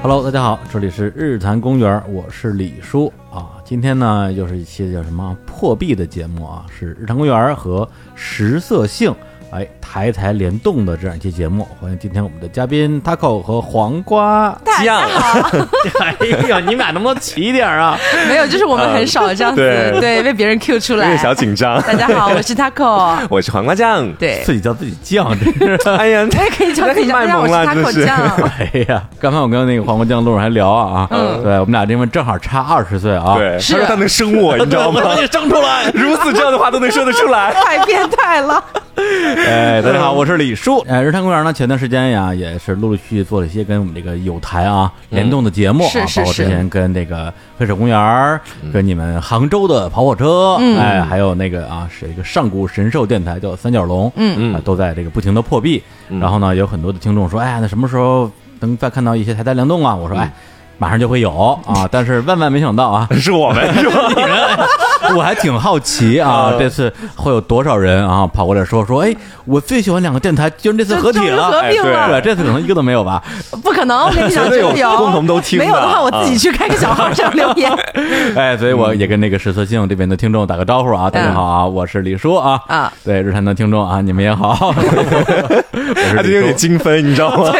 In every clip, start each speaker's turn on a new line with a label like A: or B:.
A: Hello，大家好，这里是日坛公园，我是李叔啊。今天呢，又是一期叫什么破壁的节目啊，是日坛公园和食色性哎台台联动的这样一期节目。欢迎今天我们的嘉宾 Taco 和黄瓜酱。 哎呀，你们俩能不能齐一点啊？
B: 没有，就是我们很少这样子，
C: 嗯对
B: 对，被别人 Q 出
C: 有点
B: 来。
C: 小 紧张。
B: 大家好，我是 Taco，
C: 我是黄瓜酱。
B: 对，
A: 自己叫自己酱，真是。
C: 哎呀，
B: 我也可以叫可以叫，
C: 卖
B: 让我
C: 萌
B: 是
C: 了，真
B: Taco
C: 是。
B: 酱。
A: 哎呀，刚才我跟那个黄瓜酱路上还聊啊，
B: 嗯
A: 对我们俩这边正好差二十岁啊，
C: 对，他
B: 是
C: 说他能生我，你 知道吗？
A: 你生出来。
C: 如此这样的话都能说得出 来。
B: 太变态了！
A: 哎，大家好，我是李叔。哎，日坛公园呢，前段时间呀，也是陆陆续续做了一些跟我们这个有台啊联动的节目啊，
B: 是是
A: 包括之
B: 是
A: 前跟这个黑水公园儿、跟你们杭州的跑火车，哎，还有那个啊，是一个上古神兽电台叫三角龙，
B: 嗯
A: 啊，都在这个不停的破壁。然后呢，有很多的听众说，哎呀，那什么时候能再看到一些台台联动啊？我说，哎。马上就会有啊，但是万万没想到啊，
C: 是我们是吧？
A: 我还挺好奇啊，
C: 啊
B: 嗯
A: 这次会有多少人啊跑过来说说，哎，我最喜欢两个电台，就是这次合体了，
B: 就终于合并
C: 哎
B: 了，
A: 对，这次可能一个都没有吧。
B: 不可能！我跟你讲，真
C: 绝对有
B: 的有
C: 共同都听的
B: 没有的话，我自己去开个小号上留言。嗯
A: 哎，所以我也跟那个实测性这边的听众打个招呼啊，大家好啊，我是李叔啊，
B: 嗯啊，
A: 对，日坛的听众啊，你们也 好，
C: 他
A: 我
C: 就有
A: 是李
C: 点
A: 叔。
C: 精分，你知道吗？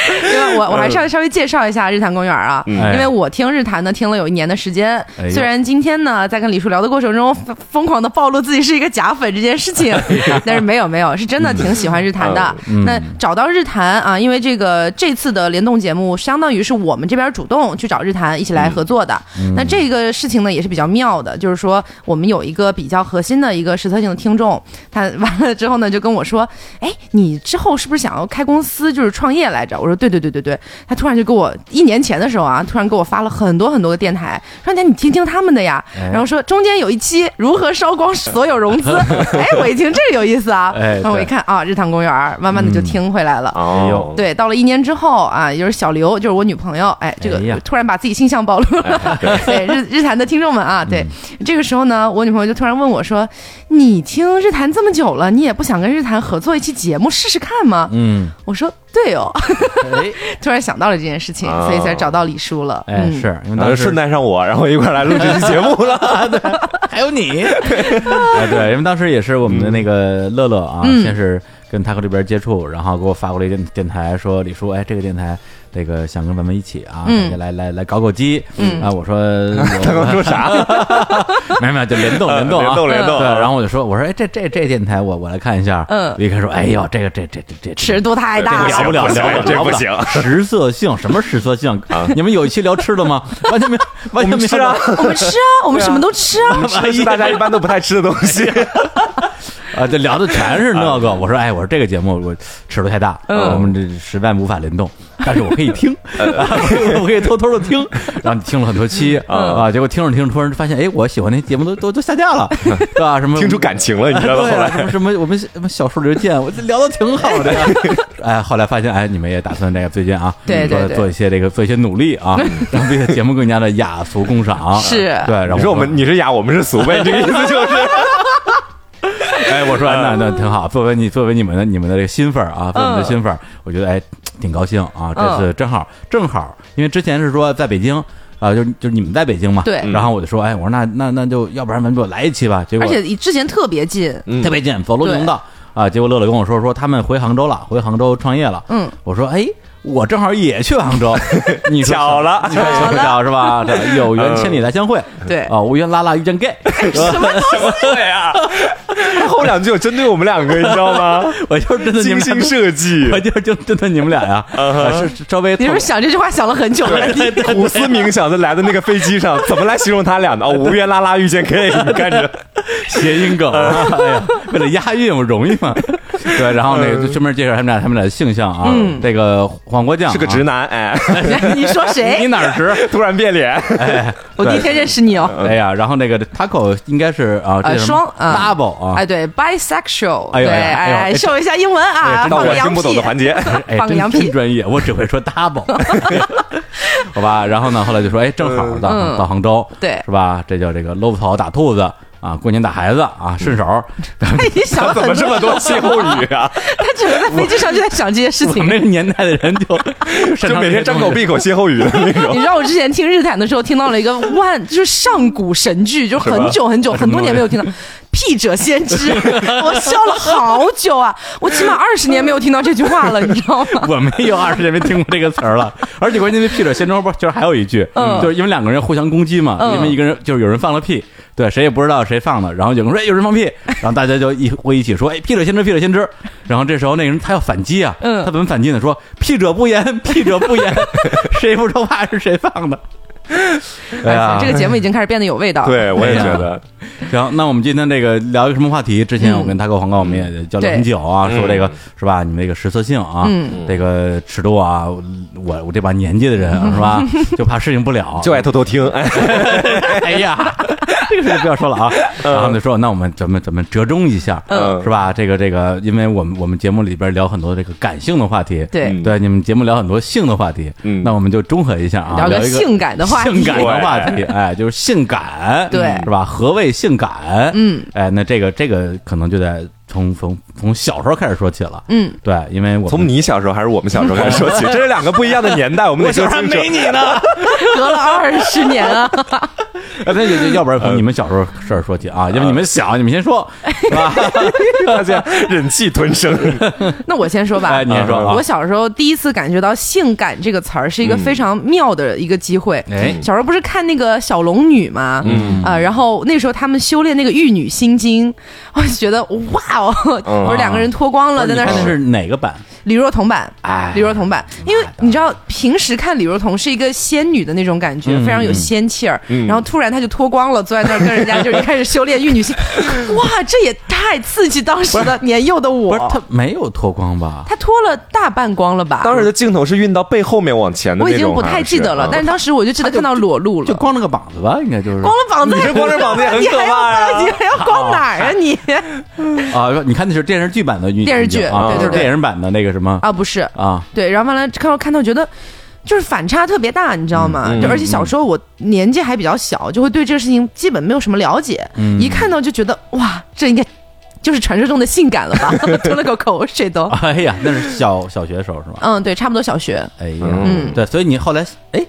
B: 另外，我我还稍微稍微介绍一下日坛公园啊，
A: 嗯哎
B: 因为我听日坛呢听了有一年的时间
A: 哎，呦
B: 虽然今天呢在跟李叔聊的过程中疯疯狂的暴露自己是一个假粉这件事情，
A: 哎
B: 但是没有没有，是
A: 嗯
B: 真的挺喜欢日坛的。那找到日坛啊，因为这个这次的联动节目相当于是我们这边主动去找日坛一起
A: 嗯
B: 来合作的。那这个事情呢也是比较妙的，就是说我们有一个比较核心的一个实测性的听众，他完了之后呢就跟我说，哎，你之后是不是想要开公司，就是创业来着？我说对对对对对。他突然就给我一年前的时候啊，突然给我发了很多很多个电台，说你听听他们的呀，
A: 哎
B: 然后说中间有一期如何烧光所有融资， 哎，我一听这个有意思啊，
A: 哎
B: 然后我一
A: 对
B: 看啊，日坛公园儿，慢慢的就听回来了。
A: 哎呦
C: 哦，
B: 对，到了一年之后啊，就是小刘，就是我女朋友，哎，这个
A: 哎呀哎
B: 突然把自己性向暴露 了。对，日日坛的听众们啊，对，
A: 嗯
B: 这个时候呢，我女朋友就突然问我说：“你听日坛这么久了，你也不想跟日坛合作一期节目试试看吗
A: 嗯，？”
B: 我说：“对哦。
A: 哎”
B: 突然想到了这件事情，所以才找到李叔了。
A: 哦哎，
B: 嗯，
A: 是因为
C: 然后
A: 当
C: 就
A: 时
C: 顺带上我，然后一块儿来录这期节目 了。
A: 还有你，哎，对，因为当时也是我们的那个乐乐啊，
B: 嗯
A: 先是跟 Taco 这边接触，然后给我发过来一电电台，说李叔，哎，这个电台这个想跟咱们一起啊，
B: 嗯
A: 大家来来来搞搞基，
B: 嗯
A: 啊，我 说我
C: 他刚说啥？
A: 没有没有，就联动联动啊
C: 联。动联动。
A: 对，然后我就说，我说，哎，这这这电台我我来看一下。
B: 嗯
A: 我一开始说，哎呦，这个这这这这
B: 尺度太
A: 这
B: 大
A: 个
C: 对
A: 聊不了，
B: 了。
C: 不行
A: 聊不了，
C: 这不行啊
A: 聊不了食色性什么食色性？你们有一期聊吃的吗？完全没有，完全没有
C: 我们吃啊
B: 我们吃啊，我们什么都吃啊。
C: 吃的是大 家一般都不太吃的东西。
A: 哎啊，这聊的全是那
C: 啊
A: 个。我说，哎，我说这个节目我尺度太大，
B: 嗯
A: 我们这实在无法联动，但是我可以 听，
C: 嗯
A: 我可以偷偷的听。然后你听了很多期
C: 嗯
A: 啊，结果听着听着，突然发现，哎，我喜欢那节目都都都下架 了，对吧？什么
C: 听出感情了，你知道吗？
A: 对
C: 后
A: 啊，
C: 来
A: 什么什么，我们什么小树林见，我这聊的挺好 的。哎，后来发现，哎，你们也打算这个最近啊，
B: 对对
A: 做
B: 对
A: 做一些这个做一些努力 啊，让这个节目更加的雅俗共赏。
B: 是
A: 对。 然后
C: 你说我们你是哑，我们是俗呗，这个意思 就是。
A: 哎，我说哎那那挺好。作为你作为你们的你们的这个新粉儿啊，作为你们的新粉儿，我觉得哎挺高兴啊。这次正好正好，因为之前是说在北京啊，就就是你们在北京嘛，
B: 对
A: 然后我就说，哎，我说那那那就要不然咱们就来一期吧。结果
B: 而且之前特别近，
A: 特别近，走罗宁道啊。结果乐乐跟我说说他们回杭州了，回杭州创业了。
B: 嗯，
A: 我说哎，我正好也去杭州，你说
C: 巧了
A: 你说巧不巧是吧？这有缘千里来相会。
B: 对
A: 啊，无缘拉拉遇见 gay，
B: 什么
C: 什么鬼啊？ 后两句有针对我们两个，你知道 吗？
A: 我就是真的你
C: 精
A: 们俩
C: 心设计
A: 我，就就就对你们俩 呀，
C: 嗯
A: 啊是是稍微
B: 你是不是
A: 透
B: 想这句话想了很久了？你
C: 胡思冥想在来的那个飞机上，怎么来形容他俩呢？哦，无缘拉拉遇见 gay，你看着，
A: 谐音梗啊， 哎呀，为了押韵我容易吗？对，然后那
C: 嗯
A: 个就顺便介绍他们俩他们俩的性向啊，
B: 嗯
A: 这个黄瓜酱啊
C: 是个直，男， 哎，
B: 你说
A: 你
B: 谁？
A: 哪儿 直？
C: 突然变脸，
A: 哎，
B: 我第一天认识你
C: 嗯
B: 哦。
A: 哎呀，然后那个 taco 应该是啊，这
B: 呃
A: 是什
B: 双
A: 么
B: 啊
A: double 啊，
B: 哎，对，bisexual，
A: 哎呦哎呦
B: 对，
A: 哎呦哎
B: 哎，
A: 这
B: 秀一下英文
A: 哎
B: 啊，
A: 真的
C: 到
B: 放
C: 我
B: 个
C: 听
B: 羊
C: 不懂
B: 屁
C: 的，环节，
A: 哎，
B: 放
A: 真
B: 羊屁
A: 真专业，我只会说 double，好吧。然后呢，后来就说，哎，正好到
B: 嗯
A: 到杭州，
B: 对
A: 是吧？这叫这个搂草打兔子，啊，过年打孩子啊，顺手，
B: 你想了
C: 怎么
B: 很
C: 这
B: 多，
C: 么多歇后语 啊？
B: 他整个在飞机上就在想这些事
A: 我
B: 情
A: 们。那个年代的人就
C: 就每天张口闭口歇后语的那种。
B: 你知道我之前听日坛的时候，听到了一个万就是上古神剧，就是很久很久很多年没有听到。 屁者先知，我笑了好久啊！我起码二十年没有听到这句话了，你知道吗？
A: 我没有二十年没听过这个词儿 了，而且关键那屁嘴先中不是就是还有一句，
B: 嗯
A: 就是因为两个人互相攻击嘛，
B: 嗯
A: 因为一个人就是有人放了屁，对，谁也不知道谁放的，然后有人说哎有人放 屁，然后大家就一会一起说哎屁嘴先知屁嘴先知，然后这时候那个人他要反击啊，
B: 嗯
A: 他怎么反击呢？说屁者不言，屁者不 言，谁不说话是谁放的？
C: 哎呀，
A: 啊
B: 这个节目已经开始变得有味道。，
C: 对我也觉得，
A: 行，那我们今天这个聊一个什么话题？之前我跟大哥黄告，我们也交流很久啊，
C: 对
A: 说这个是吧？你们这个实测性啊，这个尺度啊，我我这把年纪的人是吧，就怕适应不 了，
C: 就爱偷偷听。 哎，
A: 哎呀， 这个事情不要说了啊。然后他们就说，那我们咱们咱们折中一下，
C: 嗯
A: 是吧？这个这个，因为我们我们节目里边聊很多这个感性的话题，
B: 对
A: 嗯对，你们节目聊很多性的话题，
C: 嗯
A: 那我们就中和一下啊，
B: 聊
A: 聊
B: 个
A: 一个
B: 性感的话题
A: 性感的话题，哎，就是性感，
B: 对
A: 是吧？何谓性感？
B: 嗯，
A: 哎，那这个这个可能就得从从从小时候开始说起了，
B: 嗯，
A: 对，因为我们
C: 从你小时候还是我们小时候开始 说起，这是两个不一样的年代，我们得
A: 我小
C: 说
A: 时候还
C: 清楚。
A: 没你呢，
B: 隔了二十年啊，
A: 哎那也要不然从你们小时候事儿说起
C: 嗯
A: 啊，因为你们小，你们先 说，是吧？
C: 大家忍气吞声。
B: 那我先说吧。
A: 哎，你先说啊
B: 我，小时候第一次感觉到“性感”这个词儿是一个非常妙的一个机会。
A: 哎
B: 小时候不是看那个小龙女吗？嗯啊、然后那时候他们修炼那个玉女心经， 我就觉得哇哦，
C: 嗯
B: 我说两个人脱光了啊在那
A: 哦你看
B: 儿
A: 是哪个版？
B: 李若彤版，
A: 哎
B: 李若彤版，因为你知道平时看李若彤是一个仙女的那种感觉，
A: 嗯
B: 非常有仙气儿，然后突然她就脱光了，坐在那儿跟人家就开始修炼 玉女心，哇，这也太刺激当时的年幼的
A: 不
B: 我
A: 是，。他没有脱光吧？
B: 她脱了大半光了吧？
C: 当时的镜头是运到背后面往前的
B: 我
C: 那种，
B: 已
C: 啊
B: 经不太记得了，
C: 好
B: 但
C: 像
B: 是当时我就记得看到裸露了，
A: 就光了个膀子吧，应该就是
B: 光了膀子，
C: 你这光着膀 子也很可啊怕呀
B: 你还要光哪儿啊 你？
A: 啊，你看那是电视剧版的女
B: 电视剧
A: 啊，
B: 对对
A: 就是
B: 对
A: 电影版的那个什么
B: 啊，不是，
A: 啊，
B: 对，然后完了看到看到觉得。就是反差特别大，你知道吗？
C: 嗯嗯
B: 就而且小时候我年纪还比较小，就会对这个事情基本没有什么了解，
C: 嗯
B: 一看到就觉得哇，这应该就是传说中的性感了 吧？吞了口口水都，
C: 啊
A: 哎呀，那是小小学时候是吗？
B: 嗯，对，差不多小学。
A: 哎呀，
C: 嗯
A: 对，所以你后来哎，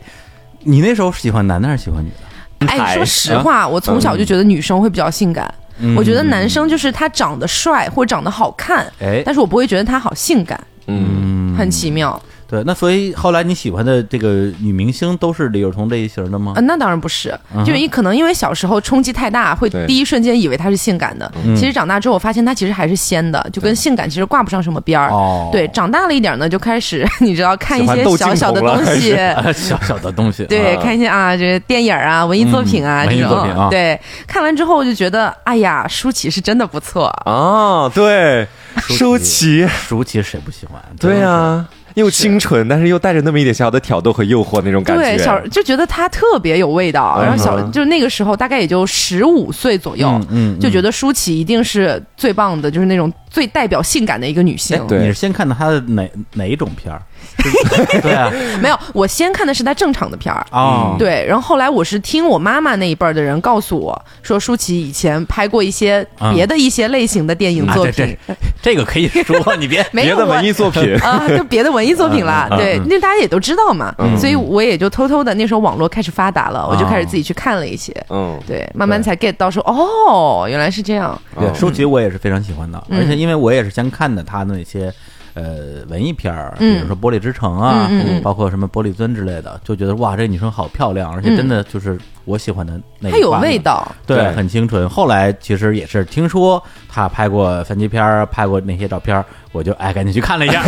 A: 你那时候喜欢男的还是喜欢女的？
B: 哎，
C: 啊
B: 说实话，我从
C: 嗯
B: 小就觉得女生会比较性感，我觉得男生就是他长得帅或者长得好看，
A: 哎，
B: 但是我不会觉得他好性感，
C: 嗯，
B: 很奇妙。
A: 对，那所以后来你喜欢的这个女明星都是李若彤这一型的吗
B: 啊，？那当然不是，
A: 嗯哼
B: 就一可能因为小时候冲击太大，会
C: 对
B: 第一瞬间以为她是性感的。
A: 嗯
B: 其实长大之后，我发现她其实还是仙的，就跟性感其实挂不上什么边儿。
A: 哦
B: 对，长大了一点呢，就开始 你知道看一
C: 喜欢
B: 些
C: 窦
B: 小
C: 靖
B: 小的
C: 童了
B: 东 西，
A: 啊，小小的东西，
B: 对，
A: 啊
B: 看一些啊，这些电影儿啊、文艺作品啊
A: 嗯文艺
B: 这种
A: 作品啊。
B: 对，看完之后就觉得，哎呀，舒淇是真的不错。
C: 啊，对，
A: 舒
C: 舒淇，
A: 舒淇谁不喜欢？
C: 对
A: 呀，
C: 啊，又清纯，但是又带着那么一点小小的挑逗和诱惑那种感觉。
B: 对，小就觉得她特别有味道，然后小
C: 嗯哼
B: 就那个时候大概也就十五岁左右，
A: 嗯嗯，
B: 就觉得舒淇一定是最棒的，就是那种最代表性感的一个女性
A: 哎。
C: 对
A: 你是先看到他的哪哪一种 片儿？是对啊，
B: 没有，我先看的是她正常的片儿。
A: 哦，
B: 对，然后后来我是听我妈妈那一辈儿的人告诉我说，舒淇以前拍过一些别的一些类型的电影
A: 嗯啊，
B: 作
A: 这
B: 品，
A: 这 这个可以说，你别
B: 没
C: 别
B: 有
C: 的文艺
B: 我，
C: 作品
B: 啊，就别的文艺作品啦。
A: 嗯嗯
B: 对，
A: 嗯
B: 那大家也都知道嘛，所以我也就偷偷的那时候网络开始发达了，我就开始自己去看了一些，
C: 嗯，
B: 对，慢慢才 get 到说哦，原来是这样。
A: 对，舒淇我也是非常喜欢的，
B: 嗯
A: 而且因为我也是先看的她那些呃文艺片儿，比
B: 嗯
A: 如说《玻璃之城》啊，
B: 嗯嗯嗯
A: 包括什么《玻璃樽》之类的，就觉得哇，这女生好漂亮，而且真的就是我喜欢的那一
B: 它嗯有
A: 挂的
B: 味。道，
A: 对，
C: 对
A: 很清纯。后来其实也是听说她拍过番茄片儿，拍过那些照片儿，我就哎赶紧去看了一下。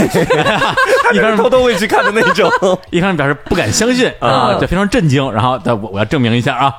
A: 一开始
C: 偷偷会去看的那种。
A: 一开始表示不敢相信啊，
B: 嗯
A: 就非常震惊。然后，但我我要证明一下啊。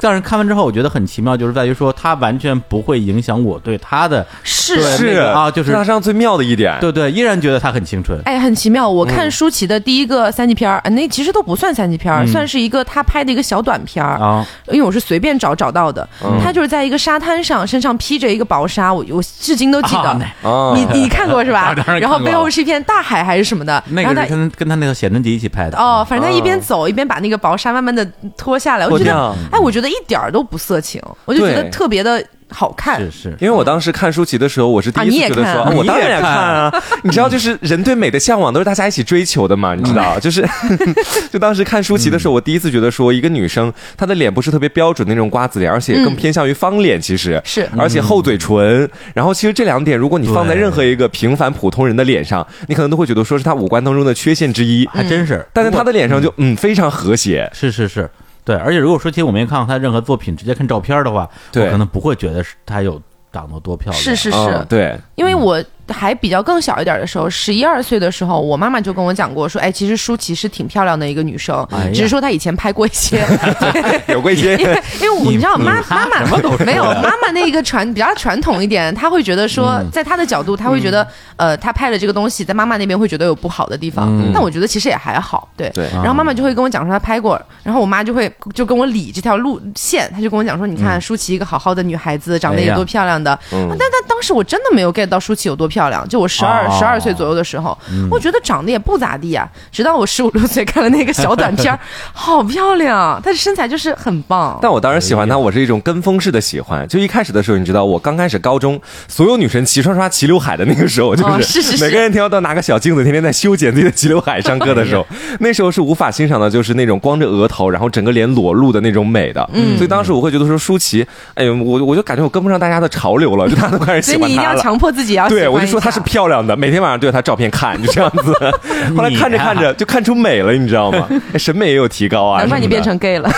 A: 但是看完之后，我觉得很奇妙，就是在于说，它完全不会影响我对她的
B: 是
A: 对那
C: 是
A: 个啊就是
C: 大上最妙的一点。
A: 对对，依然觉得她很清纯。
B: 哎，很奇妙。我看舒淇的第一个三级片儿、啊那其实都不算三级片儿、算是一个她拍的一个小短片儿、
A: 啊，
B: 因为我是随便找找到的。她就是在一个沙滩上，身上披着一个薄纱，我我至今都记得。
A: 啊那
C: 啊，
B: 你你看过是 吧？
A: 啊当然看过
B: 嗯然后背后是一片大海还是什么的，
A: 那
B: 然后
A: 个
B: 她
A: 是跟跟他那个写真集一起拍的
B: 哦，，反正他一边走、一边把那个薄纱慢慢的脱下来，我
C: 脱
B: 觉得
C: 掉，
B: 哎，我觉得一点儿都不色情，我就觉得
C: 对
B: 特别的好看。
A: 是是，
C: 因为我当时看舒淇的时候，我是第一
B: 啊你
C: 次
B: 也
C: 觉得
B: 看
C: 说，
B: 啊
C: 啊我
A: 你
C: 当
A: 也
C: 然
A: 看
C: 看啊，你知道，就是人对美的向往都是大家一起追求的嘛，你知
A: 嗯
C: 道，就是 就当时看舒淇的时候，我第一次觉得说，一个女生她的脸不是特别标准那种瓜子脸，而且更偏向于方脸，其实
B: 是
C: 而且厚嘴唇，然后其实这两点，如果你放在
A: 对
C: 任何一个平凡普通人的脸上，你可能都会觉得说是她五官当中的缺陷之一，
A: 还真是。
C: 但在她的脸上就嗯非常和谐，
A: 是是是，对。而且如果说起我没看过她任何作品，直接看照片的话，
C: 对
A: 我可能不会觉得是她有长得多漂亮。
B: 是是是，
C: 嗯 对，
B: 因为我还比较更小一点的时候，十一二岁的时候，我妈妈就跟我讲过，说，哎，其实舒淇是挺漂亮的一个女生，
A: 哎呀
B: 只是说她以前拍过一些，
C: 有过一些
B: 因为因为我
A: 你
B: 你知道妈
A: 你
B: 妈妈
A: 什么都是啊
B: 没有妈妈那一个传比较传统一点，她会觉得说，
A: 嗯
B: 在她的角度，她会觉得，呃，她拍了这个东西，在妈妈那边会觉得有不好的地方，
A: 嗯
B: 但我觉得其实也还好，对。
C: 对
A: 啊
B: 然后妈妈就会跟我讲说她拍过，然后我妈就会就跟我理这条路线，她就跟我讲说，你看舒淇一个好好的女孩子，长得
A: 嗯哎
B: 也
A: 呀
B: 多漂亮的，啊
C: 嗯
B: 但但当时我真的没有 get 到舒淇有多漂亮，就我十二
A: 哦
B: 十二岁左右的时
C: 哦
B: 候，
C: 嗯
B: 我觉得长得也不咋地呀、直到我十五六岁看了那个小短 片儿，好漂亮，她的身材就是很棒。
C: 但我当时喜
B: 哎
C: 欢她，我是一种跟风式的喜欢。就一开始的时候，你知道，我刚开始高中，所有女生齐刷刷齐刘海的那个时候，就是,、
B: 哦是是是
C: 每个人天天都拿个小镜子，天天在修剪自己的齐刘海。上课的 时
B: 哎
C: 候， 那时候是无法欣赏到就是那种光着额头，然后整个脸裸露的那种美的。
B: 嗯
C: 所以当时我会觉得说舒淇，哎呦，我我就感觉我跟不上大家的潮流了，就大家都开 始
B: 所
C: 喜
B: 以你
C: 欢
B: 一定
C: 她
B: 要
C: 了。
B: 强迫自己要喜欢
C: 对，我就说她是
B: 一下
C: 漂亮的，每天晚上对着她照片看，就这样 子。后来
B: 啊
C: 看着看着就看出美了，你知道吗？哎审美也有提高啊。
B: 难怪你
C: 什么
B: 变
C: 的
B: 成 gay 了，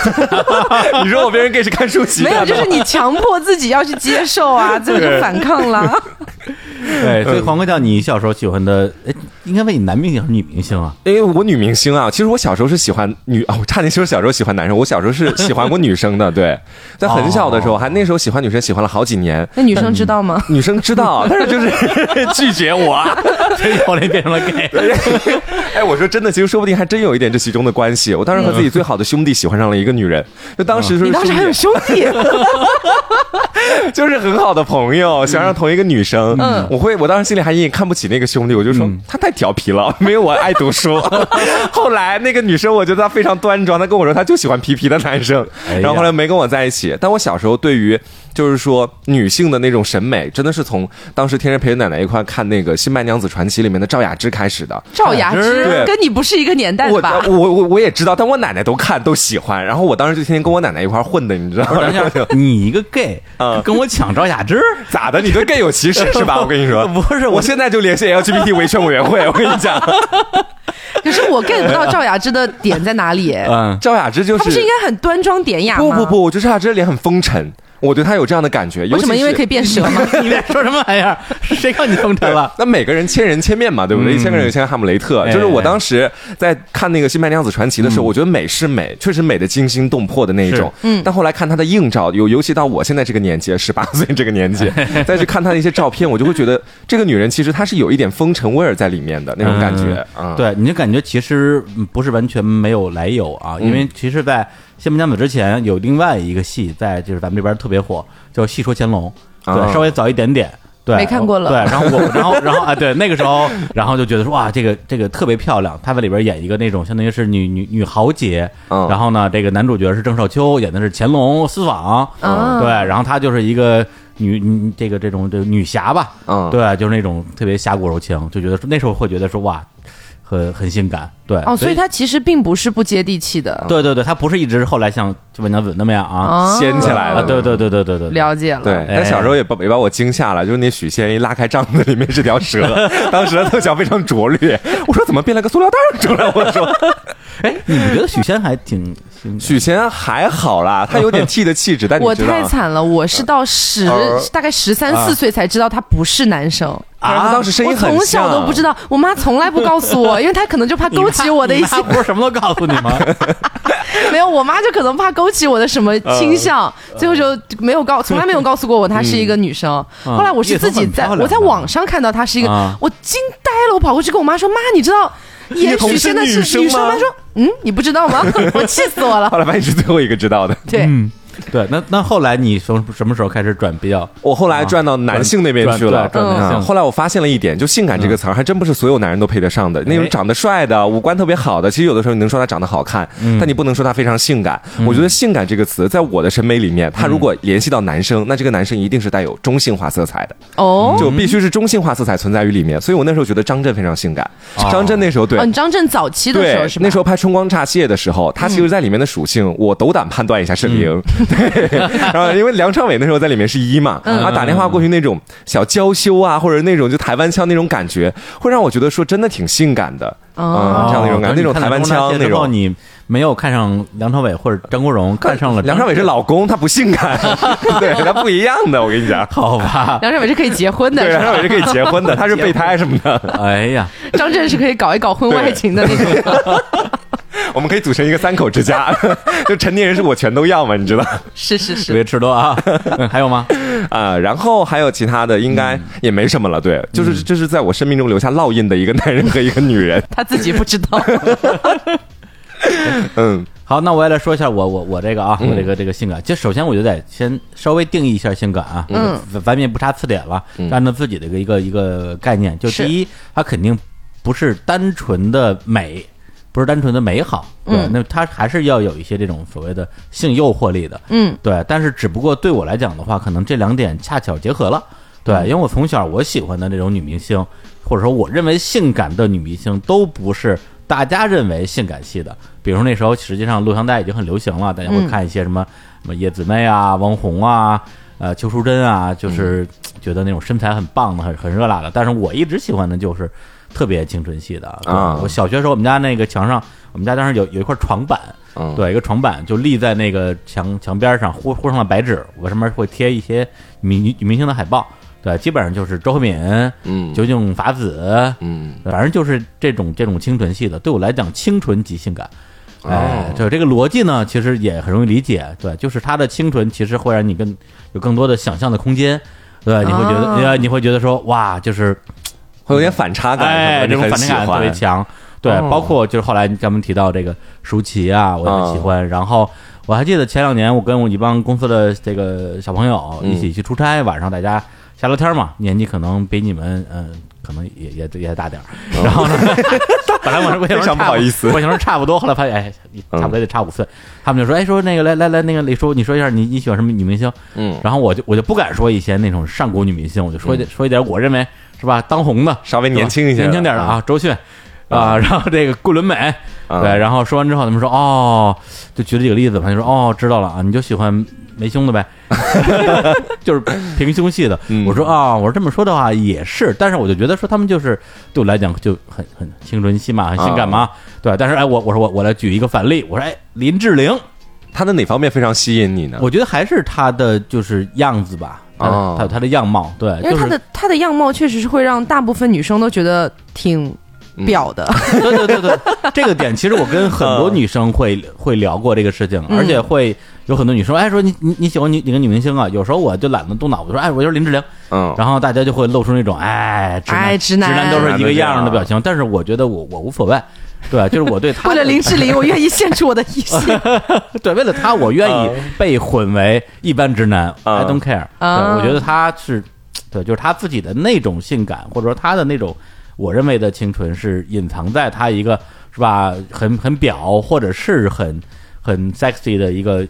C: 你说我变成 gay 是看舒淇
B: 没有，
C: 看的
B: 就是你强迫自己要去接受 啊，最后就反抗了。
A: 对，所以黄瓜酱，你小时候喜欢的，哎，应该问你男明星还是女明 星啊？
C: 因为我女明星啊，其实我小时候是喜欢女 啊、我差点说小时候喜欢男生，我小时候是喜欢过女生 的，对，在很小
B: 哦
C: 的时候，还那时候喜欢女生，喜欢了好几年，
B: 那女生知道吗？
C: 女生知道， 但是就是拒 绝我啊。
A: 所以后来变成了 gay。
C: 哎，我说真的，其实说不定还真有一点这其中的关系。我当时和自己最好的兄弟喜欢上了一个女人，就当时就是
B: 哦你当时还有
C: 兄
B: 兄弟，
C: 弟就是很好的朋
A: 嗯
C: 友，喜欢上同一个女生，
B: 嗯
C: 我会，我当时心里还隐隐看不起那个兄弟，我就说、
A: 嗯
C: 他太调皮了， 没有我爱 读书。后来那个女生，我觉得她非常端庄，她跟我说她就喜欢皮皮的男生，
A: 哎呀
C: 然后后来没跟我在一起。但我小时候对于就是说女性的那种审美，真的是从当时天天陪着奶奶一块看那个《新白娘子传奇》里面的赵雅芝开始 的。
B: 赵雅芝
C: 对
B: 跟你不是一个年代的
C: 我
B: 吧？
C: 我我我也知道，但我奶奶都看都喜欢，然后我当时就天天跟我奶奶一块混的，你知道
A: 不是
C: 吗
A: 等一？下，你一个 gay
C: 嗯
A: 跟我抢赵雅芝，
C: 咋的？你对 gay 有歧 视是吧？我跟你说，
A: 不是我
C: 我现在就联系 LGBT 维权委员会，我跟 你讲，
B: 可是我 get 不到赵雅芝的点在哪里？
A: 嗯，
C: 赵雅芝就
B: 她不是应该很端庄典雅
C: 呃不
B: 吗？
C: 不不，我觉得赵雅芝的脸很风尘，我对她有这样的感觉。
B: 为什么？因为可以
C: 以。
B: 变蛇 吗？
A: 你在说什么玩意儿？谁告你风尘了？
C: 那每个人千人千面嘛，对不对？一千个人有一千个哈姆雷特。
A: 嗯哎嗯
C: 就是我当时在看那个《新白娘子传奇》的时候，我觉得美是美，确实美的惊心动魄的那一种。嗯。但后来看她的硬照，尤尤其到我现在这个年纪，十八岁这个年 纪，
A: 哎
C: 再去看她的一些照片，我就会觉得这个女人其实她是有一点风尘味儿在里面的那种感觉
A: 嗯。
C: 啊。
A: 对，你就感觉其实嗯不是完全没有来由啊，
C: 嗯
A: 因为其实，在《新白娘子》之前有另外一个戏在就是咱们这边特别火，叫《戏说乾隆》，
C: 啊
A: 对，稍微早一点点。对，
B: 没看过了
A: 对，然后 我，然后，然后啊，对，那个时候，然后就觉得说，哇，这个这个特别漂亮。她在里边演一个那种相当于是女女女豪杰，
C: 嗯
A: 然后呢，这个男主角是郑少秋，演的是乾隆私访，
B: 啊
A: 对，然后她就是一个女女这个这种这个女侠吧，
C: 嗯
A: 对，就是那种特别侠骨柔情，就觉得说那时候会觉得说哇，很很性感，对，
B: 哦，所以
A: 他
B: 她其实并不是不接地气的。
A: 对对对，他不是一直后来像就文娘子那么样啊，
B: 啊哎
C: 掀起来
A: 啊，
C: 了。
A: 对对对对对对，
B: 了解了。
C: 对，但小时候也把也把我惊吓了，就是那许仙一拉开帐子，里面是条蛇， 当时特效非常拙劣。我说怎么变了个塑料袋儿出来？我说
A: 哎，你们觉得许仙还挺挺
C: 许仙还好啦，他有点 T 的气质，但你
B: 我
C: 知道
B: 太。惨了，我是到十、
C: 呃
B: 大概十三四岁才知道他不是男生。
C: 但是他
A: 啊
C: 当时声
B: 我
C: 音很
B: 从小
C: 像
B: 都不知道，我妈从来不告诉我，因为她可能就怕 勾起我的一些
A: 他，不是什么都告诉你吗？
B: 没有，我妈就可能怕勾起我的什么
C: 呃
B: 倾向，最后就没有告，从来没有告诉过我她是一个女生。
A: 嗯
B: 后来我是自己在
A: 叶童很漂亮的
B: 我在
C: 啊
B: 网上看到她是一个，
A: 啊
B: 我惊呆了，我跑过去跟我妈说：“妈，你知道
C: 叶
B: 演
C: 童
B: 许仙的是
C: 是女生
B: 女生吗？”
C: 吗
B: 她说：“嗯，你不知道吗？”我气死我了
C: 后。来发现是最后一个知道的。
B: 对，
A: 对，那那后来你从什么时候开始转比较？
C: 我后来转到男性那边去了，
A: 啊
C: 嗯
A: 转转转男性嗯
C: 后来我发现了一点，就“性感”这个词儿，还真不是所有男人都配得上的。那种
A: 哎
C: 长得帅的、五官特别好的，其实有的时候你能说他长得好看，
A: 嗯
C: 但你不能说他非常性感。我觉得“性感”这个词，在我的审美里面，它如
A: 嗯
C: 果联系到男生，那这个男生一定是带有中性化色彩的，
B: 哦，
C: 就必须是中性化色彩存在于里面。所以我那时候觉得张震非常性感。张震那时候对
B: 哦，你张震早期的时候
C: 对
B: 是吧？嗯
C: 那时候拍《春光乍泄》的时候，他其实在里面的属性，我斗胆判断一下沈凌。 对，然后因为梁朝伟那时候在里面是一嘛，然后打电话过去那种小娇羞啊，或者那种就台湾腔那种感觉，会让我觉得说真的挺性感的，
B: 哦
C: 嗯，这样的一种感觉，那种台湾腔那种。呃
A: 你没有看上梁朝伟或者张国荣，看上了
C: 梁朝伟是老公，他不性感， 对他不一样的，我跟你讲。
A: 好吧？
B: 梁朝伟是可以结婚的，
C: 对，
B: 是
A: 啊
C: 梁
B: 吧
C: 朝伟是可以结婚的，他是备胎什么 的，
A: 哎呀，
B: 张震是可以搞一搞婚外情的那种。
C: 我们可以组成一个三口之家， 就成年人是我全都要嘛，你知道。
B: 是是
A: 特
B: 是，
A: 别吃多啊！ 还有吗？
C: 啊、然后还有其他的，应
A: 嗯
C: 该也没什么了。对，就是这是在我生命中留下烙印的一个男人和一个女人。
B: 他自己不知道。
C: 嗯，
A: 好，那我也来说一下我我我这个啊，
B: 嗯
A: 我这个这个性感。其实首先我就得先稍微定义一下性感啊，
B: 嗯
A: 咱，咱们也不查词典了，按照自己的一个一个一个概念。就是第一，它肯定不是单纯的美，不是单纯的美好，对，
B: 嗯
A: 那它还是要有一些这种所谓的性诱惑力的，
B: 嗯，
A: 对。但是只不过对我来讲的话，可能这两点恰巧结合了，对，
B: 嗯
A: 因为我从小我喜欢的这种女明星，或者说我认为性感的女明星，都不是大家认为性感系的。比如说那时候实际上录像带已经很流行了，大家会
B: 嗯
A: 看一些什么什么叶子妹啊、王红啊、呃邱淑贞啊，就是
B: 嗯
A: 觉得那种身材很棒的、很很热辣的。但是我一直喜欢的就是特别青春系的
C: 啊
A: 我小学时候我们家那个墙上，我们家当时有有一块床板，
C: 嗯
A: 对，一个床板就立在那个墙墙边上，糊糊上了白纸，我上面会贴一些明女明星的海报，对，基本上就是周慧敏、
C: 嗯
A: 酒井法子，
C: 嗯，
A: 反正就是这种这种清纯系的，对我来讲，清纯即性感。哎
C: 哦，
A: 对这个逻辑呢，其实也很容易理解。对，就是它的清纯，其实会让你更有更多的想象的空间。对，你会觉得，
B: 哦
A: 呃，你会觉得说，哇，就是
C: 会有点反差感，
A: 哎，
C: 你
A: 这种
C: 很
A: 反
C: 喜
A: 差感特别
C: 欢。
A: 强。对，
C: 哦
A: 包括就是后来咱们提到这个舒淇啊，我也很喜欢。然后我还记得前两年我跟我一帮公司的这个小朋友
C: 嗯
A: 一起去出差，晚上大家瞎聊天嘛，年纪可能比你们嗯。可能也也也大点儿，然 后呢，本来我是我想说
C: 非常哦不好意思嗯
A: 差我想说差不多，后来发现哎，差不多也得差五岁，他们就说哎说那个来来来那个李叔，你说一下你你喜欢什么女明星？
C: 嗯，
A: 然后我就我就不敢说以前那种上古女明星，我就说一点、说一点我认为是吧当红的，
C: 稍微
A: 对吧
C: 哎年轻一些的嗯
A: 年轻点的啊，周迅。啊，然后这个桂纶镁，
C: 啊
A: 对，然后说完之后，他们说哦，就举了几个例子嘛，他就说哦，知道了啊，你就喜欢没胸的呗， 就是平胸系的。
C: 嗯
A: 我说啊、我说这么说的话也是，但是我就觉得说他们就是对我来讲就很很青春期嘛，很性感嘛，
C: 嗯
A: 对。但是哎，我我说我我来举一个反例，我说哎，林志玲，
C: 他的哪方面非常吸引你呢？
A: 我觉得还是她的就是样子吧，她的
C: 嗯哦
A: 她她的样貌，对，
B: 因为
A: 就是
B: 他的他的样貌确实是会让大部分女生都觉得挺
A: 嗯
B: 婊的，
A: 对对对对，这个点其实我跟很多女生会会聊过这个事情，
B: 嗯
A: 而且会有很多女生哎说你你你喜欢女哪个女明星啊？有时候我就懒得动脑子说哎我就是林志玲，
C: 嗯，
A: 然后大家就会露出那种哎直男
B: 哎
A: 直
B: 直男
A: 都是一个样儿的表情，但是我觉得我我无所谓，对，就是我对他
B: 为了林志玲，我愿意献出我的一切。
A: 对，为了他，我愿意被混为一般直男。I don't care、
B: 啊
A: 对，我觉得他是，对，就是他自己的那种性感，或者说他的那种我认为的清纯，是隐藏在他一个是吧，很很表，或者是很很 sexy 的一个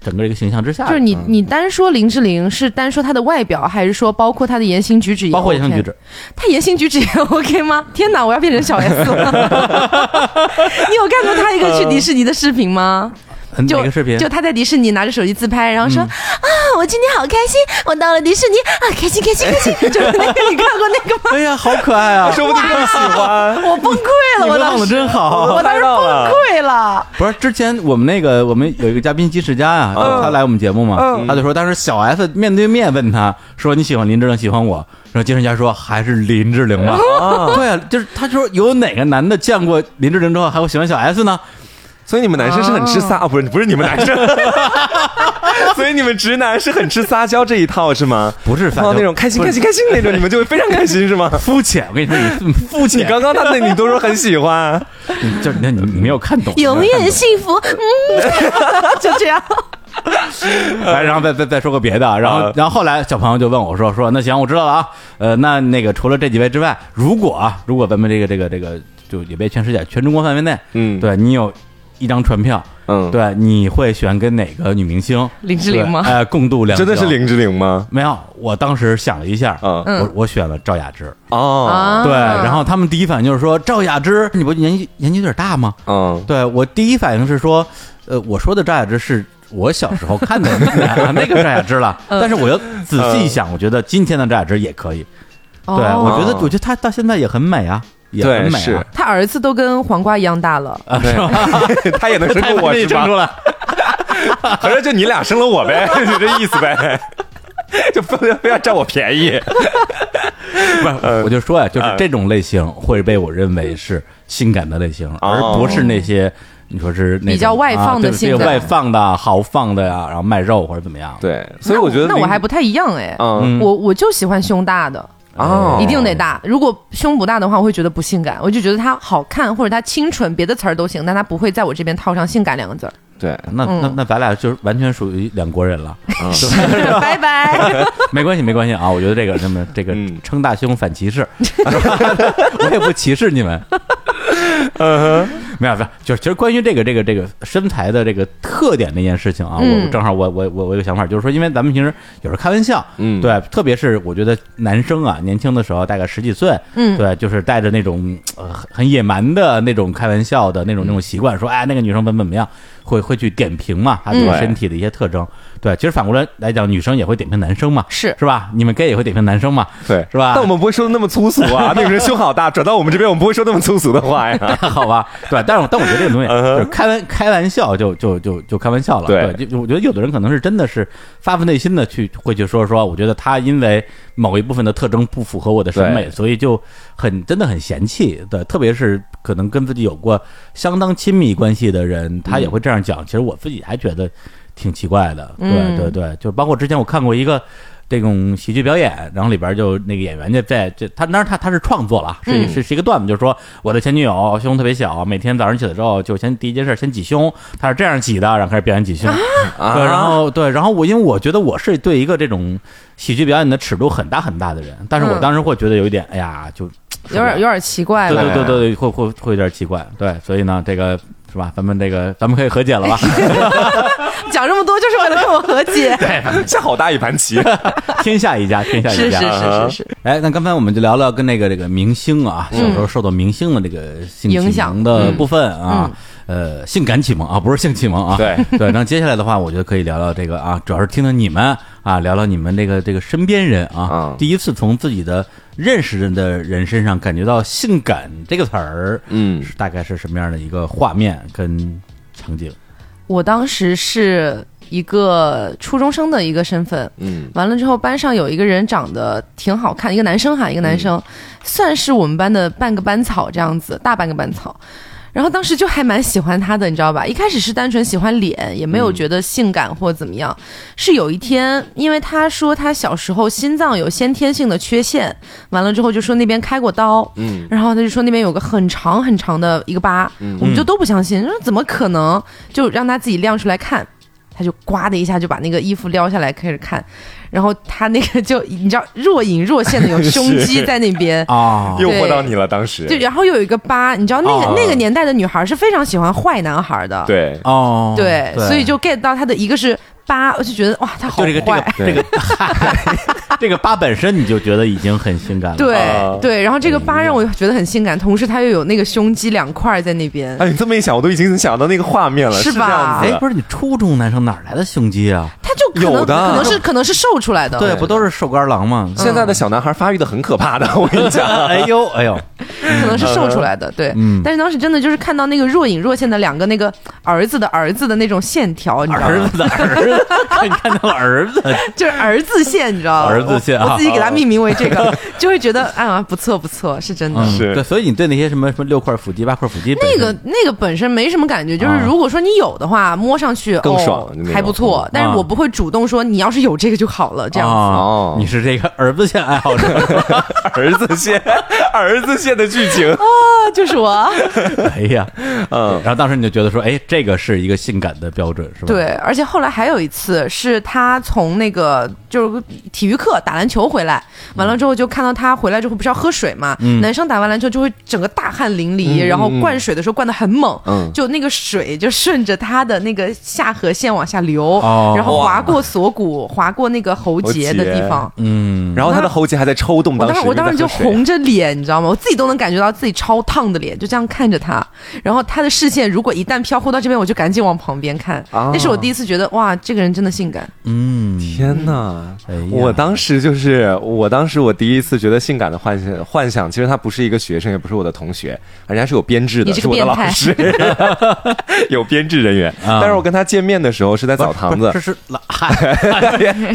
A: 整个一个形象之下的，
B: 就是你你单说林志玲是单说她的外表，还是说包括她的言行举止也 OK？
A: 包括言行举止，
B: 她言行举止也 OK 吗？天哪，我要变成小 S 了！你有看过她一个
A: 呃
B: 去迪士尼的视频吗？
A: 很嗯
B: 就
A: 哪个视频嗯
B: 就他在迪士尼拿着手机自拍，然后说、啊，我今天好开心，我到了迪士尼啊，开心开心 开心，就是那个你看过那个吗？
A: 哎呀，好可爱 啊！
C: 说不定更喜欢。
B: 我崩溃
A: 你
B: 了，我
A: 们
B: 当
A: 弄的
B: 时
A: 真 好，
B: 我当时崩溃了，
A: 不是之前我们那个我们有一个嘉宾金世佳啊，
C: 嗯
A: 他来我们节目嘛，他就说当时小 S 面对面问他说你喜欢林志玲喜欢我，然后金世佳说还是林志玲吧，
C: 哦
A: 对啊，就是他说有哪个男的见过林志玲之后还会喜欢小 S 呢？
C: 所以你们男生是很吃撒
A: 哦
C: 啊？不是，不是你们男生。 所以你们直男是很吃撒娇这一套是吗？
A: 不是撒
C: 碰
A: 娇
C: 到那种开心开心开心那种，你们就会非常开心是吗？
A: 肤浅，我跟你说你肤
C: 你
A: 浅，
C: 刚刚他那你都说很喜欢，
A: 你就是那你你没有看懂，
B: 永远幸福，嗯，就这样。
A: 哎，然后再再再说个别的，然后
C: 啊
A: 然后后来小朋友就问我说说那行我知道了啊，呃，那那个除了这几位之外，如果啊，如果咱们这个这个这个就也别全世界全中国范围内，
C: 嗯
A: 对你有一张船票，
C: 嗯，
A: 对，你会选跟哪个女明星？
B: 林志玲吗
A: 对哎，共度良宵
C: 真的是。林志玲吗？
A: 没有，我当时想了一下，
C: 嗯
A: 我我选了赵雅芝，
C: 哦，
B: 啊
A: 对，然后他们第一反应就是说赵雅芝，你不年纪年纪有点大吗？
C: 嗯，
A: 对我第一反应是说，呃，我说的赵雅芝是我小时候看的啊那个赵 雅芝 了，
B: 嗯
A: 但是我又仔细一想，我觉得今天的赵雅芝也可以。对，我
B: 哦，
A: 觉得我觉得她到现在也很美啊，也
C: 对
A: 很美
C: 是
A: 啊，
B: 他儿子都跟黄瓜一样大了，
A: 啊是吧？
C: 她也能生个我
A: 把你
C: 是
A: 整
C: 吧
A: 出？来，
C: 合着就你俩生了我呗， 就这意思呗，就非要非要占我便宜。
A: 不是，我就说呀，就是
C: 嗯
A: 这种类型会被我认为是性感的类型，而
C: 哦
A: 不是那些你说是那种
B: 比较外放
A: 啊
B: 的
A: 对
B: 性
A: 对
B: 感
A: 外放的、豪放的呀，然后卖肉或者怎么样。
C: 对，所以哎我觉得
B: 那
C: 林
B: 我还不太一样哎，
C: 嗯
A: 嗯
B: 我我就喜欢胸大的，
C: 哦
B: 一定得大。如果胸不大的话，我会觉得不性感，我就觉得它好看或者它清纯，别的词儿都行，但它不会在我这边套上性感两个字儿。
C: 对，
A: 那那
B: 嗯
A: 那咱俩就是完全属于两国人了，
B: 拜 拜。
A: 没关系没关系啊！我觉得这个什 么这个
C: 嗯
A: 称大胸反歧视， 我也不歧视你 们。
C: 嗯
A: 没有没有，就是其实关于这个这个这个身材的这个特点那件事情啊，
B: 嗯
A: 我正好我我我我有个想法，就是说，因为咱们平时有时候开玩笑，
C: 嗯
A: 对，特别是我觉得男生啊，年轻的时候大概十几岁，
B: 嗯
A: 对，就是带着那种呃很很野蛮的那种开玩笑的那
B: 嗯
A: 种那种习惯，说哎那个女生怎么怎么样，会会去点评嘛，她对
C: 嗯
A: 身体的一些特征，对，其实反过来来讲，女生也会点评男生嘛，
B: 是
A: 是吧？你们 gay 也会点评男生嘛，
C: 对，
A: 是吧
C: 但我们不会说的那么粗俗啊，那个人胸好大，转到我们这边，我们不会说那么粗俗的话呀。
A: 好吧，对，但是我但我觉得这个东西
C: 嗯哼
A: 就是开玩开玩笑就就就就开玩笑了，
C: 对
A: 就就我觉得有的人可能是真的是发自内心的去会去说说，我觉得他因为某一部分的特征不符合我的审美，
C: 对
A: 所以就很真的很嫌弃，对，特别是可能跟自己有过相当亲密关系的人，他也
C: 嗯
A: 会这样讲。其实我自己还觉得挺奇怪的，对、
B: 嗯
A: 对对，就包括之前我看过一个。这种喜剧表演，然后里边就那个演员就在这，他当然他他是创作了，啊
B: 嗯
A: 是是是一个段子，就是说我的前女友胸特别小，每天早上起来之后就先第一件事先挤胸，他是这样挤的，然后开始表演挤胸，
B: 啊
A: 对，然 后对，然后我因为我觉得我是对一个这种喜剧表演的尺度很大很大的人，但是我
B: 嗯
A: 当时会觉得有一点，哎呀，就
B: 有点有点奇怪
A: 对
B: 了。
A: 对对对对，会会会有点奇怪，对，所以呢，这个是吧？咱们这个咱们可以和解 了吧？
B: 讲这么多就是为了跟我和 解。
C: 下好大一盘棋，
A: 哦天下一家，天下
B: 是
A: 一
B: 是
A: 家。
B: 是是是，
A: 哎，那刚才我们就聊聊跟那个这个明星啊，小时候受到明星的这个性
B: 嗯影
A: 启
B: 响嗯
A: 蒙的部分啊，呃，性感启蒙啊，不是性启蒙啊。
C: 对
A: 对，那接下来的话，我觉得可以聊聊这个啊，主要是听听你们啊，聊聊你们这个这个身边人啊
C: 嗯，
A: 第一次从自己的认识的人身上感觉到“性感”这个词儿，
C: 嗯
A: 是大概是什么样的一个画面跟场景？
B: 我当时是一个初中生的一个身份，
C: 嗯
B: 完了之后，班上有一个人长得挺好看，一个男生哈，一个男生，算是我们班的半个班草这样子，大半个班草。然后当时就还蛮喜欢他的，你知道吧？一开始是单纯喜欢脸，也没有觉得性感或怎么样。是有一天，因为他说他小时候心脏有先天性的缺陷，完了之后就说那边开过刀，
C: 嗯
B: 然后他就说那边有个很长很长的一个疤，我们就都不相信，说怎么可能？就让他自己亮出来看，他就呱的一下就把那个衣服撩下来开始看，然后他那个就你知道若隐若现的有胸肌
C: 是
B: 在那边。
A: 啊
C: 诱惑到你了，当时
B: 就然后又有一个疤，你知道那个、
A: 哦
B: 那个年代的女孩是非常喜欢坏男孩的，
C: 对
A: 哦，
B: 对所以就 get 到他的一个是疤，我就觉得哇，他好
A: 就
B: 坏，
A: 这个这个这个这个疤本身你就觉得已经很性感了，
B: 对、
C: 啊
B: 对，然后这个疤让我觉得很性感，同时他又有那个胸肌两块在那边，
C: 哎，你这么一想，我都已经想到那个画面了，
B: 是
C: 是
B: 吧
C: 这
A: 哎
C: 样，子
A: 不是你初中男生哪儿来的胸肌啊？
B: 他就可能
C: 有的
B: 可能是可能是瘦出来的，
A: 呃对，不都是瘦干郎吗？
C: 现在的小男孩发育的很可怕的，我跟你讲，
A: 哎呦 哎呦，
B: 可能是瘦出来的，对。
A: 嗯
B: 但是当时真的就是看到那个若隐若现的两个那个儿子的儿子的那种线条，你知道
A: 儿
B: 吗？
A: 子的儿子， 看你看到了儿子，
B: 就是儿子线，你知道吗？
A: 儿子线
B: 我
A: 啊
B: 我自己给它命名为这个，就会觉得啊，不错不错，是真的。
A: 嗯
C: 是
A: 对，所以你对那些什么什么六块腹肌、八块腹肌，
B: 那
C: 嗯
B: 个那个本身没什么感觉，就是
A: 啊
B: 如果说你有的话，摸上去
C: 更爽
B: 哦
C: 就那种
B: 还不错
A: 嗯。
B: 但是我不会主动说你要是有这个就好了，这样
C: 啊
B: 子。
A: 哦，你是这个儿子线爱好 者
C: 儿子线，儿子线的剧情，
B: 啊， 就是 我。
A: 哎呀，嗯，然后当时你就觉得说，哎，这个是一个性感的标准，是吧？
B: 对，，而且后来还有一次是他从那个就是体育课打篮球回来，完了之后就看到他回来之后不是要喝水嘛，
C: 嗯
B: 男生打完篮球就会整个大汗淋漓，然后灌水的时候灌的很猛，
C: 嗯
B: 就那个水就顺着他的那个下颌线往下流，
A: 哦
B: 然后
C: 哇
B: 划过锁骨，划过那个喉结的地方。
A: 嗯，
C: 然后他的喉结还在抽动，
B: 我当
C: 时啊
B: 时我当时就
C: 因为在喝水
B: 红着脸，你知道吗？我自己都能感觉到自己超烫的脸，就这样看着他。然后他的视线如果一旦飘忽到这边，我就赶紧往旁边看。
C: 啊
B: 那是我第一次觉得哇，这个人真的性感。
A: 嗯，
C: 天呐！
A: 哎呀
C: 我当时就是，我当时我第一次觉得性感的幻想，幻想其实他不是一个学生，也不是我的同学，人家是有编制的，
B: 你这
C: 是
B: 个
C: 我的
B: 变
C: 老
B: 态
C: 师， 有编制 人员。但是我跟他见面的时候是在澡堂子
A: 啊不，是这是老，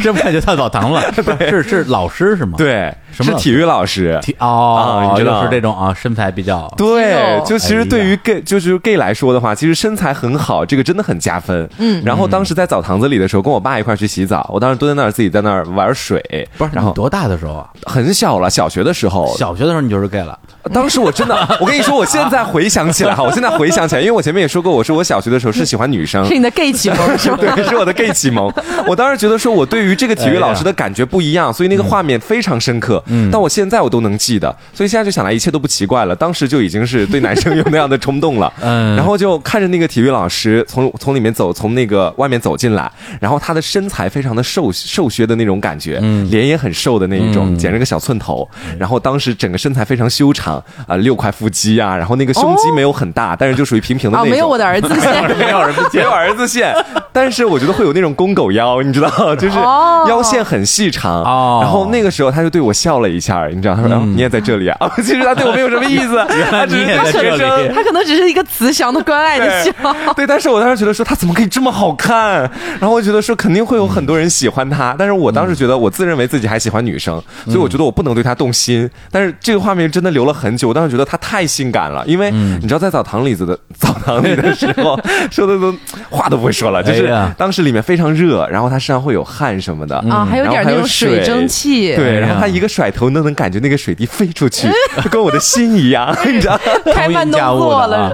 A: 这不感觉到澡堂了， 是是老师是吗？
C: 对，
A: 什么
C: 是
A: 老师
C: 体育老师。
A: 体，哦
C: 啊，你知道
A: 就是这种啊，身材比较
C: 对
B: 肌肉，
C: 就其
A: 哎
C: 实
A: 呀
C: 对于 gay，、就是 gay 来说的话，其实身材很好，这个真的很加分。嗯，然后当时在澡堂子里的时候，跟我爸一块儿去洗澡，我当时蹲在那儿自己在那儿玩水，
A: 不是，
C: 然后
A: 你多大的时候啊？
C: 很小了，小学的时候，
A: 小学的时候你就是 gay 了，
C: 当时我真的，我跟你说，我现在回想起来哈，我现在回想起来，因为我前面也说过，我说我小学的时候是喜欢女生
B: 是。你的 gay 启 蒙是吗？啊
C: 对，是我的 gay 启蒙。我当时觉得说，我对于这个
B: 哎
C: 体育老师的感觉不一样，所以那个
B: 嗯
C: 画面非常深刻。嗯，到我现在我都能记得，所以现在就想来，一切都不奇怪了。当时就已经是对男生有那样的冲动了。
A: 嗯
C: 然后就看着那个体育老师从从里面走，从那个外面走进来，然后他的身材非常的瘦瘦削的那种感觉，
B: 嗯
C: 脸也很瘦的那一种，剪了个小寸头，然后当时整个身材非常修长啊、六块腹肌啊，然后那个胸肌没有很大，但是就属于平平的
B: 哦啊，
C: 那
B: 没有
C: 种
B: 我。的儿子 线。
C: 没有儿子线，没有儿子线，但是我觉得会有那种公狗腰，你知 道，就是
B: 哦
C: 腰线很细长。
A: 哦嗯
C: 然后那个时候他就对我笑了一下，你知道，他说：“哦你也在这里啊？” 其实他对我没有什么意 思，他只
A: 你
C: 是
A: 也
C: 大
A: 在这
C: 学
A: 里
C: 生，
B: 他可能只是一个慈祥的关爱的笑，
C: 对，但是我当时觉得说他怎么可以这么好看， 然后我觉得说肯定会有很多人喜欢他，但是我当时觉得我自认为自己还喜欢女生，所以我觉得我不能对他动心。但是这个画面真的留了很久，我当时觉得他太性感了，因为
B: 嗯
C: 你知道在澡堂里子的 澡堂里的时候说的都话都不会说了，就
A: 哎
C: 是
A: 呀
C: 当时里面非常热，然后他身上会有汗什么的
B: 啊，还有
C: 然后
B: 点那种
C: 水
B: 蒸
A: 哎
B: 气，
A: 呀
C: 对，然后他一个甩头都能感觉那个水滴飞出去，就跟我的心一样， 你知道。
B: 开慢动作了，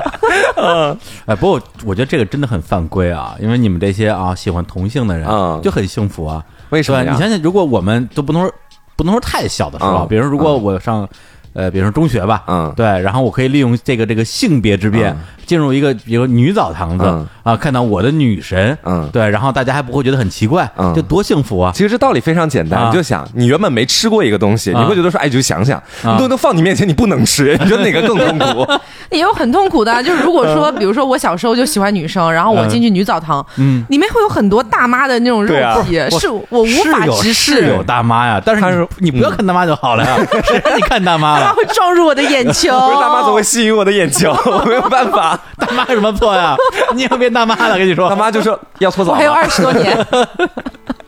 A: 嗯，啊 哎，不过我觉得这个真的很犯规啊，因为你们这些啊喜欢同性的人
C: 嗯
A: 就很幸福啊。
C: 为什么
A: 对吧
C: 呀
A: 你想想，如果我们都不能说不能说太小的时候啊，
C: 嗯
A: 比如如果我上。呃，比如说中学吧，
C: 嗯
A: 对，然后我可以利用这个这个性别之便，进入一个比如女澡堂子
C: 嗯
A: 啊，看到我的女神，
C: 嗯
A: 对，然后大家还不会觉得很奇怪，
C: 嗯
A: 这多幸福啊！
C: 其实这道理非常简单，
A: 啊
C: 你就想，你原本没吃过一个东西，
A: 啊
C: 你会觉得说，哎，你就想想，
A: 啊
C: 东西都放你面前，你不能吃， 你觉得哪个更痛 苦？
B: 也有很痛苦的。啊就是如果
C: 嗯
B: 说，比如说我小时候就喜欢女生，然后我进去女澡堂，
A: 嗯，
B: 里面会有很多大妈的那种肉
C: 对啊
B: 体，
A: 我
B: 是我无
A: 是
B: 法
A: 有
B: 直
A: 是有
B: 视，
A: 大妈呀，但是
C: 她
A: 你
C: 是嗯
A: 你不要看大妈就好 了呀，谁让你看大妈
B: 大妈
A: 了？
B: 会撞入我的眼球，
C: 不是大妈总会吸引我的眼球， 我没有办法。
A: 大妈有什么错 呀？你又变大妈了，跟你说，
C: 大妈就说要搓
B: 我
C: 澡
B: 还 有
C: 吗，
B: 二十多年，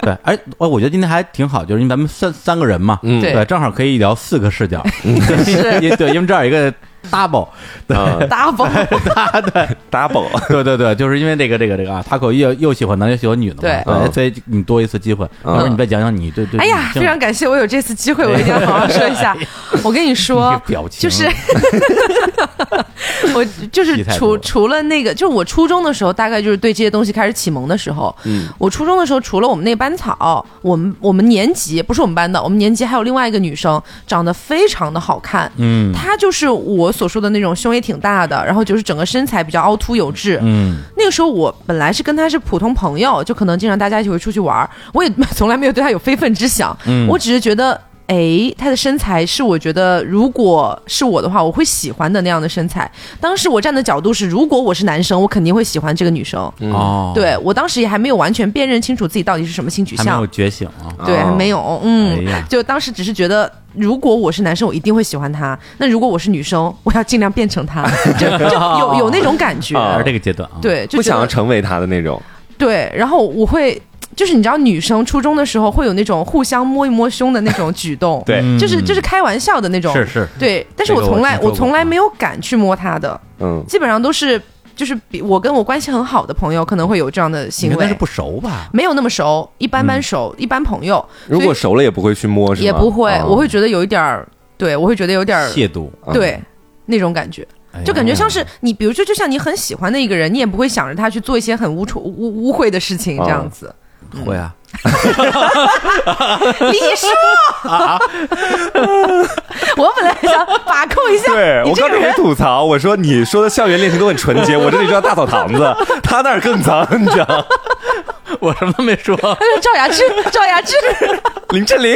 A: 对，哎，我我觉得今天还挺好，就是因为咱们三三个人嘛，
C: 嗯
B: 对
A: 对，正好可以聊四个视 角，对，对，因为这儿有一个 double，对，
C: 嗯
B: 大宝，
C: double，
A: 对对对，就是因为这个这个这个啊，他可又又喜欢男又喜欢女的嘛，
B: 对
A: 对，
C: 嗯
A: 哎所以你多一次机会，
C: 嗯
A: 一会儿你再讲讲你对对，
B: 哎呀，
A: 女性
B: 非常感谢我有这次机会，我一定要好好说 一下。我跟你
A: 你
B: 说
A: 这表，情
B: 就是 我就是
A: 戏太多
B: 除
A: 了
B: 除了那个，就是我初中的时候，大概就是对这些东西开始启蒙的时候。嗯，我初中的时候，除了我们那班草，我们我们年级不是我们班的，我们年级还有另外一个女生，长得非常的好看。
A: 嗯
B: 她就是我所说的那种胸也挺大的，然后就是整个身材比较凹凸有致。
A: 嗯，
B: 那个时候我本来是跟他是普通朋友，就可能经常大家一起会出去玩儿，我也 从来没有对他有非分之想，
A: 嗯
B: 我只是觉得。哎，他的身材是我觉得，如果是我的话，我会喜欢的那样的身材。当时我站的角度是，如果我是男生，我肯定会喜欢这个女生。
A: 哦，，
B: 对我当时也还没有完全辨认清楚自己到底是什么性取
A: 还没
B: 向
A: 有，觉醒啊，
B: 对，
C: 哦
B: 还没有，嗯，
A: 哎呀
B: 就当时只是觉得，如果我是男生，我一定会喜欢他；那如果我是女生，我要尽量变成他，就就有有那种感觉。
C: 啊
A: 还是这个阶 段啊，，
B: 嗯对， 就
C: 不
B: 觉得
C: 想要成为他的那种。
B: 对，然后我会，就是你知道，女生初中的时候会有那种互相摸一摸胸的那种举动，
C: 对
B: 就是就是开玩笑的那种，
A: 是是，
B: 对。但是
A: 这
B: 我
A: 个我
B: 从来
A: 听说过
B: 从来没有敢去摸她的，
C: 嗯，
B: 基本上都是就是比我跟我关系很好的朋友可能会有这样的
A: 你
B: 行
A: 跟他
B: 为
A: 是，不熟嗯吧？
B: 没有那么熟，一般般熟，一般朋友，
C: 如果熟了也不会去摸，是吗？
B: 也不会，
A: 啊
C: 哦
B: 我会觉得有一点儿，对我会觉得有点儿
A: 亵渎，
C: 嗯
B: 对那种感觉。
A: 啊哎呀
B: 就感觉像是你，比如就就像你很喜欢的一个人，你也不会想着他去做一些很污臭、污污秽的事
A: 啊
B: 情，这样子。
A: 会啊，
B: 李叔，啊我本来想把控一下，
C: 对
B: 你
C: 我
B: 这个
C: 刚准备
B: 人
C: 吐槽，我说你说的校园恋情都很纯洁，我 这里叫大澡堂子， 他那儿更脏，你知 道？
A: 我什么都没说。
B: 赵雅芝，赵雅芝，
C: 林志玲，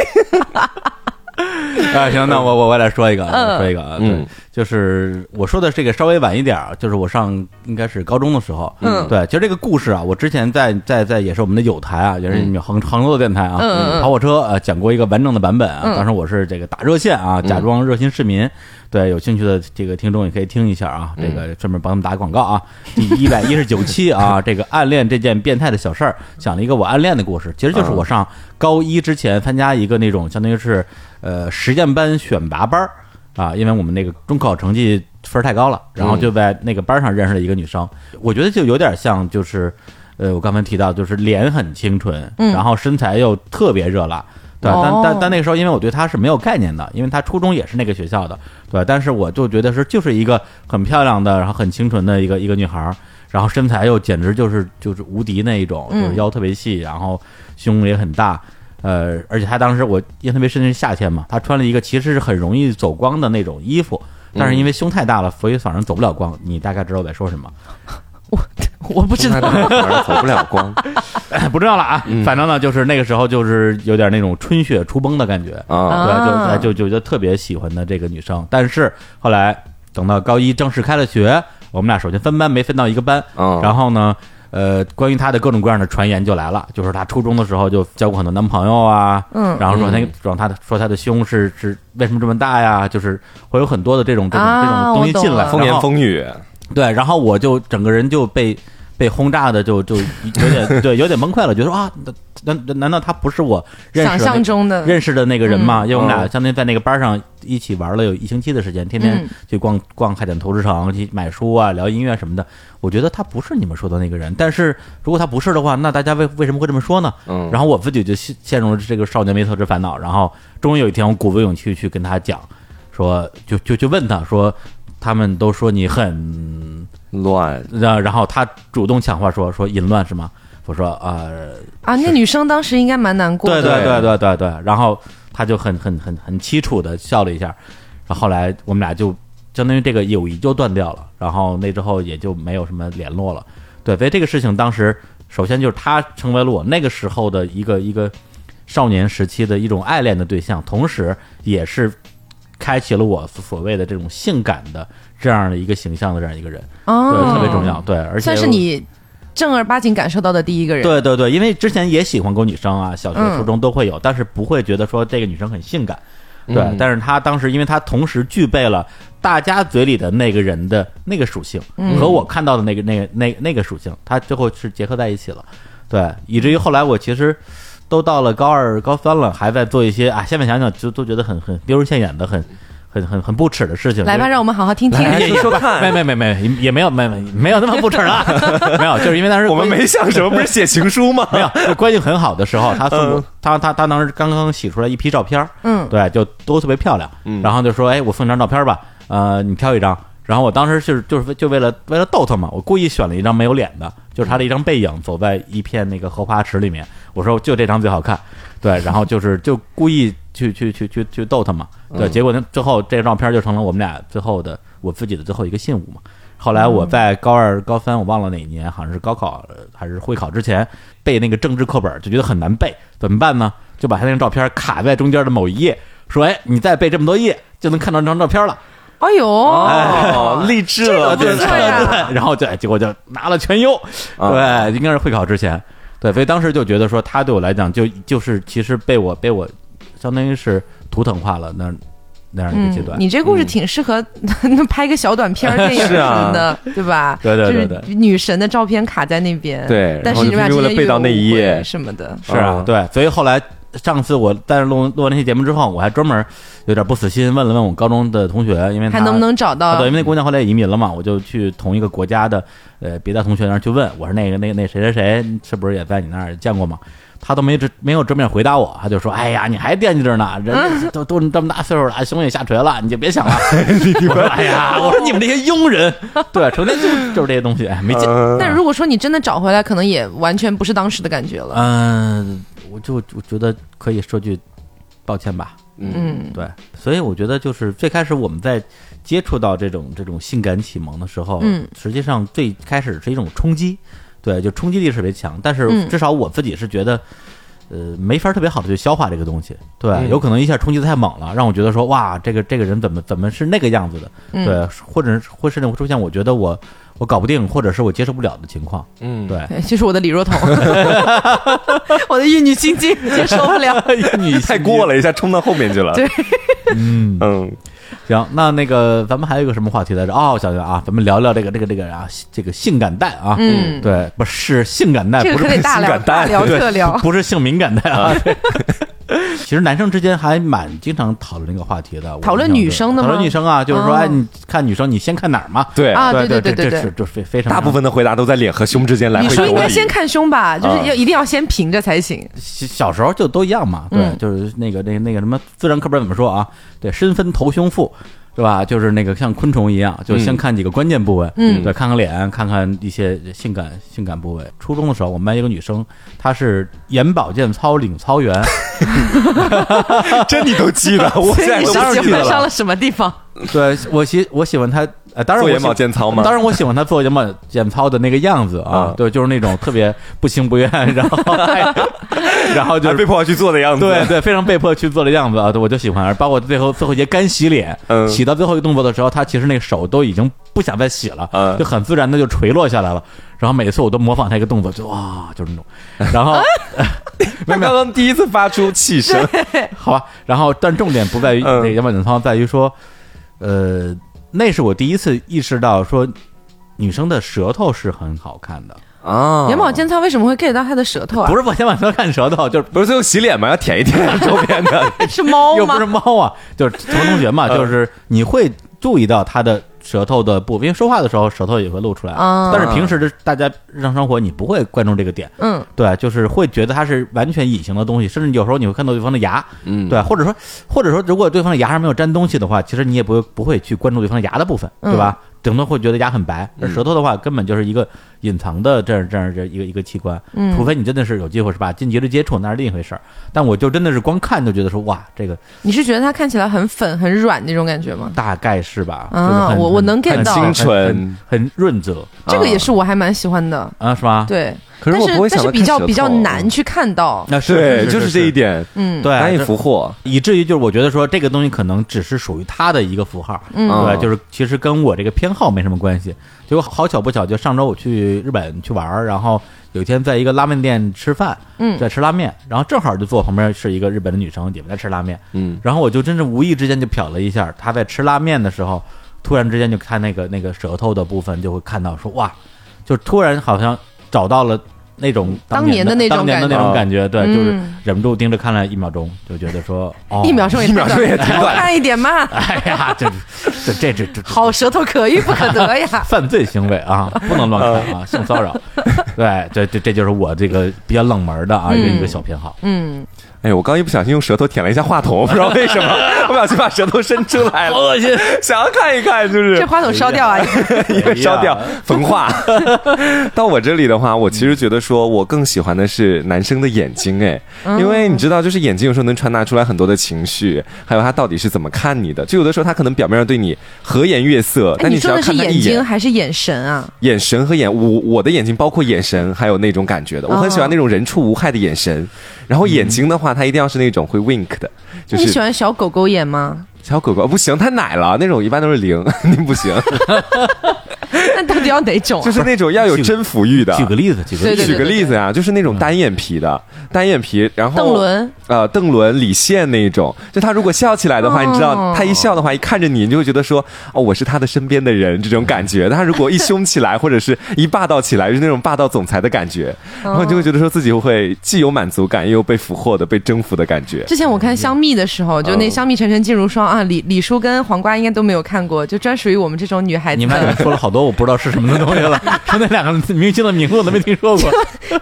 A: 啊，行，那我我我来说一个，啊，
B: 嗯
A: 说一个啊，对
C: 嗯，
A: 就是我说的这个稍微晚一点儿，就是我上应该是高中的时候，
B: 嗯
A: 对，其实这个故事啊，我之前在在在也是我们的有台啊，也是你们杭杭州的电台啊，
B: 嗯嗯嗯
A: 跑火车呃讲过一个完整的版本啊，
B: 嗯
A: 当时我是这个打热线啊，假装热心市民。对，有兴趣的这个听众也可以听一下啊，
B: 嗯
A: 这个专门帮他们打广告啊。第一百一十九期 啊，这个暗恋这件变态的小事儿，讲了一个我暗恋的故事，其实就是我上高一之前参加一个那种相当于是呃实验班选拔班儿啊，因为我们那个中考成绩分儿太高了，然
B: 嗯
A: 后就在那个班上认识了一个女生，我觉得就有点像就是。呃，我刚才提到，就是脸很清纯，
B: 嗯
A: 然后身材又特别热辣，对，但
B: 哦
A: 但但那个时候，因为我对她是没有概念的，因为她初中也是那个学校的，对，但是我就觉得是就是一个很漂亮的，然后很清纯的一个一个女孩儿，然后身材又简直就是就是无敌那一种，
B: 嗯
A: 就是腰特别细，然后胸也很大。呃，而且她当时我印象特别深是夏天嘛，她穿了一个其实是很容易走光的那种衣服，但是因为胸太大了，所以反正走不了光。你大概知道我在说什么？
B: 我不知
C: 那
B: 道。
C: 儿走不了光
A: 不知道了啊，反正呢，就是那个时候就是有点那种春雪初崩的感觉，
C: 啊！
B: 啊
A: 对，就就就就特别喜欢的这个女生。但是后来等到高一正式开了学，我们俩首先分班没分到一个班，
C: 嗯
A: 然后呢。呃，关于她的各种各样的传言就来了，就是她初中的时候就交过很多男朋友啊，
B: 嗯
A: 然后说她
C: 嗯
A: 让她的说她的胸是是为什么这么大呀，就是会有很多的这种这种、
B: 啊
A: 这种东西
B: 我懂
A: 进来，
B: 了
C: 风
A: 然
C: 言
A: 后
C: 风语，
A: 对，然后我就整个人就被被轰炸的就就有点对有点崩溃了，觉得说啊，难难难道他不是我认识
B: 想
A: 的那
B: 象中的
A: 认识的那个人嘛？因为我们俩
C: 嗯
A: 相当于在那个班上一起玩了有一星期的时间，天天
B: 嗯
A: 去逛逛海淀投资城，去买书啊，聊音乐什么的。我觉得他不是你们说的那个人，但是如果他不是的话，那大家为为什么会这么说呢？
C: 嗯
A: 然后我自己就陷陷入了这个少年维特之烦恼。然后终于有一天，我鼓足勇气去跟他讲，说就就就问他说，他们都说你很呃
C: 乱，
A: 然然后他主动抢话说说淫乱是吗？我说呃，
B: 啊，那女生当时应该蛮难过
A: 对
B: 的。
A: 对
C: 对
A: 对对对对。然后他就很很很很凄楚的笑了一下，然后后来我们俩就相当于这个友谊就断掉了，然后那之后也就没有什么联络了。对，所以这个事情当时首先就是他成为了我那个时候的一个一个少年时期的一种爱恋的对象，同时也是开启了我所谓的这种性感的这样的一个形象的这样一个人，对，
B: 哦，
A: 特别重要。，对，而且
B: 算是
A: 我
B: 你正儿八经感受到的第一个人。
A: 对对对，因为之前也喜欢过女生啊，小学、
B: 嗯
A: 初中都会有，但是不会觉得说这个女生很性感。对，
C: 嗯
A: 但是她当时，因为她同时具备了大家嘴里的那个人的那个属性，
B: 嗯
A: 和我看到的那个、那个、那、那个属性，她最后是结合在一起了。对，以至于后来我其实都到了高二、高三了，还在做一些啊，现在想想就都觉得很很丢人现眼的、很很很很不耻的事情。
B: 来
A: 就
B: 吧，
A: 是
B: 让我们好好听听。
C: 来
A: 也
C: 哎说说看
A: 没没没没，也没有没没没有那么不耻了， 没有，就是因为当时
C: 我们
A: 关于
C: 没想什么，不是写情书 吗？
A: 没有，就关系很好的时候，他送我，他他他当时刚刚洗出来一批照片儿，
B: 嗯
A: 对，就都特别漂亮，然后就说，哎，我送你张照片吧，呃，你挑一张。然后我当时就是就是为就为了为了逗他嘛，我故意选了一张没有脸的，就是他的一张背影走在一片那个荷花池里面，我说就这张最好看，对，然后就是就故意去去去去去逗他嘛，对，结果呢最后这张照片就成了我们俩最后的我自己的最后一个信物嘛。后来我在高二、高三，我忘了哪一年，好像是高考呃还是会考之前背那个政治课本，就觉得很难背，怎么办呢？就把他那张照片卡在中间的某一页，说：“哎，你再背这么多页，就能看到那张照片了。呃
B: 哎呦，
C: 哦，励志了，
B: 这个
C: 对
B: 不
A: 对
B: 错呀
A: 对， 然后就哎结果就拿了全优，
C: 啊
A: 对，应该是会考之前，对，所以当时就觉得说他对我来讲就就是其实被我被我相当于是图腾化了那那样一个阶段。
B: 嗯
A: 嗯
B: 你这故事挺适合 拍个小短 片儿、电影什
C: 是啊
B: 么的，对吧？
A: 对对对
B: 就是女神的照片卡在那边，
C: 对
B: 但
C: 然后
B: 是你们俩
C: 就
B: 之
C: 为了
B: 间
C: 背到
B: 又有
C: 那一
B: 误会
C: 页
B: 什么的，
A: 是啊
C: 嗯，
A: 对，所以后来上次我在录录完那期节目之后，我还专门有点不死心，问了问我高中的同学，因为她
B: 还能不能找
A: 啊
B: 到
A: 对，？因为那姑娘后来也移民了嘛，我就去同一个国家的呃别的同学那儿去问，我说那个那那谁谁谁是不是也在你那儿见过吗？他都没直没有正面回答我，他就说：“哎呀，你还惦记着呢，人
B: 嗯
A: 家 都都这么大岁数了，熊也下垂了，你就别想 了。”我说：“哎呀，我说你们这些庸人，对，成天就就是这些东西，哎没劲。
C: 嗯
B: 但如果说你真的找回来，可能也完全不是当时的感觉了。
A: 嗯，我就我觉得可以说句抱歉吧。
B: 嗯，
A: 对，所以我觉得就是最开始我们在接触到这种这种性感启蒙的时候，
B: 嗯，
A: 实际上最开始是一种冲击，对，就冲击力特别强。但是
B: 嗯
A: 至少我自己是觉得，呃，没法特别好的去消化这个东西，对，
C: 嗯
A: 有可能一下冲击得太猛了，让我觉得说哇，这个这个人怎么怎么是那个样子的，
B: 嗯
A: 对，或者是会甚至会出现我觉得我我搞不定，或者是我接受不了的情况，
C: 嗯，
A: 对。
B: 对，哎就是我的李若彤，我的玉女心经接受不 了。
A: 你
C: 太过，了一下，冲到后面去了。
B: 对
A: 嗯，
C: 嗯，
A: 行，那那个咱们还有一个什么话题来着？哦，小月啊，咱们聊聊这个这个这个啊，这个性感带啊，
B: 嗯
A: 对，不是性感带，
B: 这个
A: 不
B: 可
A: 是
B: 得大
C: 性
B: 聊
C: 感
B: 大
C: 带
B: 聊
A: 对
B: 特聊。
A: 不是性敏感带啊。其实男生之间还蛮经常讨论这个话题的，我
B: 讨论
A: 印象
B: 女生的
A: 中
B: 吗
A: 讨论女生啊，就是说，
B: 哦
A: 哎，你看女生，你先看哪儿嘛？
C: 对
B: 啊
A: 对
B: 对对
A: 这这
B: 对对
A: 是这非非常
C: 大部分的回答都在脸和胸之间来
B: 你
C: 回
B: 说
C: 游
B: 应该
C: 离。
B: 先看胸吧，就是
C: 啊
B: 要一定要先平着才行。
A: 小小时候就都一样嘛，对，
B: 嗯
A: 就是那个那个那个什么自然课本怎么说啊？对，身分头胸腹，对吧？就是那个像昆虫一样，
C: 嗯
A: 就先看几个关键部位，
B: 嗯
A: 对，看看脸，看看一些性感性感部位。初中的时候，我们班一个女生，她是眼保健操领操 员，
C: 这你都记 得？我
B: 所
C: 现
B: 以
C: 在
B: 你
C: 都
B: 是
C: 不
B: 喜
C: 记得
B: 欢上
C: 了。
B: 了什么地方？
A: 对我喜我喜欢她，呃，当然
C: 做
A: 我
C: 眼
A: 喜
C: 保健操吗？
A: 当然，我喜欢她做眼保健操的那个样子啊
C: 啊，
A: 对，就是那种特别不情不愿， 然后然后就
C: 还
A: 是
C: 被迫要去做的样子。
A: 对对，非常被迫去做的样子啊，对我就喜欢。而包括最后最后一节干洗脸，
C: 嗯
A: 洗到最后一个动作的时候，他其实那个手都已经不想再洗了，
C: 嗯
A: 就很自然的就垂落下来了。然后每次我都模仿他一个动作，就哇，就是那种。然后没
C: 他
A: 有没有
C: 刚刚第一次发出气声，
A: 好吧，然后但重点不在于
C: 嗯
A: 那个杨本健操，在于说，呃，那是我第一次意识到说。女生的舌头是很好看的，
C: 啊
B: 眼保健操为什么会 get 到他的舌头啊
A: 不？是我先把它看舌头，就是
C: 不是最后洗脸吗？要舔 一舔周边的。
B: 是猫
A: 又不是
B: 吗？
A: 猫啊， 就是同同学嘛，
C: 嗯
A: 就是你会注意到他的舌头的部分，因为说话的时候舌头也会露出来。
B: 啊
A: 但是平时的大家日常生活你不会关注这个点，
B: 嗯，
A: 对，就是会觉得它是完全隐形的东西，甚至有时候你会看到对方的牙，
C: 嗯，
A: 对，或者说或者说如果对方的牙上没有沾东西的话，其实你也不会不会去关注对方的牙的部分，
B: 嗯
A: 对吧？顶多会觉得牙很白，
C: 嗯
A: 而舌头的话根本就是一个隐藏的这样这样这一个一个器官，
B: 嗯
A: 除非你真的是有机会是吧？近距离接触那是另一回事儿，但我就真的是光看就觉得说哇，这个
B: 你是觉得他看起来很粉很软那种感觉吗？
A: 大概是吧？
B: 啊
A: 就是很
B: 我我
A: 很
B: 能 get
A: 很
B: 到
A: 很
C: 清纯
A: 很很润泽
B: 这个也是我还蛮喜欢的，
A: 啊，是吧？，
B: 对。
C: 啊可
B: 但
C: 我不会
B: 但是
C: 想到
B: 比较比较难。去看到，
A: 那是
C: 对，就是这一，点，
B: 嗯，
A: 对，
C: 难以
A: 这
C: 俘获。
A: 以至于就是我觉得说这个东西可能只是属于他的一个符号，
B: 嗯
A: 对，
C: 嗯
A: 就是其实跟我这个偏好没什么关系。结果好巧不巧，就上周我去日本去玩儿，然后有一天在一个拉面店吃饭，
B: 嗯
A: 在吃拉面，然后正好就坐我旁边是一个日本的女生，也在吃拉面，
C: 嗯，
A: 然后我就真是无意之间就瞟了一下，她在吃拉面的时候，突然之间就看那个那个舌头的部分，就会看到说哇，就突然好像找到了。那种
B: 当年
A: 的
B: 的那种
A: 当年的那种感
C: 感
A: 觉，对，就是
B: 嗯
A: 忍不住盯着看了一秒钟，就觉得说，哦，
B: 一秒钟也
C: 一秒
B: 太
C: 钟也
B: 短
C: 挺
B: 多
C: 短
B: 看一点嘛，
A: 哎呀，这这这这这。
B: 好舌头可遇不可得呀
A: 犯罪行为啊，不能乱看啊，性骚扰。对，这这这就是我这个比较冷门的啊一个
B: 嗯
A: 一个小偏好。
B: 嗯，
C: 哎，我刚刚一不小心用舌头舔了一下话 筒，我不知道为什么，我不小心把舌头伸出来了，
A: 恶心，
C: 想要看一看，就
B: 这
C: 是
B: 话筒烧掉啊！
C: 因为烧 掉焚化。 到我这里的话，我其实觉得说，我更喜欢的是男生的眼睛，哎，
B: 嗯
C: 因为你知道，就是眼睛有时候能传达出来很多的情绪，还有他到底是怎么看你的。就有的时候他可能表面上对你和颜悦色，
B: 哎
C: 但
B: 你
C: 只
B: 说
C: 要
B: 的是
C: 看他
B: 眼
C: 一眼
B: 睛，还是眼神啊？
C: 眼神和眼，我我的眼睛包括眼神，还有那种感觉的，我很喜欢那种人畜无害的眼神。然后眼睛的话，它一定要是那种会 wink 的，就
B: 那你哦喜
C: 是
B: 欢小狗狗眼吗？
C: 小狗狗不行，太奶了，那种一般都是零，那不行。
B: 那到底底要哪种啊？
C: 就是那种要有征服欲的。
A: 举个例子，举个
B: 对
A: 例
B: 对
A: 子
C: 举
B: 对嗯
C: 个例子呀，就是那种单眼皮的，单眼皮，然后
B: 邓伦，
C: 呃，邓伦、李现那一种，就他如果笑起来的话，
B: 哦
C: 你知道，他一笑的话，一看着你，你就会觉得说，哦，我是他的身边的人这种感觉。他如果一凶起来，或者是一霸道起来，就是那种霸道总裁的感觉，然后你就会觉得说自己会既有满足感，也有被俘获的、被征服的感觉。
B: 之前我看香蜜的时候，就
C: 嗯
B: 那香蜜沉沉烬如霜啊，李李叔跟黄瓜应该都没有看过，就专属于我们这种女孩子
A: 你们俩
B: 的。
A: 说了好多我不知道是什么的东西 了，说那两个明星的名字我都没听说过。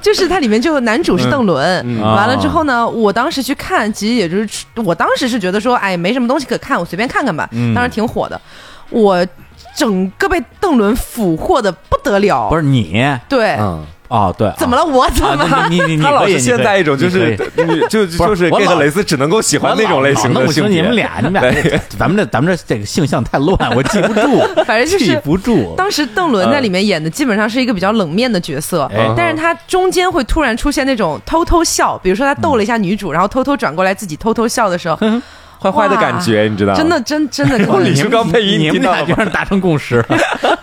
B: 就是它里面就男主是邓伦，
C: 嗯
B: 完了之后呢，我当时去看，其实也就是我当时是觉得说，哎，没什么东西可看，我随便看看吧。
A: 嗯
B: 当时挺火的，我整个被邓伦俘获的不得了。
A: 不是你
B: 对，
C: 嗯，
A: 哦，对，
B: 怎么了？我怎么了？
A: 啊？你你你你
C: 他老
A: 可以
C: 是陷在一种就是你就就
A: 不
C: 就是
A: 是我
C: gay 和
A: 老
C: 蕾丝只能够喜
A: 喜
C: 欢那种类型的
A: 我
C: 性
A: 说
C: 别。啊
A: 你们俩，你们 俩这，咱们这咱们这这个性向太乱，我记不 住，
B: 反哎正就
A: 记
B: 是
A: 不住。
B: 当时邓伦
C: 嗯
B: 在里面演的基本上是一个比较冷面的角色，
A: 哎
B: 但是他中间会突然出现那种偷偷笑，比如说他逗了一下女主，然后偷偷转过来自己偷偷笑的时候，
C: 坏坏的感觉，你知道吗？
B: 真的真真 的，
C: 后李叔刚配音
A: 你们
C: 听到了
A: 俩
C: 吗，
A: 居然达成共识了，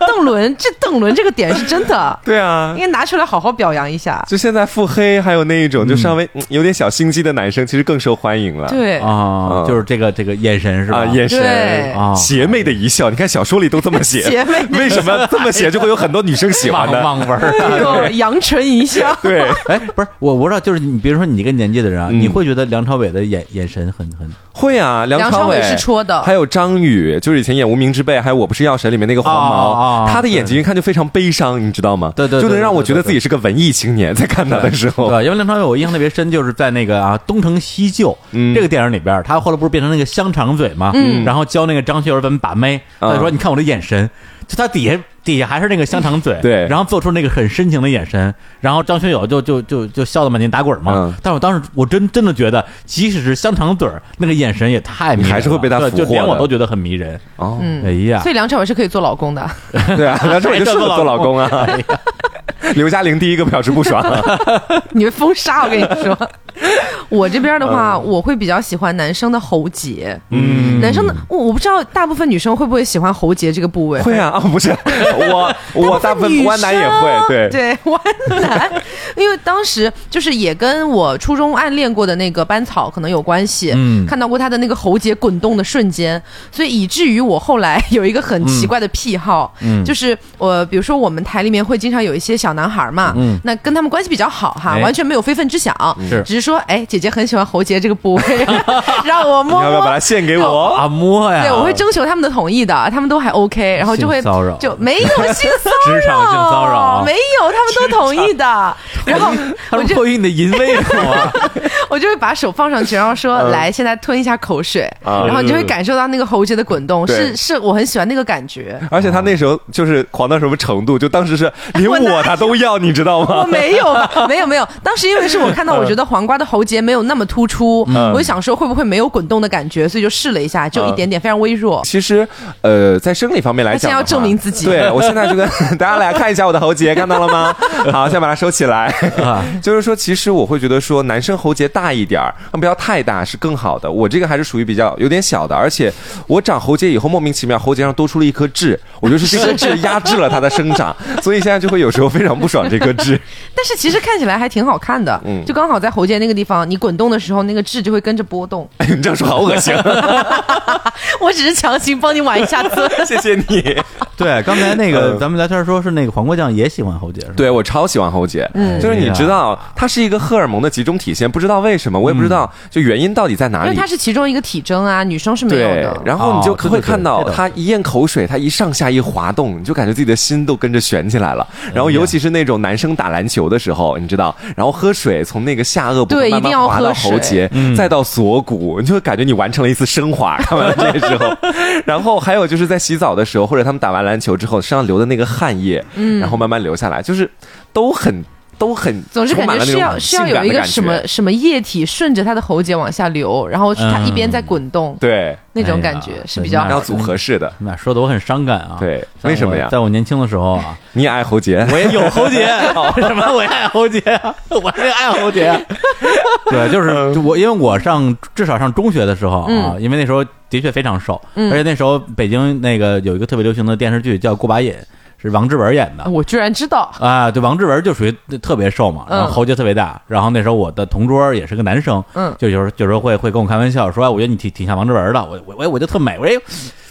B: 邓伦这邓伦这个点是 真的
C: 对啊
B: 应。该拿出来好好表扬一下。
C: 就现在腹黑，还有那一种就稍微嗯有点小心机的男生，其实更受欢迎了。
B: 对，
A: 啊，就是这个这个眼神是吧？
C: 嗯啊，眼
B: 对
C: 神
A: 啊
C: 邪魅的一笑，你看小说里都这么写，
B: 邪魅的
C: 为什么这么写就会有很多女生喜欢
A: 望
C: 呢？，
A: 望文儿。
B: 这个扬唇一笑
C: 对，
A: 哎，不是我，我知道，就是你，比如说你这个年纪的人啊，
C: 嗯
A: 你会觉得梁朝伟的眼眼神很很
C: 会啊，梁
B: 梁
C: 朝
B: 朝
C: 伟
B: 伟是戳的
C: 还有张宇，就是以前演《无名之辈》，还有《我不是药神》里面那个黄
A: 哦哦
C: 毛，
A: 哦
C: 他的眼睛一看就非常悲伤，你知道吗？
A: 对对对
C: 就能让
A: 对
C: 我
A: 对
C: 觉得
A: 对
C: 自己是个文艺青年，在看他的时候，
A: 对，因为梁朝伟我印象特别深，就是在那个啊《东成西就》
C: 嗯
A: 这个电影里边儿，他后来不是变成那个香肠嘴嘛，
B: 嗯
A: 然后教那个张学友怎么把妹，
C: 嗯
A: 他就说：“你看我的眼神，就他底下底下还是那个香肠嘴，
C: 对
A: 然后做出那个很深情的眼神，然后张学友就就就就笑得满地打滚嘛。
C: 嗯
A: 但我当时我真真的觉得，即使是香肠嘴儿，那个眼神也太迷人了，
C: 你还是会被他
A: 对就
C: 俘获
A: 连我
C: 的
A: 都觉得很迷人。
C: 哦，
A: 哎
B: 嗯，
A: 呀
B: 所，以梁朝伟是可以做老公的。
C: 对
A: 嗯
C: 啊，梁朝伟就适合做老公啊。
A: 哎呀
C: 刘嘉玲第一个表示 不爽，
B: 你们封杀，我跟你说。我这边的话，
A: 嗯
B: 我会比较喜欢男生的喉结。嗯，男生的我我不知道，大部分女生会不会喜欢喉结这个部位？
C: 会啊，啊不是我我大部分
B: 女
C: 弯男也
B: 生
C: 会，对
B: 对弯男，因为当时就是也跟我初中暗恋过的那个班草可能有关系，
A: 嗯
B: 看到过他的那个喉结滚动的瞬间，所以以至于我后来有一个很奇怪的癖好，
A: 嗯
B: 就是我比如说我们台里面会经常有一些小男孩嘛，
A: 嗯
B: 那跟他们关系比较好哈，
A: 哎
B: 完全没有非分之想，
A: 是
B: 只是说哎姐姐很喜欢喉结这个部位， 让我摸
C: 你要不要把它
B: 摸。
C: 献给我？
A: 啊摸呀，
B: 对，我会征求他们的同意的，他们都还 OK，然后就会
A: 性骚扰
B: 就没有性骚扰
A: 职场性骚扰
B: 没有，他们都同意的。然后
A: 他
B: 我
A: 们
B: 就
A: 迫于你的淫威啊，
B: 我就会把手放上去，然后说：“
A: 嗯
B: 来，现在吞一下口水。”
C: 啊
B: 然后你就会感受到那个喉结的滚动，
C: 对
B: 是是，我很喜欢那个感 觉。
C: 而且他那时候就是狂到什么程度，就当时是连我他都要，你知道
B: 我
C: 吗？
B: 没有吧？没有没有，当时因为是我
A: 嗯
B: 看到，我觉得黄瓜的喉结没有那么突出，我就想说会不会没有滚动的感觉，所以就试了一
A: 嗯
B: 下，就一点点，非常微弱。
C: 其实，呃，在生理方面来
B: 他现
C: 讲的
B: 在
C: 话，
B: 要证明自己
C: 对我现在就跟 大家来看一下我的喉结，看到了 吗？好，先把它收起来。
B: 啊
C: 就是说，其实我会觉得说，男生喉结大一点儿，但不要太大是更好的。我这个还是属于比较有点小的，而且我长喉结以后，莫名其妙喉结上多出了一颗痣，我觉得是这颗痣压制了它的生长，所以现在就会有时候非常不爽这 颗痣。
B: 但是其实看起来还挺好看的，
C: 嗯
B: 就刚好在喉结那个地方，你滚动的时候，那个痣就会跟着波动。
C: 哎呦，你这样说好恶心，
B: 我只是强行帮你挽一下 尊。
C: 谢谢你。
A: 对，刚才那
C: 嗯
A: 个咱们聊天说是那个黄瓜酱也喜欢侯杰，是吧？
C: 对我超喜欢喉结，就是你知道，它是一个荷尔蒙的集中体现，不知道为什么，我也不知道就原因到底在哪
B: 因为
C: 里
B: 它。是其中一个体征啊，女生是没有
C: 对
B: 的，。
C: 然后你就
A: 哦对
C: 会
A: 对对
C: 看到
A: 对的
C: 他一咽口水，他一上下一滑动，你就感觉自己的心都跟着悬起来了。
B: 嗯
C: 然后尤其是那种男生打篮球的时候，你知道，然后喝水从那个下颚部
B: 对
C: 慢
B: 一定
C: 慢
B: 要
C: 滑到
B: 喝水嗯
C: 喉结，再到锁骨，你就会感觉你完成了一次升华。看完这个 时候，然后还有就是在洗澡的时候，或者他们打完篮球之后身上流的那个汗液，
B: 嗯
C: 然后慢慢流下来，就是都很。都很
B: 总是
C: 充
B: 感
C: 满
B: 觉是
C: 了那种
B: 要是要
C: 性感
B: 有一
C: 的
B: 个
C: 感
B: 什
C: 觉
B: 么什么液体顺着它的喉结往下流，然后它
A: 嗯
B: 一边在滚动，
C: 对，
B: 那种
A: 哎
B: 感
A: 呀
B: 觉是
A: 对
B: 比较
A: 那
C: 要
B: 好
C: 组合式的。
A: 你们俩说的我很伤感啊。
C: 对
A: 在我
C: 为什么呀
A: 在我年轻的时候啊，
C: 你也爱喉结？
A: 我也有喉 结，什么我也爱喉结啊， 我也爱喉结啊。 嗯对，就是就我，因为我上至少上中学的时候啊，因为那时候的确非常瘦，
B: 嗯
A: 而且那时候北京那个有一个特别流行的电视剧叫《过把瘾》。是王志文演的。
B: 我居然知 道，
A: 啊，对，王志文就属于特别瘦嘛，
B: 嗯
A: 然后喉结特别大。然后那时候我的同桌也是个男生，
B: 嗯
A: 就有时候有时候会会跟我开玩笑说，哎，我觉得你挺挺像王志文的，我我我我就特美，我说哎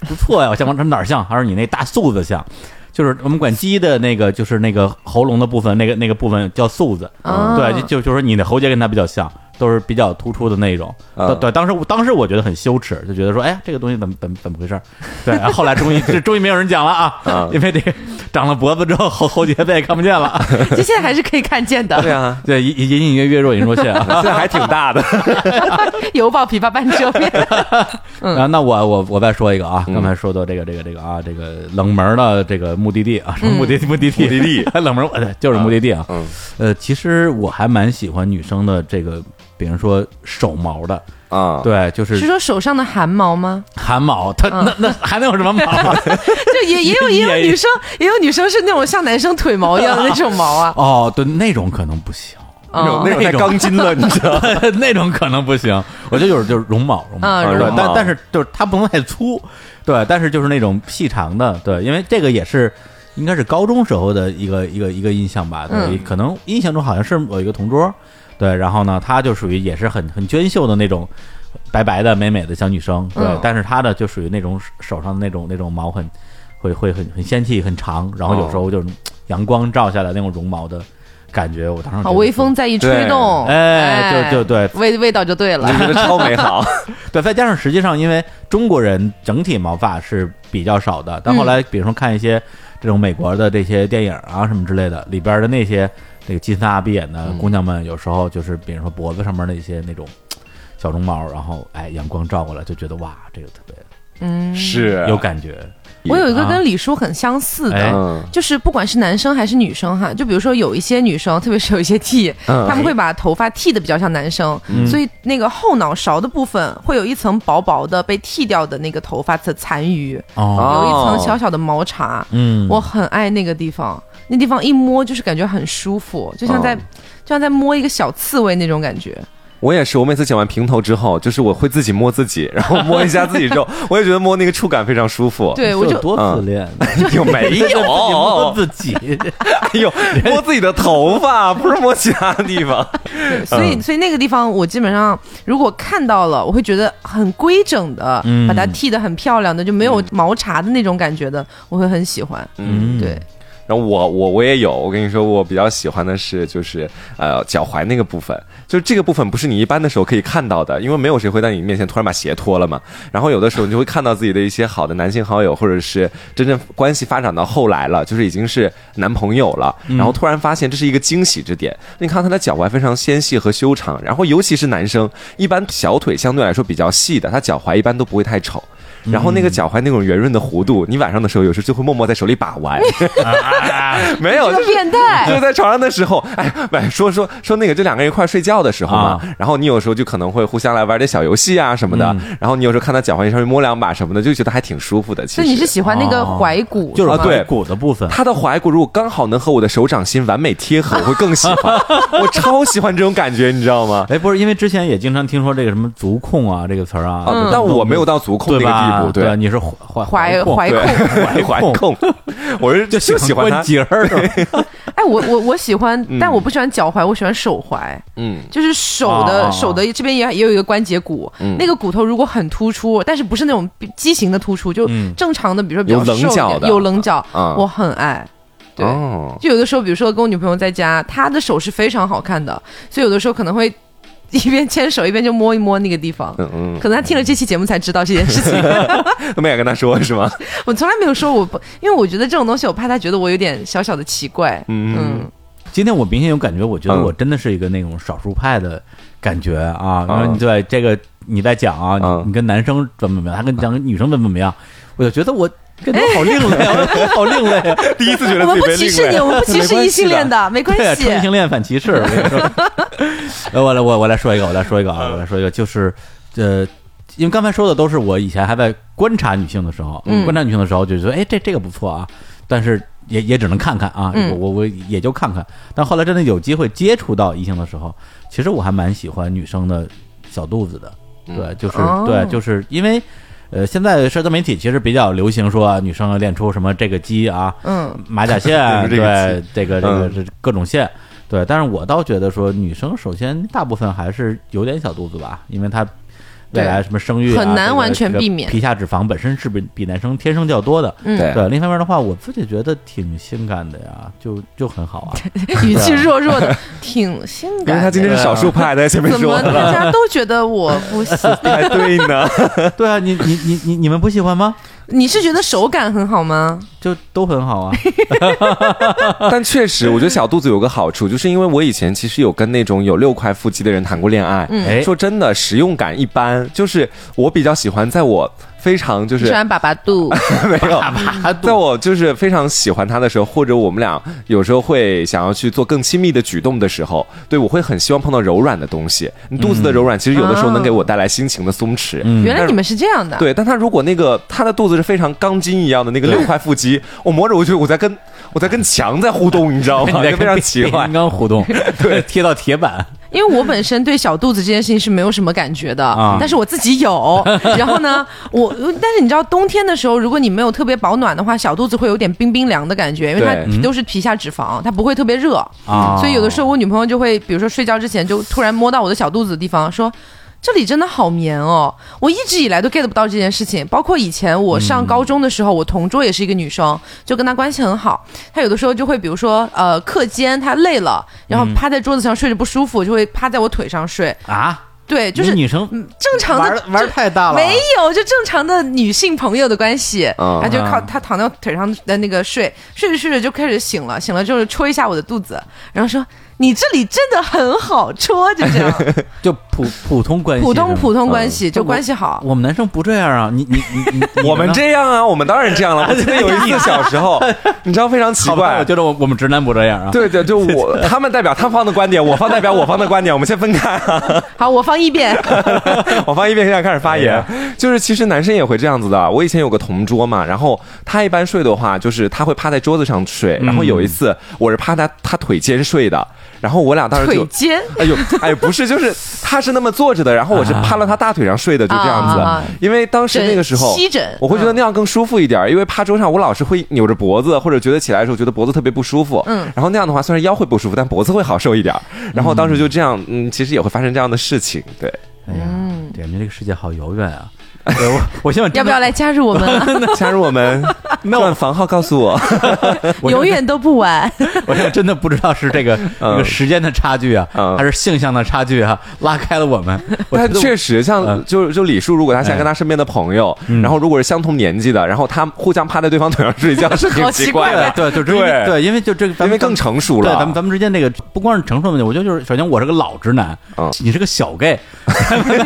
A: 不错呀，我像王志文哪儿像？他说你那大素子像，就是我们管鸡的那个就是那个喉咙的部分，那个那个部分叫素子，
B: 啊
A: 对，就就就说你的喉结跟他比较像。都是比较突出的那种，
C: 啊
A: 对对，当时我当时我觉得很羞耻，就觉得说，哎呀，这个东西怎么怎么怎么回事儿？ 对，然后后来终于这终于没有人讲了啊
C: 啊，
A: 因为这个长了脖子之后喉喉结再也看不见了，啊
B: 就现在还是可以看见的。
C: 对啊，
A: 对，隐隐隐约约若隐若现啊。
C: 现在还挺大的。
B: 犹抱琵琶半遮 面。嗯
A: 然后那我我我再说一个啊，
C: 嗯
A: 刚才说到这个这个这个啊，这个冷门的这个目的地啊，什么
B: 嗯
A: 目的地 目的地
C: 目的地
A: 冷门，呃就是目的地啊。
C: 嗯
A: 呃，其实我还蛮喜欢女生的这个，比如说手毛的，
C: 啊，
A: 对，就是
B: 是说手上的汗毛吗？
A: 汗毛，它
B: 嗯
A: 那那还能有什么毛啊？
B: 就 也也有也有
A: 也。
B: 女生，也有女生是那种像男生腿毛一样的那种毛 啊
A: 哦，对，那种可能不行，
C: 那种
A: 哦
B: 啊
C: 那种太钢筋了，你知 道吗？
A: 那种可能不行。我觉得就是就是绒毛，绒毛，
B: 啊
A: 对
B: 绒
C: 毛
A: 但但是就是它不能太粗， 对，但是就是那种细长的，对，因为这个也是应该是高中时候的一个一个一个印象吧，对，
B: 嗯
A: 可能印象中好像是我一个同桌，对，然后呢，她就属于也是很很娟秀的那种。白白的、美美的小女生，对，
B: 嗯
A: 但是她的就属于那种手上的那种那种毛很，会会很很仙气、很长，然后有时候就是阳光照下来那种绒毛的感觉，我当时觉
B: 好
A: 得
B: 微风哦再一吹动，
A: 对哎就就对
B: 味味道就对了
C: 就。觉得超美 好。
A: 对，再加上实际上，因为中国人整体毛发是比较少的，但后
C: 嗯
A: 来比如说看一些这种美国的这些电影啊什么之类的，里边的那些那个金发碧眼的姑娘们，有时候就是比如说脖子上面的一些那种小绒毛，然后哎阳光照过来就觉得哇，这个特别
B: 嗯，
C: 是
A: 有感觉，
B: 我有一
C: 啊
B: 个跟李叔很相似
A: 哎
B: 的。
C: 嗯
B: 就是不管是男生还是女生哈，就比如说有一些女生， 特别是有一些 T，
C: 嗯
B: 他们会把头发剃的比较像男生，
C: 啊
A: 嗯
B: 所以那个后脑勺的部分会有一层薄薄的被剃掉的那个头发的残余，
A: 哦，
B: 有一层
C: 哦
B: 小小的毛茬。
A: 嗯，
B: 我很爱那个地方，那地方一摸就是感觉很舒服，就像
A: 哦
B: 在、
C: 嗯
B: 就像在摸一个小刺猬那种感觉。
C: 我也是，我每次剪完平头之后，就是我会自己摸自己，然后摸一下自己 肉，我也觉得摸那个触感非常舒服。
B: 对
A: 哦
B: 我
A: 是有
B: 就
A: 多自恋，
C: 有没有？
A: 摸自己，
C: 哎 呦，摸自己的头发，不是摸其他地方。
B: 所
C: 嗯
B: 以所以那个地方我基本上如果看到了，我会觉得很规整的，
A: 嗯
B: 把它剃得很漂亮的，就没有毛茬的那种感觉
C: 嗯
B: 的，我会很喜欢。
A: 嗯，
B: 对，
C: 然后我我我也有，我跟你说，我比较喜欢的是就是呃脚踝那个部分，就是这个部分不是你一般的时候可以看到的，因为没有谁会在你面前突然把鞋脱了嘛。然后有的时候你就会看到自己的一些好的男性好友，或者是真正关系发展到后来了，就是已经是男朋友了，然后突然发现这是一个惊喜之点。你看他的脚踝非常纤细和修长，然后尤其是男生，一般小腿相对来说比较细的，他脚踝一般都不会太丑。然后那个脚踝那种圆润的弧度，你晚上的时候有时候就会默默在手里把玩， 没有，
B: 这
C: 就
B: 个
C: 是
B: 变态
C: 就是在床上的时候，哎，哎，说说说那个，就两个人一块儿睡觉的时候嘛，
A: 啊
C: 然后你有时候就可能会互相来玩点小游戏啊什么的，
B: 嗯
C: 然后你有时候看他脚踝上面摸两把什么的，就觉得还挺舒服的。其
B: 所
C: 实
B: 以你是喜欢那个
A: 哦
B: 踝骨
A: 就是
B: 吗
C: 啊对
A: 骨的部分，
C: 他的踝骨如果刚好能和我的手掌心完美贴合，我会更喜 欢，我超喜欢这种感觉，你知道吗？
A: 哎，不是，因为之前也经常听说这个什么足控啊这个词儿啊，
B: 嗯
C: 啊，但我没有到足控
A: 对
C: 那个
A: 吧？
C: 地步，
A: 对，，你是怀
B: 踝
A: 控
B: 踝控。
C: 对，踝
A: 控
C: 踝控，我是就就喜欢他
A: 关，节儿，
B: 哎，我我我喜欢，
C: 嗯
B: 但我不喜欢脚踝，我喜欢手踝。
C: 嗯，
B: 就是手
A: 啊
B: 的手的这边也也有一个关节骨，
C: 嗯
B: 那个骨头如果很突出，但是不是那种畸形的突出，就
A: 嗯
B: 正常的，比如说比较
C: 有棱
B: 瘦一
C: 角
B: 点
C: 的
B: 有棱角，
C: 啊
B: 我很爱。对，
C: 哦，
B: 就有的时候，比如说跟我女朋友在家，她的手是非常好看的，所以有的时候可能会一边牵手一边就摸一摸那个地方。
C: 嗯嗯，
B: 可能她听了这期节目才知道这件事情，
C: 都没敢跟他说是吗？
B: 我从来没有说我不，因为我觉得这种东西，我怕她觉得我有点小小的奇怪。
C: 嗯
B: 嗯，
A: 今天我明显有感觉，我觉得
C: 嗯
A: 我真的是一个那种少数派的感觉啊。然后
C: 嗯
A: 你对这个你在讲啊，
C: 嗯
A: 你你跟男生怎么怎么样，他跟你讲跟女生怎么怎么样，我就觉得我跟他们好另 类啊，我好另类啊。
C: 第一次觉得
B: 我
C: 自
B: 们不
C: 己被
B: 歧
C: 另
B: 视
C: 类
B: 你，。我们不歧视异性恋的，没关
A: 对啊，
B: 系
A: 纯异。性恋反歧视。我跟你说， 来我来我我来说一个，我来说一个啊，我来说一个，就是呃，因为刚才说的都是我以前还在观察女性的时候，
B: 嗯
A: 观察女性的时候就觉得，哎，这这个不错啊，但是也也只能看看啊，
B: 嗯
A: 我我我也就看看。但后来真的有机会接触到异性的时候，其实我还蛮喜欢女生的小肚子的，对，就是
B: 哦
A: 对，就是因为。呃，现在社交媒体其实比较流行说啊女生要练出什么这个肌啊，
B: 嗯，
A: 马甲 线，
C: 这个嗯
A: 对这个这个这各种线，对。但是我倒觉得说，女生首先大部分还是有点小肚子吧，因为她未来什么生育、啊、
B: 很难
A: 这个
B: 完全
A: 这个
B: 避免
A: 皮下脂肪本身是比比男生天生较多的。
B: 嗯
C: 对
A: 对，另一方面的话，我自己觉得挺性感的呀，就就很好啊。
B: 语气弱弱 的，挺性
C: 因为
B: 感
C: 他
B: 的。
C: 今天是少数派，在前面
B: 怎
C: 说
B: 么
C: 的，
B: 大 家都觉得我不行？
C: 还对呢。
A: 对啊，你你你你你们不喜欢吗？
B: 你是觉得手感很好吗？
A: 就都很好啊。
C: 但确实，我觉得小肚子有个好处，就是因为我以前其实有跟那种有六块腹肌的人谈过恋爱。
B: 嗯
A: 哎，
C: 说真的，使用感一般，就是我比较喜欢，在我非常就
B: 你
C: 是
B: 喜欢粑粑肚？
C: 没有。
A: 啊，
C: 在我就是非常喜欢他的时候，或者我们俩有时候会想要去做更亲密的举动的时候，对我会很希望碰到柔软的东西。
B: 嗯
C: 你肚子的柔软，其实有的时候能给我带来心情的松弛。
A: 嗯
B: 原来你们是这样的。
C: 对，但他如果那个他的肚子是非常钢筋一样的那个六块腹肌，我摸着我就我在跟我在跟墙在互动， 你知 道吗？就非常奇怪
A: 啊刚。刚互 动，对，贴到铁板，
B: 因为我本身对小肚子这件事情是没有什么感觉的，
A: 啊
B: 但是我自己有。然后呢，我但是你知道冬天的时候，如果你没有特别保暖的话，小肚子会有点冰冰凉的感觉，因为
C: 对
B: 它都是皮下脂肪，它不会特别热。
A: 嗯啊
B: 所以有的时候我女朋友就会，比如说睡觉之前就突然摸到我的小肚子的地方，说。这里真的好棉哦！我一直以来都 get 不到这件事情，包括以前我上高中的时候，我同桌也是一个女生，就跟她关系很好。她有的时候就会，比如说，呃，课间她累了，然后趴在桌子上睡着不舒服，就会趴在我腿上睡。
A: 啊，
B: 对，就是
A: 你女生
B: 嗯正常
A: 玩
B: 的
A: 儿玩儿
B: 就
A: 太大了，啊
B: 没有，就正常的女性朋友的关系，
C: 嗯
B: 她就靠她躺在我腿上的那个睡，睡着睡着就开始醒了，醒了之后就戳一下我的肚子，然后说你这里真的很好戳，就这 样，
A: 就普普通关系，
B: 普通
A: 是吗
B: 普通关系、就
A: 我
B: 关系好。
A: 我们男生不这样啊，你你你你，
C: 我们
A: 呢
C: 这样啊，我们当然这样 了。我记得有一次小时候，你知道非常奇
A: 好吧
C: 怪啊
A: 啊我，觉得我我们直男不这样啊，
C: 对对，就 我他们代表他方的观点，我方代表我方的观点，我们先分开 啊。
B: 好，我放一遍，
C: 我方一边现在开始发言，就是其实男生也会这样子的。我以前有个同桌嘛，然后他一般睡的话，就是他会趴在桌子上睡，然后有一次我是趴在他腿间睡的，然后我 俩当时
B: 腿
C: 就。
B: 尖。
C: 哎呦，哎呦，不是，就是他是那么坐着的，然后我是趴到他大腿上睡的，就这样
B: 啊啊啊
C: 子。因为当时那个时候
B: 枕膝枕，嗯
C: 我会觉得那样更舒服一点，因为趴桌上我老是会扭着脖子，或者觉得起来的时候觉得脖子特别不舒服。
B: 嗯
C: 然后那样的话，虽然腰会不舒服，但脖子会好受一点。然后当时就这样，嗯，其实也会发生这样的事情， 对。
A: 哎呀，对，你这个世界好遥远啊，对我我希望
B: 嗯要不要来加入我们啊？
C: 加入我 们，转房号告诉 我。
A: 我
B: 永远都不 晚。
A: 我现在真的不知道是这个这个时间的差距啊，
C: 嗯
A: 还是性向的差距啊，拉开了我们。我觉
C: 但
A: 得
C: 确实，像
A: 嗯哎
C: 就就李叔，如果他现在跟他身边的朋友，然后如果是相同年纪的，然后他互相趴在对方腿上睡 觉，是挺
B: 好奇
C: 怪
B: 怪
C: 的
B: 啊。
A: 对，就这
C: 对
A: 对，因为就这个，咱
C: 因
A: 们
C: 为更成熟
A: 对，
C: 了，
A: 咱们咱们之间这个不光是成熟问题，我觉得就是首先我是个老直男
C: 嗯，
A: 你是个小 gay，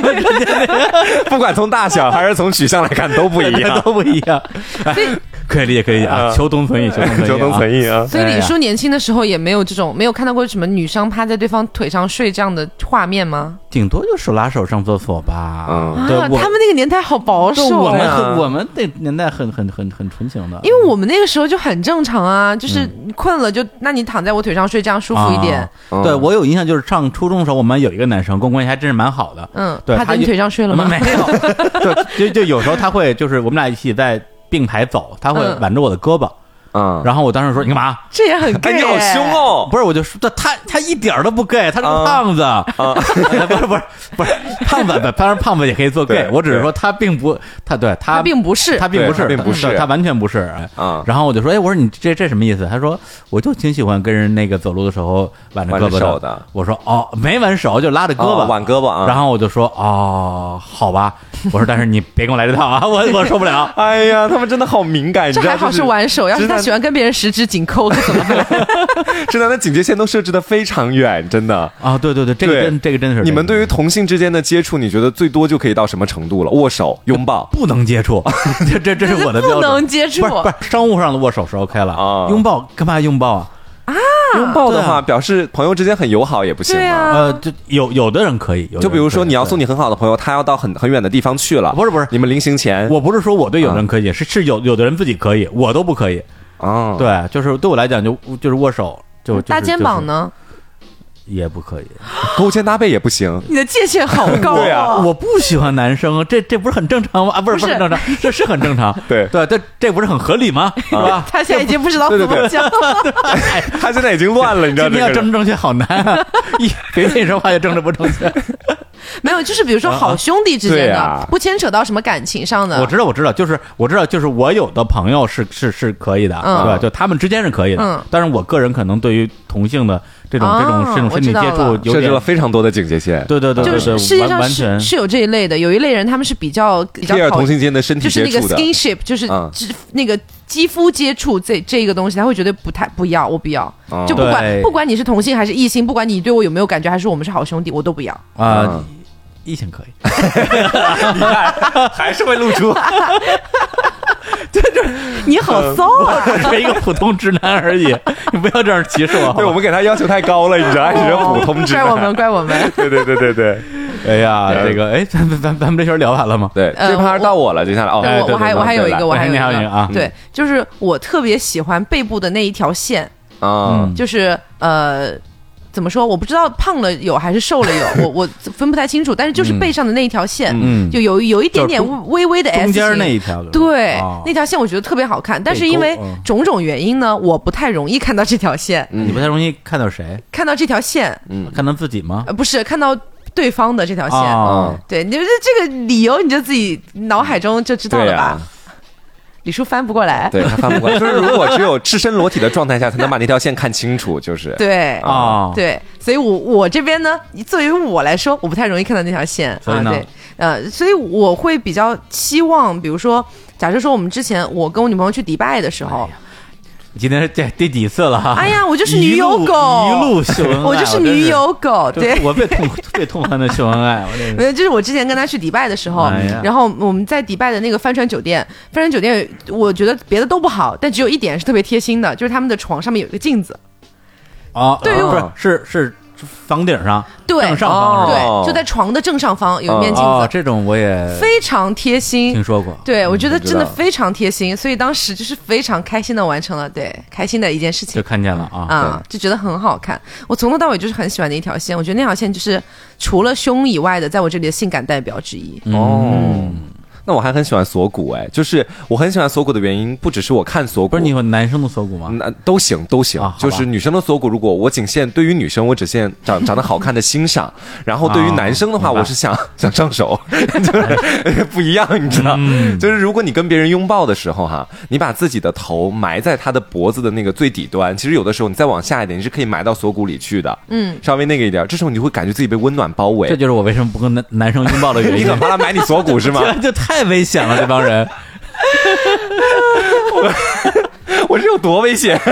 C: 不管从大小还是从取向来看都不一 样，
A: 都不一 样。哎，可以理解，可以理解啊，
C: 嗯
A: 求同存异，求同存异啊，
C: 求同存异啊。
B: 所以
A: 哎
B: 李
A: 呀
B: 叔年轻的时候也没有这种，没有看到过什么女生趴在对方腿上睡这样的画面吗？
A: 顶多就手拉手上厕所吧。
C: 嗯
A: 对，
B: 啊，
A: 我
B: 他们那个年代好保
A: 对
B: 守
A: 我
B: 啊。
A: 们
C: 对啊
A: 很我们那年代很很很很纯情的，
B: 因为我们那个时候就很正常啊，
A: 嗯
B: 就是困了就，那你躺在我腿上睡，这样舒服一点。
A: 啊
C: 嗯
A: 对我有印象，就是上初中的时候，我们有一个男生跟我关系还真是蛮好的。
B: 嗯，
A: 对
B: 趴
A: 他
B: 在你
A: 就
B: 腿上睡了吗？
A: 没 有，就就就有时候他会就是我们俩一起在并排走，他会
B: 嗯
A: 挽着我的胳膊，
C: 嗯，
A: 然后我当时说你干嘛？
B: 这也很 gay，
C: 哎，你好凶！哦，
A: 不是，我就说他他他一点儿都不 gay，他是个
C: 啊
A: 胖子。 不是不是不是胖子，当然胖子也可以做 gay，
C: 对
A: 我只是
C: 对
A: 说他并不他对他
B: 他并不是
A: 他并不
C: 对
A: 是
C: 他并不是
A: 他完全不是。哎
C: 啊
A: 然后我就说，哎，我说你这这什么意思？他说，我就挺喜欢跟人那个走路的时候挽着胳
C: 挽着手
A: 膊
C: 的。
A: 我说，哦，没挽手就拉着胳
C: 哦
A: 膊，
C: 挽胳膊啊
A: 然后我就说，哦，好吧。我说，但是你别跟我来这套啊，我我受不了。
C: 哎呀，他们真的好敏感，你
B: 这
C: 知道
B: 还好
C: 就是
B: 挽手，要是他喜欢跟别人十指紧扣，可怎么办？
C: 直男的警戒线都设置的非常远，真的。
A: 啊，对对对，这个
C: 对
A: 真这个真的是
C: 你们对于同性之间的接触，你觉得最多就可以到什么程度了？握 手、拥 抱，
A: 不能接 触，这这这是我的标准。
B: 不能接触
A: 不。是不是，商务上的握手是 OK 了
C: 啊
A: 拥抱干嘛拥抱啊？
C: 拥抱的
A: 对
C: 话，
A: 啊
C: 表示朋友之间很友好也不行
B: 对
C: 吗？
B: 啊，
A: 呃，就有有的人可以，有的人
C: 就比如说
A: 可以
C: 你要送
A: 对
C: 你很好的朋友，他要到很很远的地方去了，
A: 不是不是
C: 你们临行前，
A: 我不是说我对有的人可以，是是有有的人自己可以，我都不可以。
C: 啊，
A: 对，就是对我来讲就就是握手就
B: 搭肩膀？呢？
A: 就也不可以。
C: 勾肩搭背也不行。
B: 你的界限好 高
C: 对啊。
B: 哦！
A: 我不喜欢男生，这这不是很正常吗？啊，不是
B: 不
A: 不
B: 是
A: 是正常，这是很正常
C: 对
A: 对，这这不是很合理 吗？是吧？
B: 他现在已经 不知道怎
C: 对对
B: 么
C: 对
B: 讲 了。
C: 他现在已经乱了，你知道
A: 今
C: 这
A: 天要
C: 个
A: 政
C: 人。
A: 治正确好难啊！ 一别跟你说话就政治不正 确。
C: 啊
B: 没有，就是比如说好兄弟之间
C: 对
B: 的
C: 啊，
B: 不牵扯到什么感情上的。
A: 嗯我知道，我知道，就是我知道，就是我有的朋友是是是可以的，
B: 嗯
A: 对吧？就他们之间是可以的，
B: 嗯
A: 但是我个人可能对于同性的这种、这
B: 哦
A: 种这种身体
B: 我知
A: 接
B: 道了
A: 触有
C: 设置
A: 点
C: 了，非常多的警戒线，
A: 对对对对
B: 就
A: 对，
B: 是世界上
A: 完完
B: 是
A: 全
B: 是有这一类的，有一类人他们是比较比较
C: 第二
B: 讨
C: 同性间的身体
B: 就是那
C: 接
B: 个
C: 触的，
B: skinship，就是
C: 嗯
B: 肌那个肌肤接触这这个东西，他会觉得不太不要，我不要，
C: 哦
B: 就不管
A: 对
B: 不管你是同性还是异性，不管你对我有没有感觉，还是我们是好兄弟，我都不要。
A: 啊、
C: 嗯
A: 异性可以，
C: 还是会 露出。
B: 你好骚啊！
A: 我 只是一个普通直男而已，你不要这样歧视我。好
C: 对我
A: 吧
C: 们给他要求太高了，你知道， 你说嗯普通直
B: 怪我们，
C: 男。
B: 怪我们。
C: 对对对对对
A: 哎呀，这个哎，咱们咱咱们这圈聊完 了吗？
C: 对，
B: 呃
C: 这盘到我了，接下来哦，
B: 对，
A: 哎
B: 我
A: 对
B: 我还
A: 对
B: 我还有一
A: 对
B: 个，我还有
A: 你还有
B: 一
A: 一
B: 个
A: 个啊
B: 对，就是我特别喜欢背部的那一条线，
C: 啊，
A: 嗯
B: 就是呃。怎么说？我不知道胖了有还是瘦了有，我我分不太清楚。但是就是
C: 嗯
B: 背上的那一条线，
A: 嗯，
B: 就有有一点点
A: 就是
B: 微微的 S
A: 中
B: 型，
A: 间那一条就是，
B: 对
A: 哦，
B: 那条线我觉得特别好看，但是因为
A: 沟嗯
B: 种种原因呢，我不太容易看到这条线，
A: 你不太容易看到谁，
B: 看到这条线，
C: 嗯
A: 看到自己吗？
B: 呃，不是看到对方的这条线。
A: 啊，
B: 对，你们这这个理由你就自己脑海中就知道
C: 对
B: 了
C: 呀
B: 吧？，李叔翻不过来，
C: 对他翻不过 来，就是如果只有赤身裸体的状态下，才能把那条线看清楚，就是
B: 对
A: 啊啊，
B: 对，所以我我这边呢，作为我来说，我不太容易看到那条线
A: 所以
B: 啊，
A: 呢
B: 对，呃，所以我会比较期望，比如说，假设说我们之前我跟我女朋友去迪拜的时候，
A: 今天是这第几次了哈？
B: 哎呀我就是
A: 一
B: 女友
A: 路
B: 狗
A: 一路秀恩爱，
B: 我就
A: 哎
B: 是
A: 真
B: 女友狗，
A: 就
B: 对，
A: 我最痛最痛恨的秀恩爱，我这
B: 没有，就是我之前跟他去迪拜的时候，
A: 哎呀
B: 然后我们在迪拜的那个帆船酒店，帆船酒店我觉得别的都不好，但只有一点是特别贴心的，就是他们的床上面有一个镜子，
A: 啊，
B: 对于
A: 不
C: 我
A: 是是是房顶上
B: 对，
A: 正上方是吧？
C: 哦
B: 对，就在床的正上方有一面镜子，
A: 哦，这种我也
B: 非常贴心
A: 听。说过。嗯
B: 对，我觉得
C: 我知
B: 真的
C: 道
B: 非常贴心，所以当时就是非常开心的完成了对开心的一件事情
A: 就。看见了啊，
B: 啊，就觉得很好看。我从头到尾就是很喜欢的一条线，我觉得那条线就是除了胸以外的，在我这里的性感代表之一。
C: 哦。那我还很喜欢锁骨，哎，就是我很喜欢锁骨的原因，不只是我看锁骨，
A: 不是你有男生的锁骨吗？
C: 那都行都行
A: 啊，好吧
C: 就是女生的锁骨，如果我仅限对于女生，我只限 长长得好看的欣赏，然后对于男生的话，
A: 啊明白
C: 我是想想上手， 就是 不一样，你知道，
A: 嗯
C: 就是如果你跟别人拥抱的时候哈，你把自己的头埋在他的脖子的那个最底端，其实有的时候你再往下一点，你是可以埋到锁骨里去的，嗯，稍微那个一点，这时候你会感觉自己被温暖包围
A: 这，就是我为什么不跟男男生拥抱的 原
C: 你
A: 因
C: 可。怕他埋你锁骨是吗？
A: 这太危险了，这帮人
C: 我这有多危险？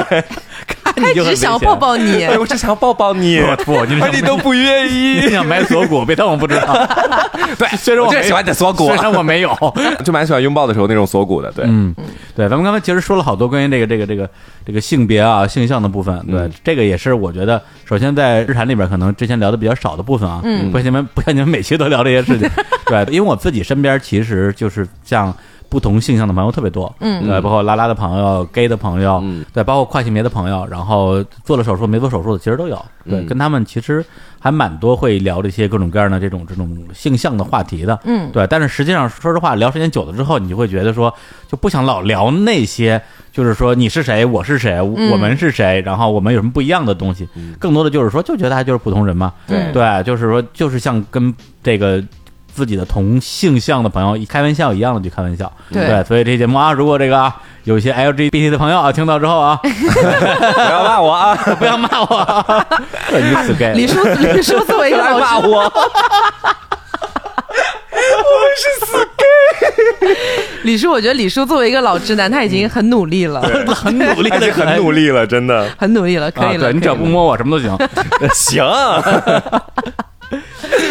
B: 他
A: 你
B: 只
A: 就很
B: 是
A: 危
B: 想要
A: 险
B: 抱抱你，
C: 哎，我只想要抱抱你，
A: 不不你是
C: 而你都不愿意
A: 你，想买锁骨，别当我不知 道。
C: 对，
A: 虽然我
C: 就
A: 没
C: 喜欢你的锁骨
A: 虽。然我没 有，
C: 就蛮喜欢拥抱的时候那种锁骨的，对，
A: 嗯，对，咱们刚才其实说了好多关于这个这个这个这个性别啊、性向的部分。对，
C: 嗯
A: 这个也是我觉得，首先在日坛里边可能之前聊的比较少的部分啊，嗯，不像你们不像你们每期都聊这些 事情，对，因为我自己身边其实就是像。不同性向的朋友特别多，嗯，对，包括拉拉的朋友、gay 呃的朋友，
C: 嗯，
A: 对，包括跨性别的朋友，然后做了手术没做手术的其实都有，对，
C: 嗯
A: 跟他们其实还蛮多会聊这些各种各样的这种这种性向的话题的，
B: 嗯
A: 对，但是实际上，说实话，聊时间久了之后，你就会觉得说，就不想老聊那些，就是说你是谁，我是谁，我
B: 嗯
A: 我们是谁，然后我们有什么不一样的东西。
C: 嗯
A: 更多的就是说，就觉得他就是普通人嘛。
B: 对
A: 对，就是说，就是像跟这个自己的同性向的朋友一开玩笑一样的去开玩笑。
B: 对
A: 所以这节目啊，如果这个啊有一些 LGBT 的朋友啊听到之后啊，
C: 不要骂我啊！
A: 不要骂我啊，你死 gay
B: 李叔， 李叔作为一个
C: 来
B: 老
C: 骂
B: 师，
C: 我， 我是死 gay。
B: 李叔，我觉得李叔作为一个老直男，他已经很努力了，
C: 嗯
A: 很 努力
C: 而且
A: 的，
C: 很努
A: 力。
C: 力了，真的
B: 很努力了，可
A: 啊，
B: 以了。
A: 对你只要
B: 可以
A: 不
B: 了
A: 摸我，什么都 行。
C: 行。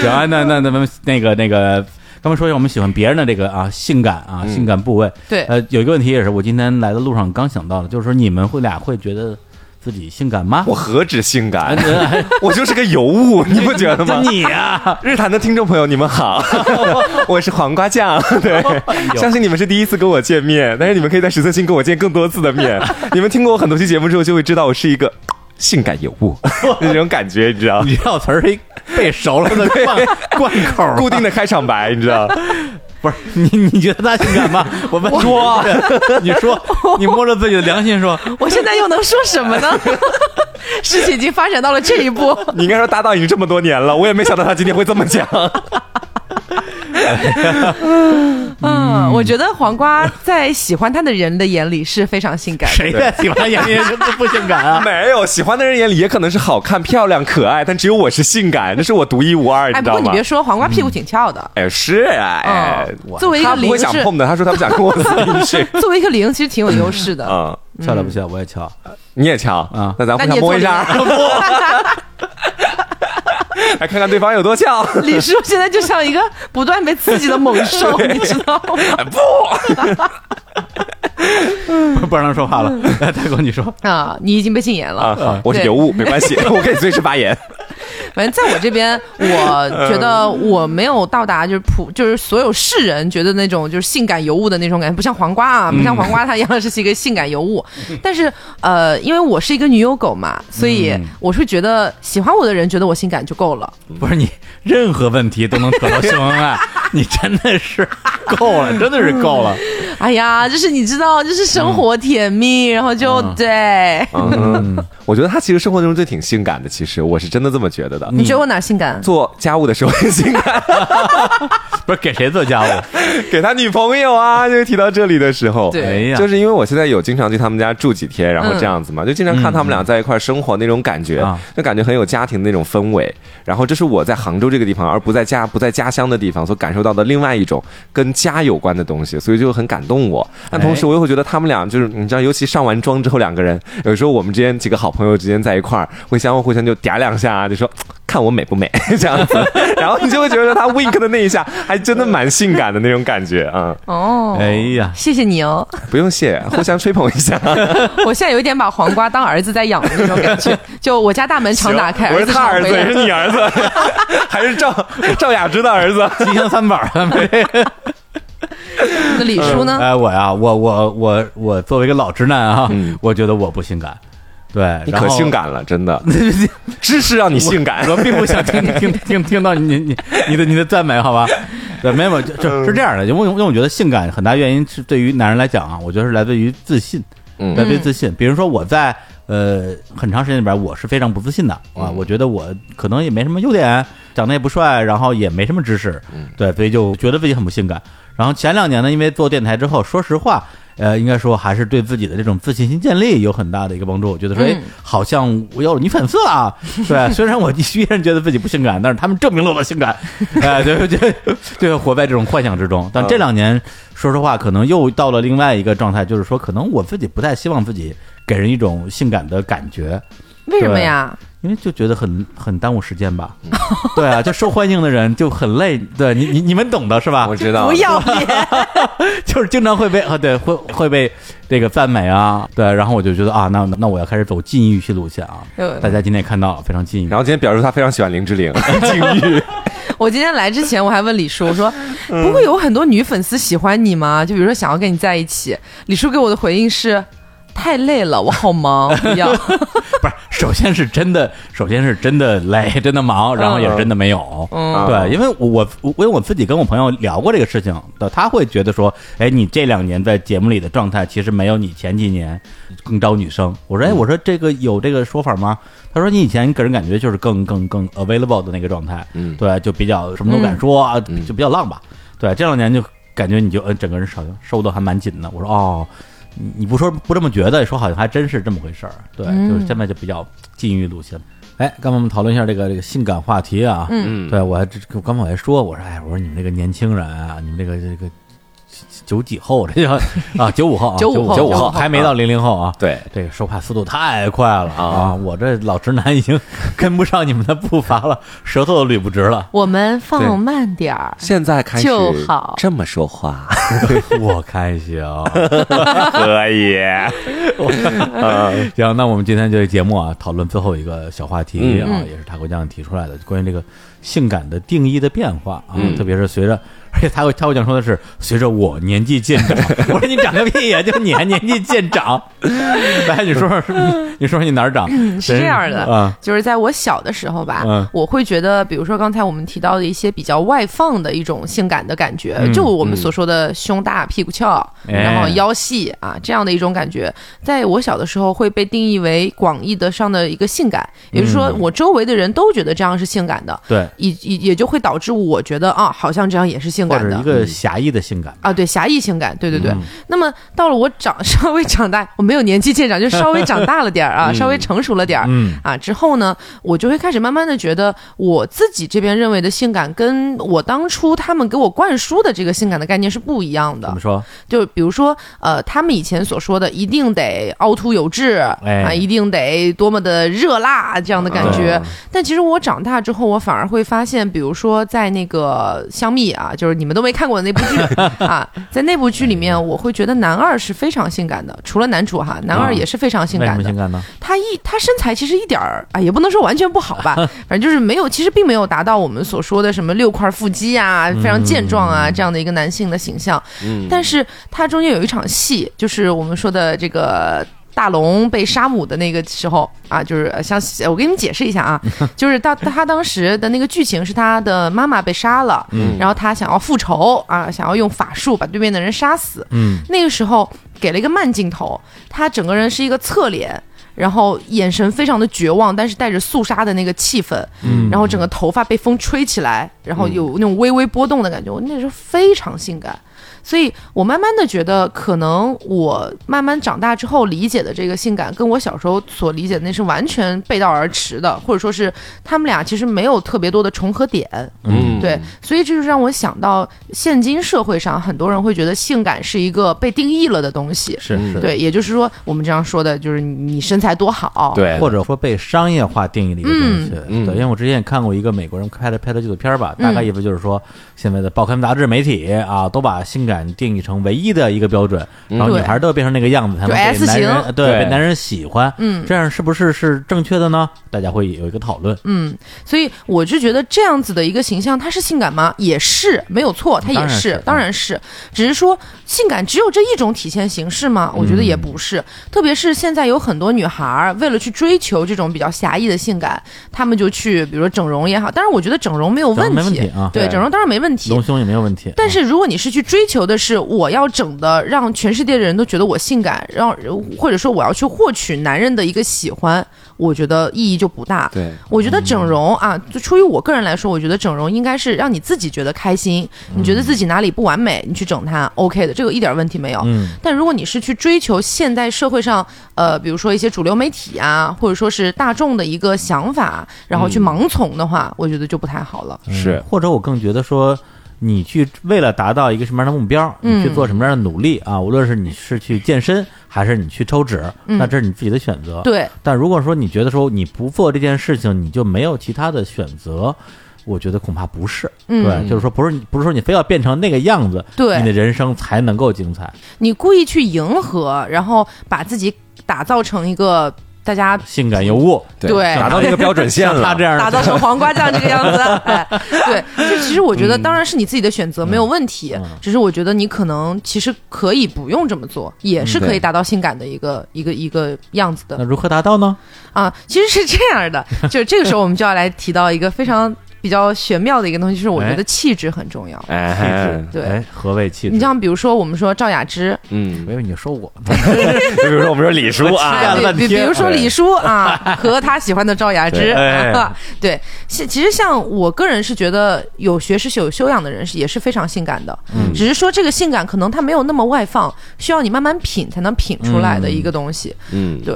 A: 行啊，那那那咱们那个那个，刚才说一下我们喜欢别人的这个啊性感啊、性感部位。
B: 对
A: 呃，有一个问题也是我今天来的路上刚想到的，就是说你们会俩会觉得自己性感吗？
C: 我何止性感，
A: 呃
C: 我就是个尤物，你不觉得
A: 就
C: 吗？
A: 你呀，
C: 日坛的听众朋友，你 们好， 我是黄瓜酱。对，
A: 哎
C: 相信你们是第一次跟我见面，但是你们可以在十色星跟我见更多次的面。你们听过我很多期节目之后，就会知道我是一个性感尤 物那种感觉，你知道？
A: 语料词儿一背熟了的贯贯口儿，
C: 固定的开场白，你知道？
A: 不是你你觉得他性感吗？我问说，你说你摸着自己的良心说，
B: 我现在又能说什么呢？ 事情已经发展到了这一步，
C: 你应该说搭档已经这么多年了，我也没想到他今天会这么讲。
B: 嗯，我觉得黄瓜在喜欢他的人的眼里是非常性感的。
A: 谁在喜欢眼睛不性感啊？
C: 没有喜欢的人眼里也可能是好看、漂亮、可爱，但只有我是性感，那是我独一无二，你
B: 哎，不
C: 知道
B: 过你
C: 吗？
B: 别说，黄瓜屁股挺翘的。
C: 哎，是啊，哎
B: 嗯，
C: 我
B: 作为一个
C: 他不会
B: 零
C: 想
B: 是
C: 碰的，他说他不想跟我 一起
B: 作为一个零，其实挺有优势的。
C: 啊。
A: 翘了不翘？我也翘。
C: 你也强
A: 啊
C: 那咱
B: 那
C: 互
B: 你也
C: 相摸一下，
B: 做
C: 来看看对方有多强。
B: 李叔现在就像一个不断被刺激的猛兽，你知道吗？
C: 哎嗯
A: 不让他说话 了，来大哥你说，
B: 啊，你已经被禁言了。
C: 啊，我是
B: 对
C: 尤物，没关系， 我可以随时发 言。
B: 反正在我这 边，我觉得我没有到达就是普，就是所有世人觉得那种就是性感尤物的那种感觉，不像黄瓜啊，
C: 嗯
B: 不像黄瓜它一样是一个性感尤 物。但是呃，因为我是一个女友狗嘛，所以
C: 嗯
B: 我是觉得喜欢我的人觉得我性感就够了。
A: 不是你任何问题都能扯到秀恩 爱，你真的是够了，真的是够了。
C: 嗯
B: 哎呀，就是你知道，就是生活甜蜜，然后就、
A: 嗯
B: 对。
C: 嗯，我觉得他其实生活中就挺性感的，其实我是真的这么觉得的。
B: 你觉得我哪性感？
C: 做家务的时候很性感，
A: 不是给谁做家务？
C: 给他女朋友啊，就是提到这里的时候，
B: 对
A: 哎呀，嗯
C: 就是因为我现在有经常去他们家住几天，然后这样子嘛，就经常看他们俩在一块儿生活那种感觉，
A: 啊
C: 就感觉很有家庭的那种氛围。然后这是我在杭州这个地方，而不在家不在家乡的地方所感受到的另外一种跟家有关的东西，所以就很感动我。但同时我又会觉得他们俩就是你知道，尤其上完妆之后两个人，有时候我们之间几个好朋友之间在一块儿会相互互相就嗲两下、就说。看我美不美这样子，然后你就会觉得他 wink 的那一下，还真的蛮性感的那种感觉啊、
B: 哦，
A: 哎呀，
B: 谢谢你 哦。
C: 嗯！不用谢，互相吹捧一下。
B: 我现在有一点把黄瓜当儿子在养的那种感觉，就我家大门常打开，
C: 行我是
B: 子
C: 他
B: 常
C: 儿子，
B: 回
C: 也
B: 来。
C: 是你儿子，还是赵赵雅芝的儿子？
A: 吉祥三宝儿
C: 嗯
A: 了没？
B: 那李叔呢？
A: 哎，我呀，我我我我作为一个老直男啊，我觉得我不性感。对，
C: 嗯你
A: 然
C: 可
A: 后
C: 性， 感了，真的，知识让你性感。
A: 我并不想 听听听听到你你你的你的赞美，好吧？对，没有，就
C: 嗯
A: 就是这样的，因为因为我觉得性感很大原因是对于男人来讲啊，我觉得是来自于自信，
C: 嗯
A: 来自于自信。比如说我在呃很长时间里边，我是非常不自信的啊，
C: 嗯
A: 我觉得我可能也没什么优点，长得也不帅，然后也没什么知识，
C: 嗯
A: 对，所以就觉得自己很不性感。然后前两年呢，因为做电台之后，说实话，呃，应该说还是对自己的这种自信心建立有很大的一个帮助。我觉得说，哎、好像我有了女粉丝了啊， 对，虽然我依然觉得自己不性感，但是他们证明了我的性感， 哎、对对对，对，活在这种幻想之中。但这两年，说实话，可能又到了另外一个状态，就是说，可能我自己不太希望自己给人一种性感的感觉。
B: 为什么呀？
A: 因为就觉得很很耽误时间吧，对啊，就受欢迎的人就很累，对你你你们懂的是吧？
C: 我知道，
B: 要 脸，
A: 就是经常会被啊，对，会会被这个赞美啊，对，然后我就觉得啊，那那我要开始走禁欲系路线啊
B: 呃。
A: 大家今天也看到了，非常禁欲
C: 然。后今天表示他非常喜欢林 志玲，禁欲。
B: 我今天来之前我还问李叔，我说
C: 嗯
B: 不会有很多女粉丝喜欢你吗？就比如说想要跟你在一起。李叔给我的回应是。太累了，我好忙，不要。
A: 不是，首先是真的，首先是真的累， 真的忙，然后也是真的没有。
B: 嗯
A: 对，因为我我我因为我自己跟我朋友聊过这个事情的，他会觉得说，哎，你这两年在节目里的状态其实没有你前几年更招女生。我说，哎，我说这个有这个说法吗？他说你以前给人感觉就是更更更 available 的那个状态，
C: 嗯
A: 对，就比较什么都敢说，啊，就比较浪吧。对，这两年就感觉你就嗯整个人好像收的还蛮紧的。我说哦。你你不说不这么觉得，说好像还真是这么回事儿。对，就是现在就比较禁欲路线。哎，刚才我们讨论一下这个这个性感话题啊，嗯，对我还这我刚才我还说，我说哎，我说你们这个年轻人啊，你们这个这个九几后，这 叫啊九五后啊，
B: 95后
A: 九五
B: 95后
A: 还没到零零后啊，
C: 对，
A: 这个说话速度太快了
C: 啊
A: 啊！我这老直男已经跟不上你们的步伐了，舌头都捋不直了。
B: 我们
C: 对
B: 放慢点儿。
C: 现在开始
B: 就好
C: 这么 说话，
A: 我开心。
C: 可以。
A: 行，那我们今天这个节目啊，讨论最后一个小话题啊，
B: 嗯嗯
A: 也是塔国酱提出来的，关于这个性感的定义的变化啊，特别是随着且他会他会讲说的是，随着我年纪渐长， 我说你长个屁呀、就你还年纪渐长，来你说说， 你说说你哪儿长？
B: 嗯是这样的
A: 啊，
B: 就是在我小的时候吧，
A: 嗯
B: 我会觉得，比如说刚才我们提到的一些比较外放的一种性感的感觉，
A: 嗯
B: 就我们所说的胸大、屁股翘，
A: 哎
B: 然后腰细啊这样的一种感觉，在我小的时候会被定义为广义的上的一个性感，也就
A: 嗯
B: 是说，我周围的人都觉得这样是性感的，
A: 对，
B: 也也也就会导致我觉得啊，好像这样也是性
A: 或
B: 感
A: 者
B: 的嗯
A: 一。个狭义的性感，
B: 啊，对，狭义性感，对对对。
A: 嗯
B: 那么到了我长 稍微长大，我没有年纪渐长，就稍微长大了点儿啊，稍微成熟了点儿，
A: 嗯
B: 啊之后呢，我就会开始慢慢的觉得我自己这边认为的性感，跟我当初他们给我灌输的这个性感的概念是不一样
A: 怎
B: 的
A: 么。说？
B: 就比如说，呃，他们以前所说的一定得凹凸有致、
A: 哎嗯
B: 啊，一定得多么的热辣这样的感觉。但其实我长大之后，我反而会发现，比如说在那个《香蜜》啊，就是你们都没看过的那部 剧啊，在那部剧里面，我会觉得男二是非常性感的，除了男主哈，男
A: 啊
B: 二也是非常性
A: 为什
B: 感
A: 么
B: 的
A: 性。感呢？
B: 他一他身材其实一点儿啊，也不能说完全不好 吧，反正就是没有，其实并没有达到我们所说的什么六块腹肌啊、非常健壮啊这样的一个男性的形象。
C: 嗯
B: 但是他中间有一场戏，就是我们说的这个。大龙被杀母的那个时候啊，就是呃像我给你们解释一 下啊，就是到他当时的那个剧情是他的妈妈被杀了，
C: 嗯
B: 然后他想要复仇啊，想要用法术把对面的人杀死，
A: 嗯，
B: 那个时候给了一个慢镜头，他整个人是一个侧脸，然后眼神非常的绝望，但是带着肃杀的那个气氛，
A: 嗯
B: 然后整个头发被风吹起来，然后有那种微微波动的感觉，我那时候非常性感。所以我慢慢的觉得，可能我慢慢长大之后理解的这个性感，跟我小时候所理解的那是完全背道而驰的，或者说是他们俩其实没有特别多的重合点。
A: 嗯
B: 对，所以这就让我想到，现今社会上很多人会觉得性感是一个被定义了的东西。
A: 是是，
B: 对，也就是说，我们这样说的就是你身材多好，，
C: 对，
A: 或者说被商业化定义的一个东西。
C: 嗯
A: 对，因为我之前也看过一个美国人拍的拍的纪录片
B: 嗯
A: 吧，大概意思就是说，现在的报刊杂志、媒体啊，都把性感定义成唯一的一个标准，然后女
B: 对
A: 孩都要变成那个样子才能
B: 就
A: 被
B: S
A: 男人
B: 型
A: 呃对
C: 对
A: 被男人喜欢。
B: 嗯
A: 这样是不是是正确的呢？大家会有一个讨论。
B: 嗯，所以我就觉得这样子的一个形象，它是性感吗？也是，没有错，它
A: 当
B: 也
A: 然
B: 是
A: 是，嗯
B: 当然是，只是说性感只有这一种体现形式吗？我觉得
A: 嗯
B: 也不是，特别是现在有很多女孩儿为了去追求这种比较狭义的性感，她们就去比如说整容也好，当然我觉得整容没有
A: 整容
B: 问
A: 没问
B: 题
A: 题啊
B: 对，
C: 对
B: 整容当然没问题，
A: 隆胸也没有问题，
B: 但是如果你是去追求的是我要整的让全世界的人都觉得我性感，让或者说我要去获取男人的一个喜欢，我觉得意义就不大。
C: 对，
B: 我觉得整容啊，就出于我个人来说，我觉得整容应该是让你自己觉得开心，你觉得自己哪里不完美，你去整它，OK 的，这个一点问题没有。
A: 嗯，
B: 但如果你是去追求现代社会上，呃，比如说一些主流媒体啊，或者说是大众的一个想法，然后去盲从的话，我觉得就不太好了。
C: 是
A: 或者我更觉得说。你去为了达到一个什么样的目标，
B: 嗯
A: 你去做什么样的努力啊？无论是你是去健身，还是你去抽脂，
B: 嗯
A: 那这是你自己的选择。
B: 对，
A: 但如果说你觉得说你不做这件事情，你就没有其他的选择，我觉得恐怕不是。
B: 嗯
A: 对，就是说不是你不是说你非要变成那个样子，
B: 对
A: 你的人生才能够精彩。
B: 你故意去迎合，然后把自己打造成一个大家
A: 性感尤物，
B: 对
C: 达到那个标准线
A: 像他
C: 了
A: 这。样
B: 打
A: 的，
B: 造成黄瓜酱这个样子，哎，对，这其实我觉得当然是你自己的选择，没有问题
A: 嗯，
B: 只是我觉得你可能其实可以不用这么做，也是可以达到性感的一
A: 嗯
B: 个一个一个样子
A: 那
B: 的
A: 如何达到呢？
B: 啊。其实是这 样的，就是这个时候我们就要来提到一个非常比较玄妙的一个东西，就是我觉
A: 哎
B: 得气质很重要。
A: 气质
C: 哎，，
B: 对
A: 哎何谓气质？
B: 你像比如说我们说赵雅芝，
C: 嗯
A: 我，以为你说我 呢，
C: 就比如说我们说李叔
A: 哎
C: 啊
A: 呀，
B: 啊，
A: 乱
B: 比比
A: 贴
B: 比如说李叔啊，和他喜欢的赵雅芝，
A: 哎
B: 啊对，其其实像我个人是觉得有学识、有修养的人是也是非常性感的，
C: 嗯
B: 只是说这个性感可能他没有那么外放，需要你慢慢品才能品出来的一个东西，
C: 嗯，
B: 对。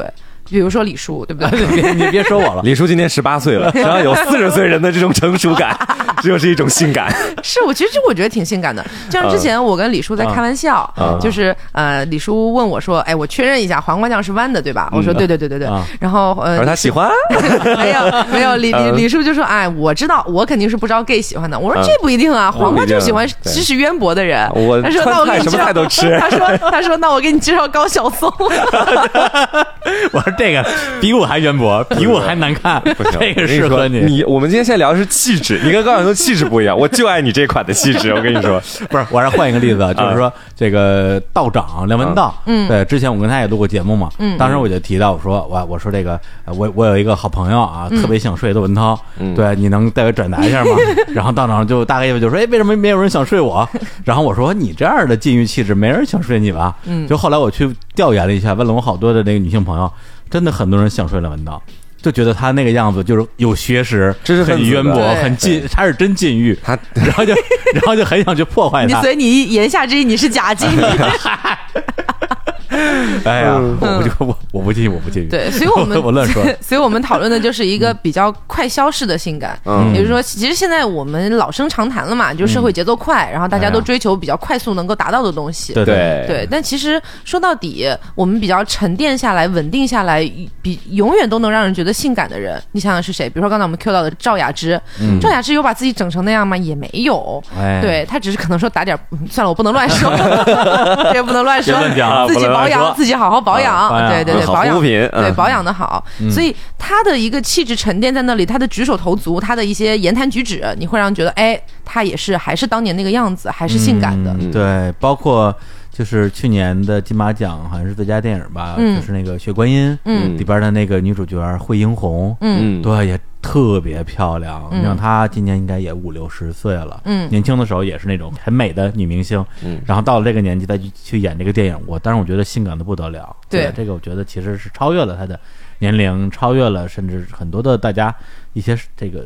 B: 比如说李叔，对不对？
A: 你别你别说我了。
C: 李叔今年十八岁了，然后有四十岁人的这种成熟 感，这就是一种性感。
B: 是我其实我觉得挺性 感的。就像之前我跟李叔在
C: 嗯
B: 开玩笑，就是呃，李叔问我说：“哎，我确认一下，黄瓜酱是弯的，对吧？”我说：“对对对对对。
A: 啊
B: 然后呃
C: 嗯而，他喜欢，
B: 没有没有，李
C: 嗯
B: 李李叔就说：“哎，我知道，我肯定是不招 gay 喜欢的。”我说：“这不一定
C: 嗯
B: 啊，黄瓜就喜欢
C: 对
B: 知识渊博的人。”
C: 我
B: 他说：“那
C: 川
B: 我给
C: 菜
B: 你
C: 什
B: 介
C: 么
B: 绍
C: 菜。都”吃。
B: 他说：“他说那我给你介绍高晓松。
A: 我说这个比我还渊博，比我还难看，这个适合
C: 你。你我们今天现在聊的是气质，你跟高晓松气质不一样，我就爱你这款的气质。我跟你说，
A: 不是，我还换一个例子，啊就是说这个道长梁文道，嗯，对，之前我跟他也录过节目嘛，嗯，当时我就提到我说我我说这个我我有一个好朋友啊，特别想睡窦文涛，对，你能代为转达一下吗？然后道长就大概意思就说，哎，为什么没有人想睡我？然后我说你这样的禁欲气质，没人想睡你吧？嗯，就后来我去调研了一下，问了我好多的那个女性朋友，真的很多人想睡梁文道。就觉得他那个样子就是有学识，
C: 知识
A: 很渊博，很禁，他是真禁欲，
C: 他
A: 然后就然后就很想去破坏他。
B: 所以你言下之意你是假 禁欲。
A: 哎呀，我不我我不禁，我不禁欲。
B: 对，所以我们
A: 我 乱说。
B: 所以我们讨论的就是一个比较快消逝的性感，
C: 嗯
B: 也就是说，其实现在我们老生常谈了嘛，就是社会节奏快，然后
C: 哎
B: 大家都追求比较快速能够达到的东西。
A: 对
C: 对
B: 对，但其实说到底，我们比较沉淀下来、稳定下来，比永远都能让人觉得性感的人，你想想是谁？比如说刚才我们 Q 到的赵雅芝，
C: 嗯
B: 赵雅芝有把自己整成那样吗？也没有，
A: 哎
B: 对她只是可能说打点，嗯算了，我不能乱说， 也不能乱说
A: 别乱讲啊，
B: 自己
C: 不能
B: 保
C: 乱说
B: 养，自己好好保
A: 啊
B: 养
A: 保，养
B: 对对对，
C: 好
B: 保
C: 护
B: 养，
C: 品
B: 对
C: 嗯
B: 保养的好，所以她的一个气质沉淀在那里，她的举手投足，她的一些言谈举止，你会让人觉得，哎，她也是还是当年那个样子，还是性感的，
A: 嗯对，包括就是去年的金马奖，好像是最佳电影吧，
B: 嗯
A: 就是那个《血观音》
C: 嗯
A: 里边的那个女主角惠英红，
B: 嗯
C: 嗯，
A: 对，也特别漂亮。你像她今年应该也五六十岁了，
B: 嗯
A: 年轻的时候也是那种很美的女明星，
C: 嗯
A: 然后到了这个年纪再去去演这个电影，我当然我觉得性感的不得了。
B: 对
A: 这个我觉得其实是超越了她的年龄，超越了甚至很多的大家一些这个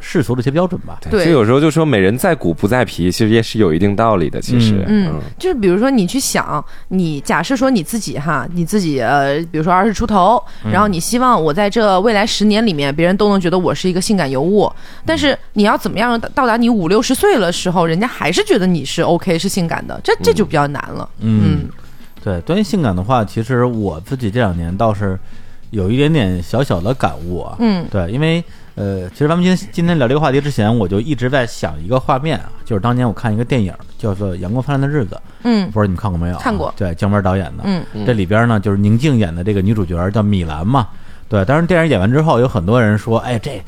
A: 世俗的一些标准吧。
B: 对
C: 所以有时候就说美人在骨不在皮，其实也是有一定道理的。其实，
B: 嗯，就是比如说你去想，你假设说你自己哈，你自己呃，比如说二十出头，然后你希望我在这未来十年里面，别人都能觉得我是一个性感尤物，但是你要怎么样到达你五六十岁了时候，人家还是觉得你是 OK 是性感的，这这就比较难了。嗯
A: 对，关于性感的话，其实我自己这两年倒是有一点点小小的感悟啊。
B: 嗯
A: 对，因为呃，其实咱们今天今天聊这个话题之前，我就一直在想一个画面啊，就是当年我看一个电影叫做《阳光灿烂的日子》，
B: 嗯
A: 不知道你们看过没有啊？
B: 看过
A: 对，姜文导演的。
B: 嗯，
A: 这里边呢，就是宁静演的这个女主角叫米兰嘛。对，当然电影演完之后，有很多人说：“哎，这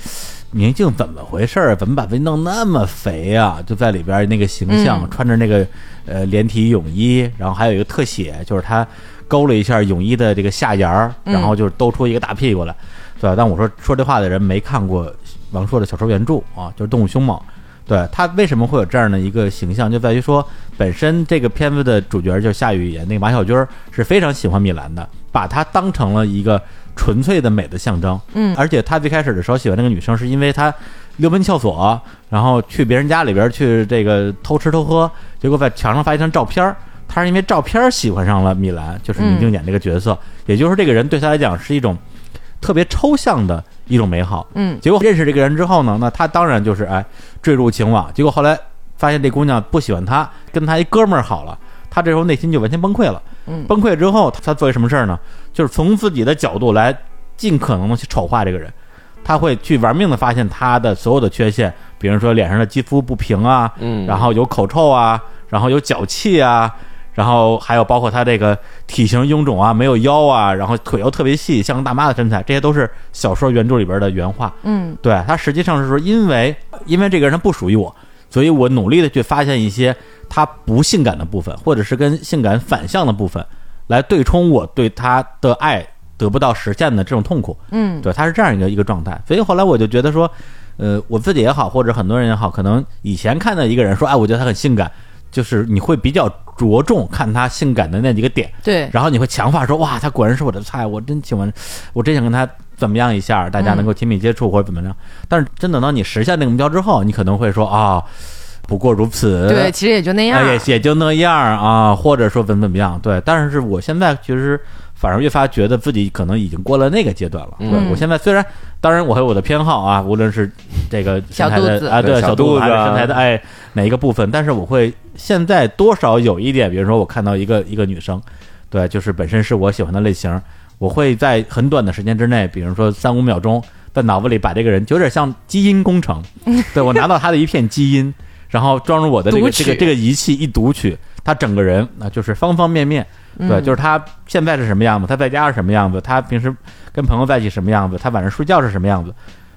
A: 宁静怎么回事儿？怎么把自己弄那么肥啊？”就在里边那个形象，
B: 嗯
A: 穿着那个呃连体泳衣，然后还有一个特写，就是她勾了一下泳衣的这个下沿儿，
B: 嗯
A: 然后就是兜出一个大屁股来。对，但我说说这话的人没看过王朔的小说原著啊，就是《动物凶猛》。对他为什么会有这样的一个形象，就在于说，本身这个片子的主角就是夏雨演那个马小军儿是非常喜欢米兰的，把她当成了一个纯粹的美的象征。嗯，而且他最开始的时候喜欢那个女生，是因为她溜门撬锁，然后去别人家里边去这个偷吃偷喝，结果在墙上发一张照片儿。他是因为照片儿喜欢上了米兰，就是宁静演这个角色，也就是说，这个人对他来讲是一种特别抽象的一种美好。
B: 嗯
A: 结果认识这个人之后呢，那他当然就是哎坠入情网。结果后来发现这姑娘不喜欢他，跟他一哥们儿好了，他这时候内心就完全崩溃了。
B: 嗯
A: 崩溃之后，他做一什么事儿呢？就是从自己的角度来尽可能的去丑化这个人。他会去玩命的发现他的所有的缺陷，比如说脸上的肌肤不平啊，
C: 嗯
A: 然后有口臭啊，然后有脚气啊，然后还有包括他这个体型臃肿啊，没有腰啊，然后腿又特别细，像个大妈的身材，这些都是小说原著里边的原话。
B: 嗯
A: 对他实际上是说，因为因为这个人他不属于我，所以我努力的去发现一些他不性感的部分，或者是跟性感反向的部分，来对冲我对他的爱得不到实现的这种痛苦。
B: 嗯
A: 对，他是这样一个一个状态。所以后来我就觉得说，呃，我自己也好，或者很多人也好，可能以前看到一个人说，哎，我觉得他很性感，就是你会比较着重看他性感的那几个点，
B: 对，
A: 然后你会强化说，哇，他果然是我的菜，我真喜欢，我真想跟他怎么样一下，大家能够亲密接触或者怎么样。但是真等到你实现那个目标之后，你可能会说啊、不过如此。
B: 对，其实也就那样
A: 哎。也也就那样啊，或者说怎么怎么样，对。但是我现在其实反而越发觉得自己可能已经过了那个阶段了。对
B: 嗯
A: 我现在虽然，当然我还有我的偏好啊，无论是这个身材
B: 小
A: 的
B: 肚子
A: 啊，对
C: 对
A: 小
C: 小肚
A: 子
C: 子
A: 还是
C: 啊
A: 身材的哎哪一个部分，但是我会现在多少有一点，比如说我看到一个一个女生，对，就是本身是我喜欢的类型，我会在很短的时间之内，比如说三五秒钟，在脑子里把这个人就有点像基因工 程，对我拿到他的一片基因，然后装入我的这个
B: 读
A: 这
B: 取
A: 个这个仪器一读取，它他整个人啊，就是方方面面，
B: 嗯
A: 对，就是他现在是什么样子，他在家是什么样子，他平时跟朋友在一起什么样子，他晚上睡觉是什么样子，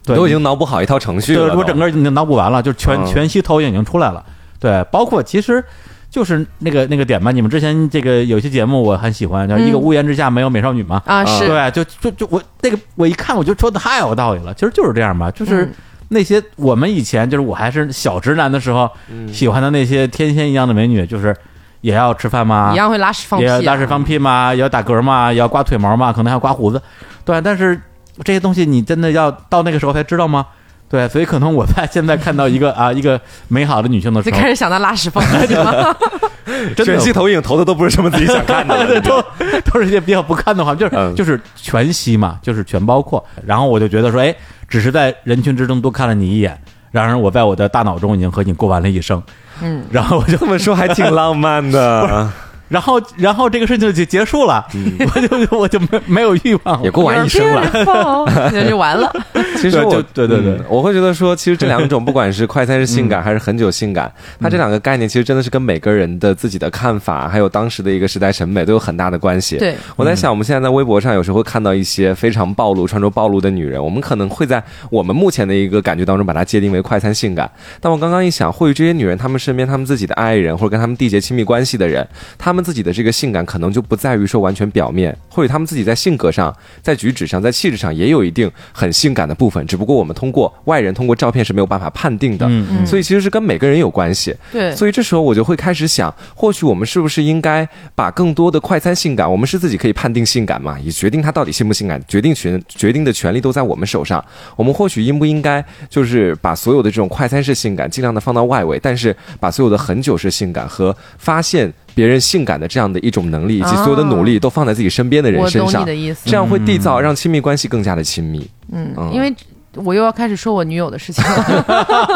A: 对，
C: 都已经脑补好一套程序
A: 对
C: 了，都
A: 我整个已经脑补完了，就全、
C: 嗯
A: 全息投影已经出来了。对，包括其实就是那个那个点嘛，你们之前这个有些节目我很喜欢，叫《一个
B: 嗯
A: 屋檐之下没有美少女》嘛，
B: 啊，
C: 啊
B: 是
A: 对，就就就我那个我一看我就说太有道理了，其实就是这样吧，就是。
B: 嗯
A: 那些我们以前就是我还是小直男的时候，喜欢的那些天仙一样的美女，就是也要吃饭吗？
B: 一样会拉屎放屁
A: 也
B: 啊，
A: 要拉屎放屁嘛，也要打嗝嘛，也要刮腿毛嘛，可能还要刮胡子，对。但是这些东西你真的要到那个时候才知道吗？对，所以可能我在现在看到一个啊一个美好的女性的时
B: 就
A: 候
B: 开，始想到拉屎放屁了。
A: 真的
C: 全息投影投的都不是什么自己想看 的，
A: 对都都是一些比较不堪的话，就是、
C: 嗯
A: 就是全息嘛，就是全包括。然后我就觉得说，哎，只是在人群之中多看了你一眼，然而我在我的大脑中已经和你过完了一生。
B: 嗯，
A: 然后我就
C: 这么说还挺浪漫的，啊
A: 然后然后这个事情就结结束了， 我就我就没没有欲望了
C: 嗯也过完一生 了。
B: Beautiful，那就完了。
C: 其实
A: 对
C: 我
A: 就对对嗯对
C: 嗯我会觉得说，其实这两种，不管是快餐式性感还是很久性感，
A: 嗯
C: 它这两个概念其实真的是跟每个人的自己的看法，还有当时的一个时代审美都有很大的关系。
B: 对，
C: 我在想，我们现在在微博上有时候会看到一些非常暴露、穿着暴露的女人，我们可能会在我们目前的一个感觉当中把它界定为快餐性感。但我刚刚一想，或许这些女人，她们身边她们自己的爱人，或者跟她们缔结亲密关系的人，她们自己的这个性感可能就不在于说完全表面，或者她们自己在性格上、在举止上、在气质上也有一定很性感的部分，只不过我们通过外人、通过照片是没有办法判定的。
A: 嗯
B: 嗯
C: 所以其实是跟每个人有关系。
B: 对，
C: 所以这时候我就会开始想，或许我们是不是应该把更多的快餐性感，我们是自己可以判定性感嘛，也决定它到底性不性感，决定权决定的权利都在我们手上。我们或许应不应该就是把所有的这种快餐式性感尽量的放到外围，但是把所有的很久式性感和发现别人性感的这样的一种能力以及所有的努力都放在自己身边的人
B: 我
C: 身
B: 懂
C: 上
B: 你的，意思
C: 这。样会缔造让亲密关系更加的亲密。
B: 嗯
C: 嗯，
B: 因为我又要开始说我女友的事情了，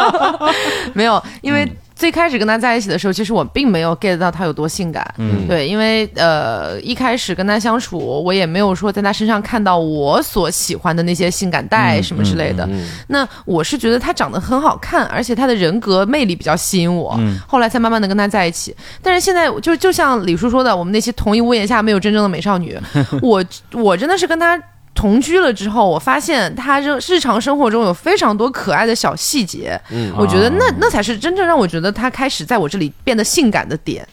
B: 没有，因为最开始跟她在一起的时候，其实我并没有 get 到她有多性感。
A: 嗯
B: 对，因为呃一开始跟她相处，我也没有说在她身上看到我所喜欢的那些性感带什么之类的。那我是觉得她长得很好看，而且她的人格魅力比较吸引我，后来才慢慢的跟她在一起。但是现在就就像李叔说的，我们那些同一屋檐下没有真正的美少女，我我真的是跟她。同居了之后，我发现她日日常生活中有非常多可爱的小细节，
C: 嗯
B: 我觉得那那才是真正让我觉得她开始在我这里变得性感的点。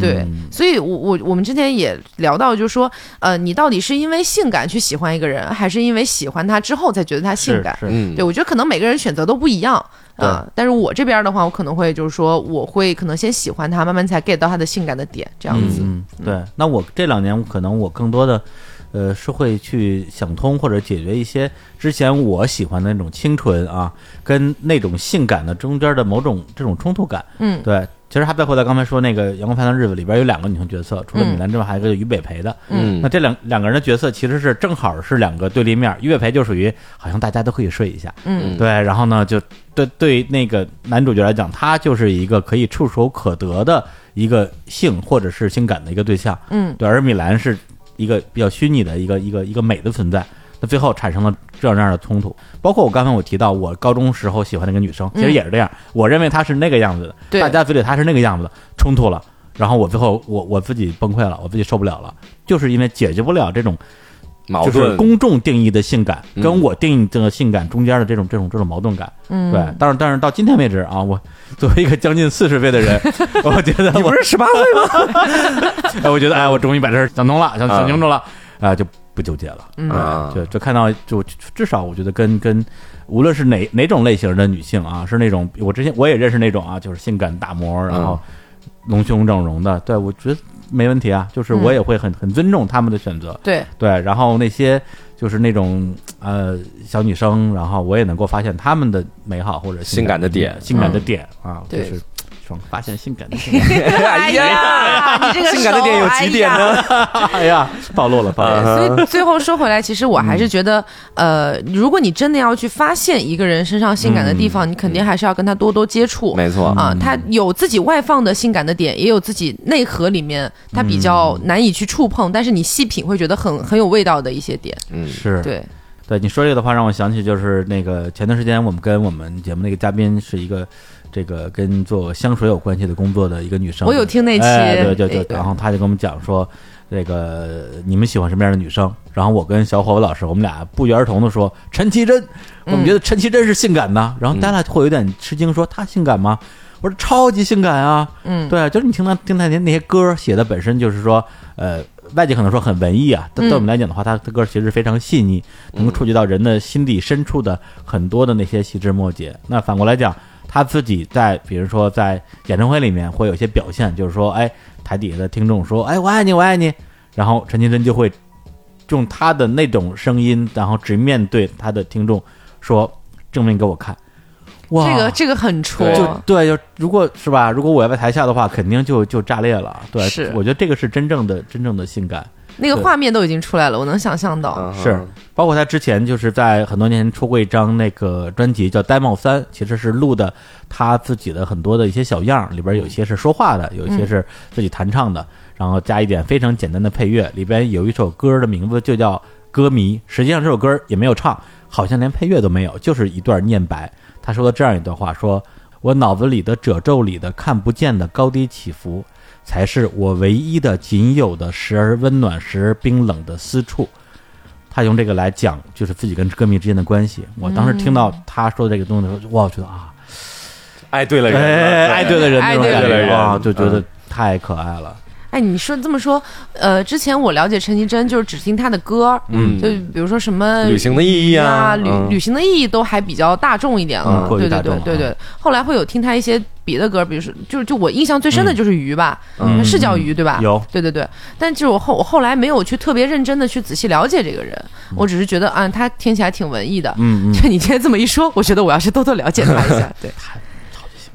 B: 对，所以我我我们之前也聊到，就是说，呃，你到底是因为性感去喜欢一个人，还是因为喜欢他之后才觉得他性感？
A: 是
C: 嗯
B: 对，我觉得可能每个人选择都不一样啊、但是我这边的话，我可能会就是说，我会可能先喜欢他，慢慢才 get 到他的性感的点，这样子。
A: 嗯，对。那我这两年可能我更多的，呃，是会去想通或者解决一些之前我喜欢的那种清纯啊，跟那种性感的中间的某种这种冲突感。
B: 嗯
A: 对。其实还包括咱刚才说那个《阳光灿烂的日子》里边有两个女性角色，除了米
B: 嗯
A: 兰之外，还有一个于北培的。
C: 嗯
A: 那这两两个人的角色其实是正好是两个对立面，于北培就属于好像大家都可以睡一下，
B: 嗯
A: 对，然后呢，就对对那个男主角来讲，他就是一个可以触手可得的一个性或者是性感的一个对象，
B: 嗯
A: 对，而米兰是一个比较虚拟的一个一个一个美的存在，那最后产生了这样那样的冲突。包括我刚才我提到，我高中时候喜欢那个女生，
C: 嗯
A: 其实也是这样，我认为她是那个样子的，
B: 对
A: 大家嘴里她是那个样子的，冲突了，然后我最后我我自己崩溃了，我自己受不了了，就是因为解决不了这种
C: 矛
A: 就是
B: 嗯
C: 盾
A: 公众定义的性感
C: 嗯
A: 跟我定义的性感中间的这种这种这种矛盾感。
B: 嗯，
A: 对，但是但是到今天为止啊，我作为一个将近四十岁的 人，我觉得
C: 你
A: 我
C: 不是十八岁吗？
A: 哎，我觉得哎，我终于把这事儿想通了，想
C: 啊
A: 想清楚了，啊，就不纠结了。
B: 嗯
C: 啊
A: 就就看到就至少我觉得跟跟无论是哪哪种类型的女性啊，是那种我之前我也认识那种啊，就是性感大模，然后隆胸整容的，对我觉得没问题啊，就是
C: 嗯
A: 我也会很很尊重他们的选择。
B: 对，
A: 对，然后那些就是那种呃小女生，然后我也能够发现她们的美好或者
C: 性感的点嗯
A: 性感的点啊，就
B: 对
A: 是爽发现性感 的点。
C: 哎呀，
B: 你这个
C: 性感的
B: 手
C: 点有
B: 哎
C: 几点
B: 呀
C: 呢？
A: 哎呀，暴露了，暴露
C: 嗯
A: 了。
B: 所以最后说回来，其实我还是觉得，呃，如果你真的要去发现一个人身上性感的地方，你肯定还是要跟他多多接触。
C: 嗯没错，嗯
B: 啊，他有自己外放的性感的点，也有自己内核里面他
C: 嗯
B: 比较难以去触碰，但是你细品会觉得很很有味道的一些点。
C: 嗯。
A: 是，
B: 对，
A: 对你说这个的话，让我想起就是那个前段时间我们跟我们节目那个嘉宾是一个这个跟做香水有关系的工作的一个女生，
B: 我有听那期
A: 哎对对对，
B: 对
A: 然后她就跟我们讲说。这个你们喜欢什么样的女生？然后我跟小伙子老师，我们俩不约而同的说陈绮贞，我们觉得陈绮贞是性感的。然后大家会有点吃惊，说她性感吗？我说超级性感啊，
B: 嗯
A: 对，就是你听他听他那那些歌写的本身就是说，呃，外界可能说很文艺啊，但对我们来讲的话，他的歌其实非常细腻，能够触及到人的心底深处的很多的那些细枝末节。那反过来讲，他自己在比如说在演唱会里面会有一些表现，就是说，哎，台底下的听众说，哎，我爱你，我爱你，然后陈绮贞就会用她的那种声音，然后直面对她的听众说，证明给我看。哇，
B: 这个这个很
C: 对
A: 就
B: 戳，
A: 对，就如果是吧，如果我要在台下的话，肯定就就炸裂了。对，
B: 是
A: 我觉得这个是真正的真正的性感，
B: 那个
A: 对
B: 画面都已经出来了，我能想象到。
C: 嗯
A: 是包括他之前就是在很多年前出过一张那个专辑叫《Demo 三》，其实是录的他自己的很多的一些小样儿，里边有一些是说话的，有一些是自己弹唱的，然后加一点非常简单的配乐。里边有一首歌的名字就叫《歌迷》，实际上这首歌也没有唱，好像连配乐都没有，就是一段念白。他说了这样一段话：说我脑子里的褶皱里的看不见的高低起伏，才是我唯一的、仅有的时而温暖、时而冰冷的私处。他用这个来讲，就是自己跟歌迷之间的关系。我当时听到他说的这个东西的时候，哇，我觉得啊，
C: 爱对了人
A: 哎，
C: 了，
A: 爱对了人那
B: 爱
A: 种
B: 对
A: 感
B: 了
A: 觉
C: 人
A: 啊，就觉得
C: 嗯
A: 太可爱了。
B: 哎，你说这么说，呃，之前我了解陈绮贞就是只听她的歌，
C: 嗯
B: 就比如说什么
C: 旅行的意义啊
B: 啊，旅
C: 嗯
B: 旅行的意义都还比较大众一点
A: 嗯
B: 了，
A: 过于
B: 对
A: 大
B: 对
A: 众
B: 对
A: 了
B: 对对。后来会有听她一些别的歌，比如说就是就我印象最深的就是鱼吧，
A: 嗯
B: 是叫鱼对吧？
A: 有
B: 对对对，但就是我后我后来没有去特别认真的去仔细了解这个人，我只是觉得啊，他听起来挺文艺的。
A: 嗯嗯，
B: 就你今天这么一说，我觉得我要去多多了解他一下，对，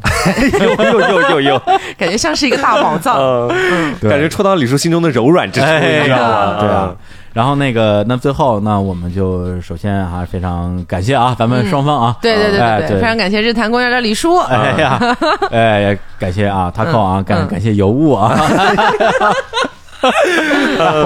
C: 又又又又 又，
B: 感觉像是一个大宝
A: 呃
B: 藏。
C: 嗯，感觉戳到李叔心中的柔软之处，
A: 哎
C: 你知道吗？
A: 呀对啊。然后那个，那最后，那我们就首先还是非常感谢啊，咱们双方啊，
B: 嗯对对对
A: 哎
B: 对对，非常感谢日坛公园的李叔，
A: 哎 呀，哎呀，感谢啊，他扣啊，感
B: 嗯
A: 感谢尤物 啊，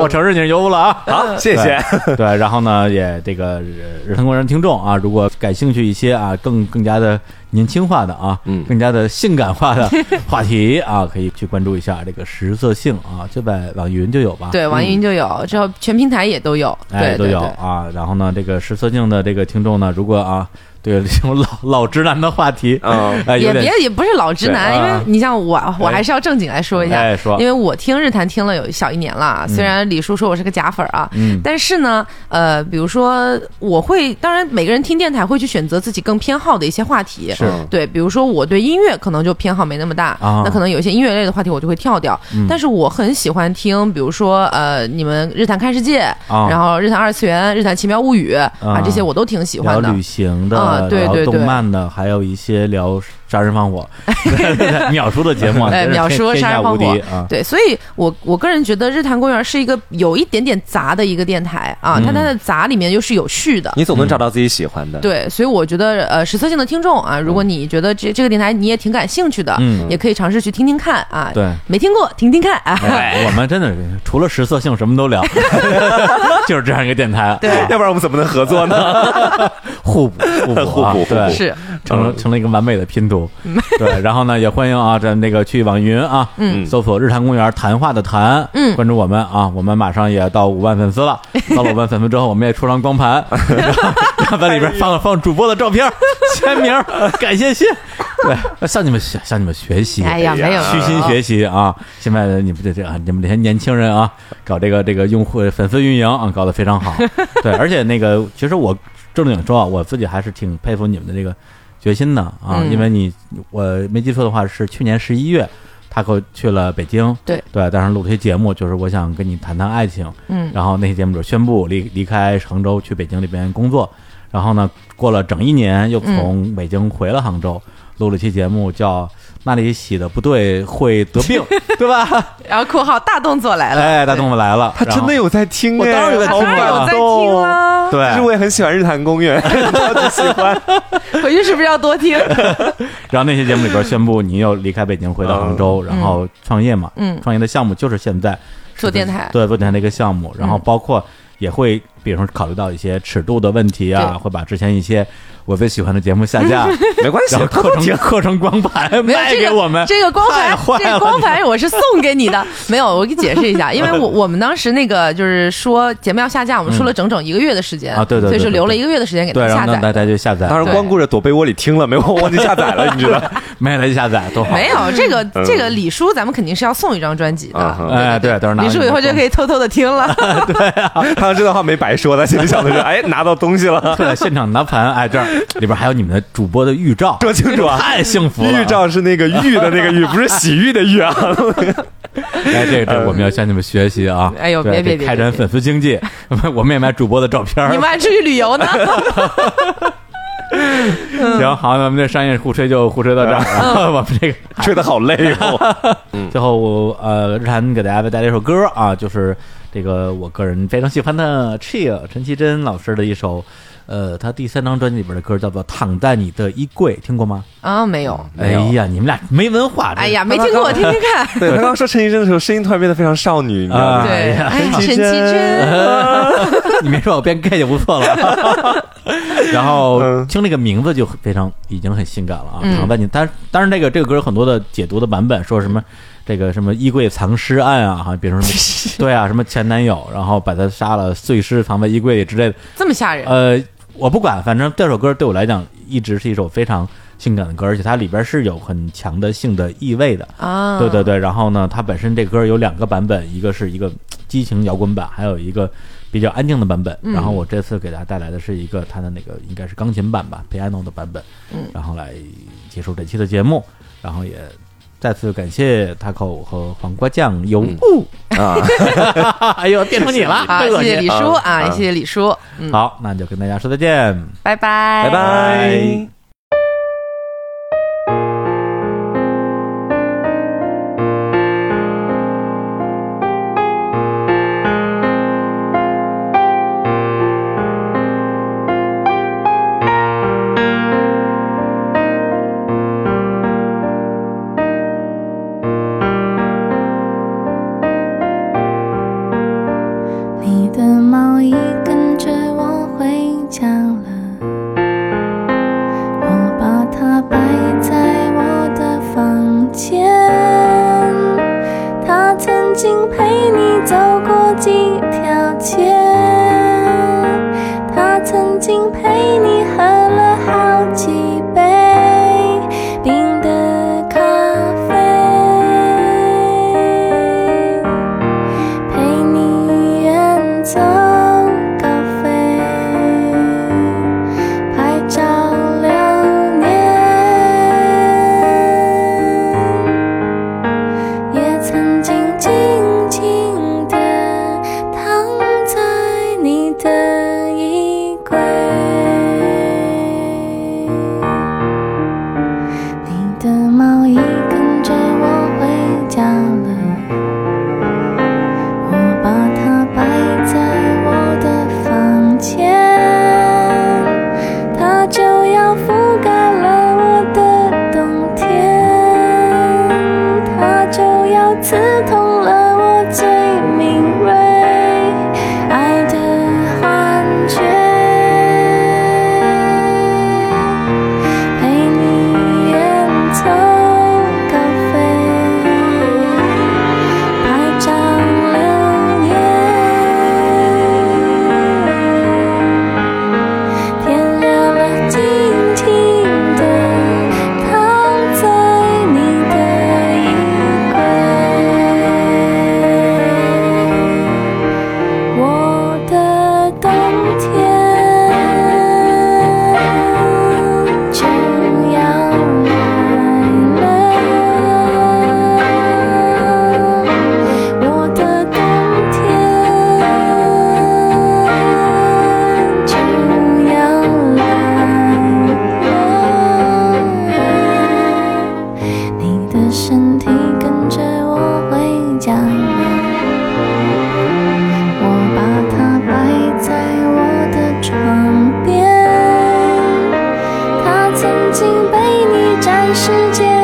A: 我承认你是尤物了啊。
C: 好，谢谢。
A: 对，对然后呢，也这个呃日日坛公园听众啊，如果感兴趣一些啊，更更加的年轻化的啊，
C: 嗯
A: 更加的性感化 的话题啊，可以去关注一下这个食色性啊，就在网易云就有吧？
B: 对，网易云就有，之后全平台也都有，
A: 嗯哎，
B: 对
A: 都
B: 对
A: 有
B: 对。
A: 啊。然后呢，这个食色性的这个听众呢，如果啊，对这种老老直男的话题，
C: 嗯
A: 哎，有
B: 也
A: 点
B: 别也不是老直男，
A: 对
B: 因
A: 啊
B: 为你像我，我
A: 哎
B: 还是要正经来说一下
A: 哎，说
B: 因为我听日坛听了有小一年了啊，虽然李叔说我是个假粉儿啊，
A: 嗯
B: 但是呢，呃，比如说我会，当然每个人听电台会去选择自己更偏好的一些话题，
A: 是
C: 哦
B: 对，比如说我对音乐可能就偏好没那么大，
A: 啊嗯
B: 那可能有一些音乐类的话题我就会跳掉。但是我很喜欢听，比如说呃，你们日坛看世界，
A: 啊
B: 然后日坛二次元、日坛奇妙物语啊
A: 啊
B: 这些我都挺喜
A: 聊
B: 欢的
A: 旅。行
B: 啊
A: 的，
B: 对
A: 聊
B: 对
A: 动
B: 对
A: 漫的，还有一些聊杀人放火， 对对 对秒叔的节目啊，
B: 哎
A: 真是
B: 秒
A: 天
B: 叔
A: 天
B: 杀
A: 下
B: 人
A: 无
B: 放
A: 敌
B: 火
A: 啊，
B: 对，所以我我个人觉得日坛公园是一个有一点点杂的一个电台啊，
A: 嗯
B: 它它的杂里面又是有序的。
C: 你总能找到自己喜欢的。
B: 对，所以我觉得，呃，实测性的听众啊，如果你觉得这这个电台你也挺感兴趣的，
A: 嗯
B: 也可以尝试去听听看啊。
A: 对
B: 没听过听听看啊。
A: 哎我们真的是除了食色性什么都聊，就是这样一个电台，
B: 对
A: 啊
C: 要不然我们怎么能合作 呢？
A: 互补互补啊
C: 互补互
A: 对
C: 补
B: 是，
A: 成了成了一个完美的拼图。
B: 嗯
A: 对，然后呢，也欢迎啊，咱那个去网易云啊，嗯，搜索“日坛公园”谈话的谈，嗯，关注我们啊，我们马上也到五万粉丝 了。到了五万粉丝之后，我们也出张光盘，然后然后在里边
B: 哎
A: 放放主播的照片、签名，感谢信。对，向你们学向你们学习。
B: 哎呀，没有
A: 虚心学习啊！现在你们这这你们这些年轻人啊，搞这个这个用户粉丝运营啊，搞得非常好。对，而且那个，其实我正经说啊，我自己还是挺佩服你们的这个决心的啊，
B: 嗯
A: 因为你我没记错的话是去年十一月。他给我去了北京，
B: 对
A: 对，当时录了一些节目，就是我想跟你谈谈爱情，
B: 嗯
A: 然后那期节目就宣布离离开杭州去北京这边工作，然后呢，过了整一年又从北京回了杭州，录了一期节目叫“那里洗的不对会得病”，对吧？
B: 然后括号大动作来了，
A: 哎，大东子来了，
C: 他真的
A: 有
C: 有在听哎，
A: 我当然有在
C: 好
A: 听啊
C: 感
B: 我在
C: 动哦
B: 听啦
A: 对
C: 其实我也很喜欢日坛公园， 超级喜欢。
B: 回去是不是要多听？
A: 然后那期节目里边宣布你又离开北京回到杭州，然后创业嘛，
B: 嗯
A: 创业的项目就是现在
B: 做电台嗯
A: 对做电台的一个项目，然后包括也会比如说考虑到一些尺度的问题啊，
B: 对
A: 会把之前一些我最喜欢的节目下 架，
C: 没关系
A: 然后，刻成刻成光盘
B: 没有
A: 卖
B: 这
A: 给
B: 个
A: 我们，
B: 这个光
A: 太
B: 盘
A: 坏，
B: 这个
A: 了
B: 光盘我是送给 你的。没有，我给解释一下，因为我我们当时那个就是说节目要下架，我们说了整整一个月的时间
A: 嗯啊对对对
B: 所以是
A: 对
B: 留了
A: 对
B: 一个月的时间给
A: 对，
B: 它
A: 然
B: 下
A: 后呢
B: 载
A: 大家
B: 的。
A: 就下载，
C: 当时光顾着躲被窝里听了，没有，我忘记下载了，你知 道？
A: 没来就下载，多好！
B: 没有这个
C: 嗯
B: 这个李叔，咱们肯定是要送一张专辑
C: 啊
B: 的。
C: 哈
A: 哎，对，都是拿
B: 李叔以后就可
A: 以
B: 以偷偷的听了。
A: 嗯
C: 他要这段话没白说，他心里想的是，哎，拿到东西了，
A: 对现场拿盘，哎，这儿里边还有你们的主播的预 兆，
C: 说清楚啊。
A: 太幸福了！
C: 玉，照是那个玉的那个玉，不是洗浴的浴啊。
A: 哎，这这我们要向你们学习啊！
B: 哎呦
A: 对
B: 别别
A: 这
B: 别
A: 开展
B: 别
A: 粉丝经济， 我们也买主播的照片儿
B: 你。们还出去旅游呢？
A: 嗯行，好，咱们这商业互吹就互吹到这儿
B: 嗯
A: 啊， 我们这个
C: 吹的好累哦。
A: 最后我呃，日坛给大家带来一首歌啊，就是这个我个人非常喜欢的 Chill 陈绮贞老师的一首，呃，她第三张专辑里边的歌叫做《躺在你的衣柜》，听过吗？
B: 啊，没有，
A: 哎
B: 没有。
A: 呀，你们俩没文化，这
B: 哎呀，没听 过，我听听看。
C: 对他刚刚说陈绮贞的时候，声音突然变得非常少女，你知道
A: 哎
C: 吗？
B: 对，
A: 呀
B: 哎，陈绮 贞，
A: 你没说我变 gay 就不错了。 然后听这个名字就非常已经很性感了啊！
B: 嗯
A: 躺在你，但当然这个这个歌有很多的解读的版本，说什么这个什么衣柜藏尸案啊，哈，比如什么对啊，什么前男友，然后把他杀了，碎尸藏在衣柜里之类的。
B: 这么吓人。
A: 呃，我不管，反正这首歌对我来讲一直是一首非常性感的歌，而且它里边是有很强的性的意味的。
B: 啊，
A: 对对对，然后呢，它本身这歌有两个版本，一个是一个激情摇滚版，还有一个比较安静的版本。然后我这次给大家带来的是一个它的那个应该是钢琴版吧，piano 的版本。嗯，然后来结束这期的节目，然后也再次感谢 Taco 和黄瓜酱有误。
C: 啊，
A: 哎呦，变成你了，
B: 好，
A: 真恶
B: 嗯谢
A: 心
B: 谢李叔
C: 啊
B: 啊，
C: 啊
B: 谢谢李叔，嗯，
A: 好，那就跟大家说再见。
B: 拜拜，
C: 拜拜。
D: 你的毛衣跟着我回家了，我把它摆在我的房间。它曾经陪你走过几条街，它曾经陪你喝了好几杯冰的咖啡。陪你远走高飞，拍照留念。也曾经静静地躺在你的衣柜。你的毛衣跟着我回家了。我把它摆在我的房间，它就要覆盖了我的冬天，它就要刺痛了我最敏锐爱的幻觉。陪你远走高飞。拍照留念，天亮了，静静地躺在你的衣柜，我的冬天就要来了。我的冬天就要来了，你的身体跟着我回家了，我把它摆在我的床边，它曾经被你占世界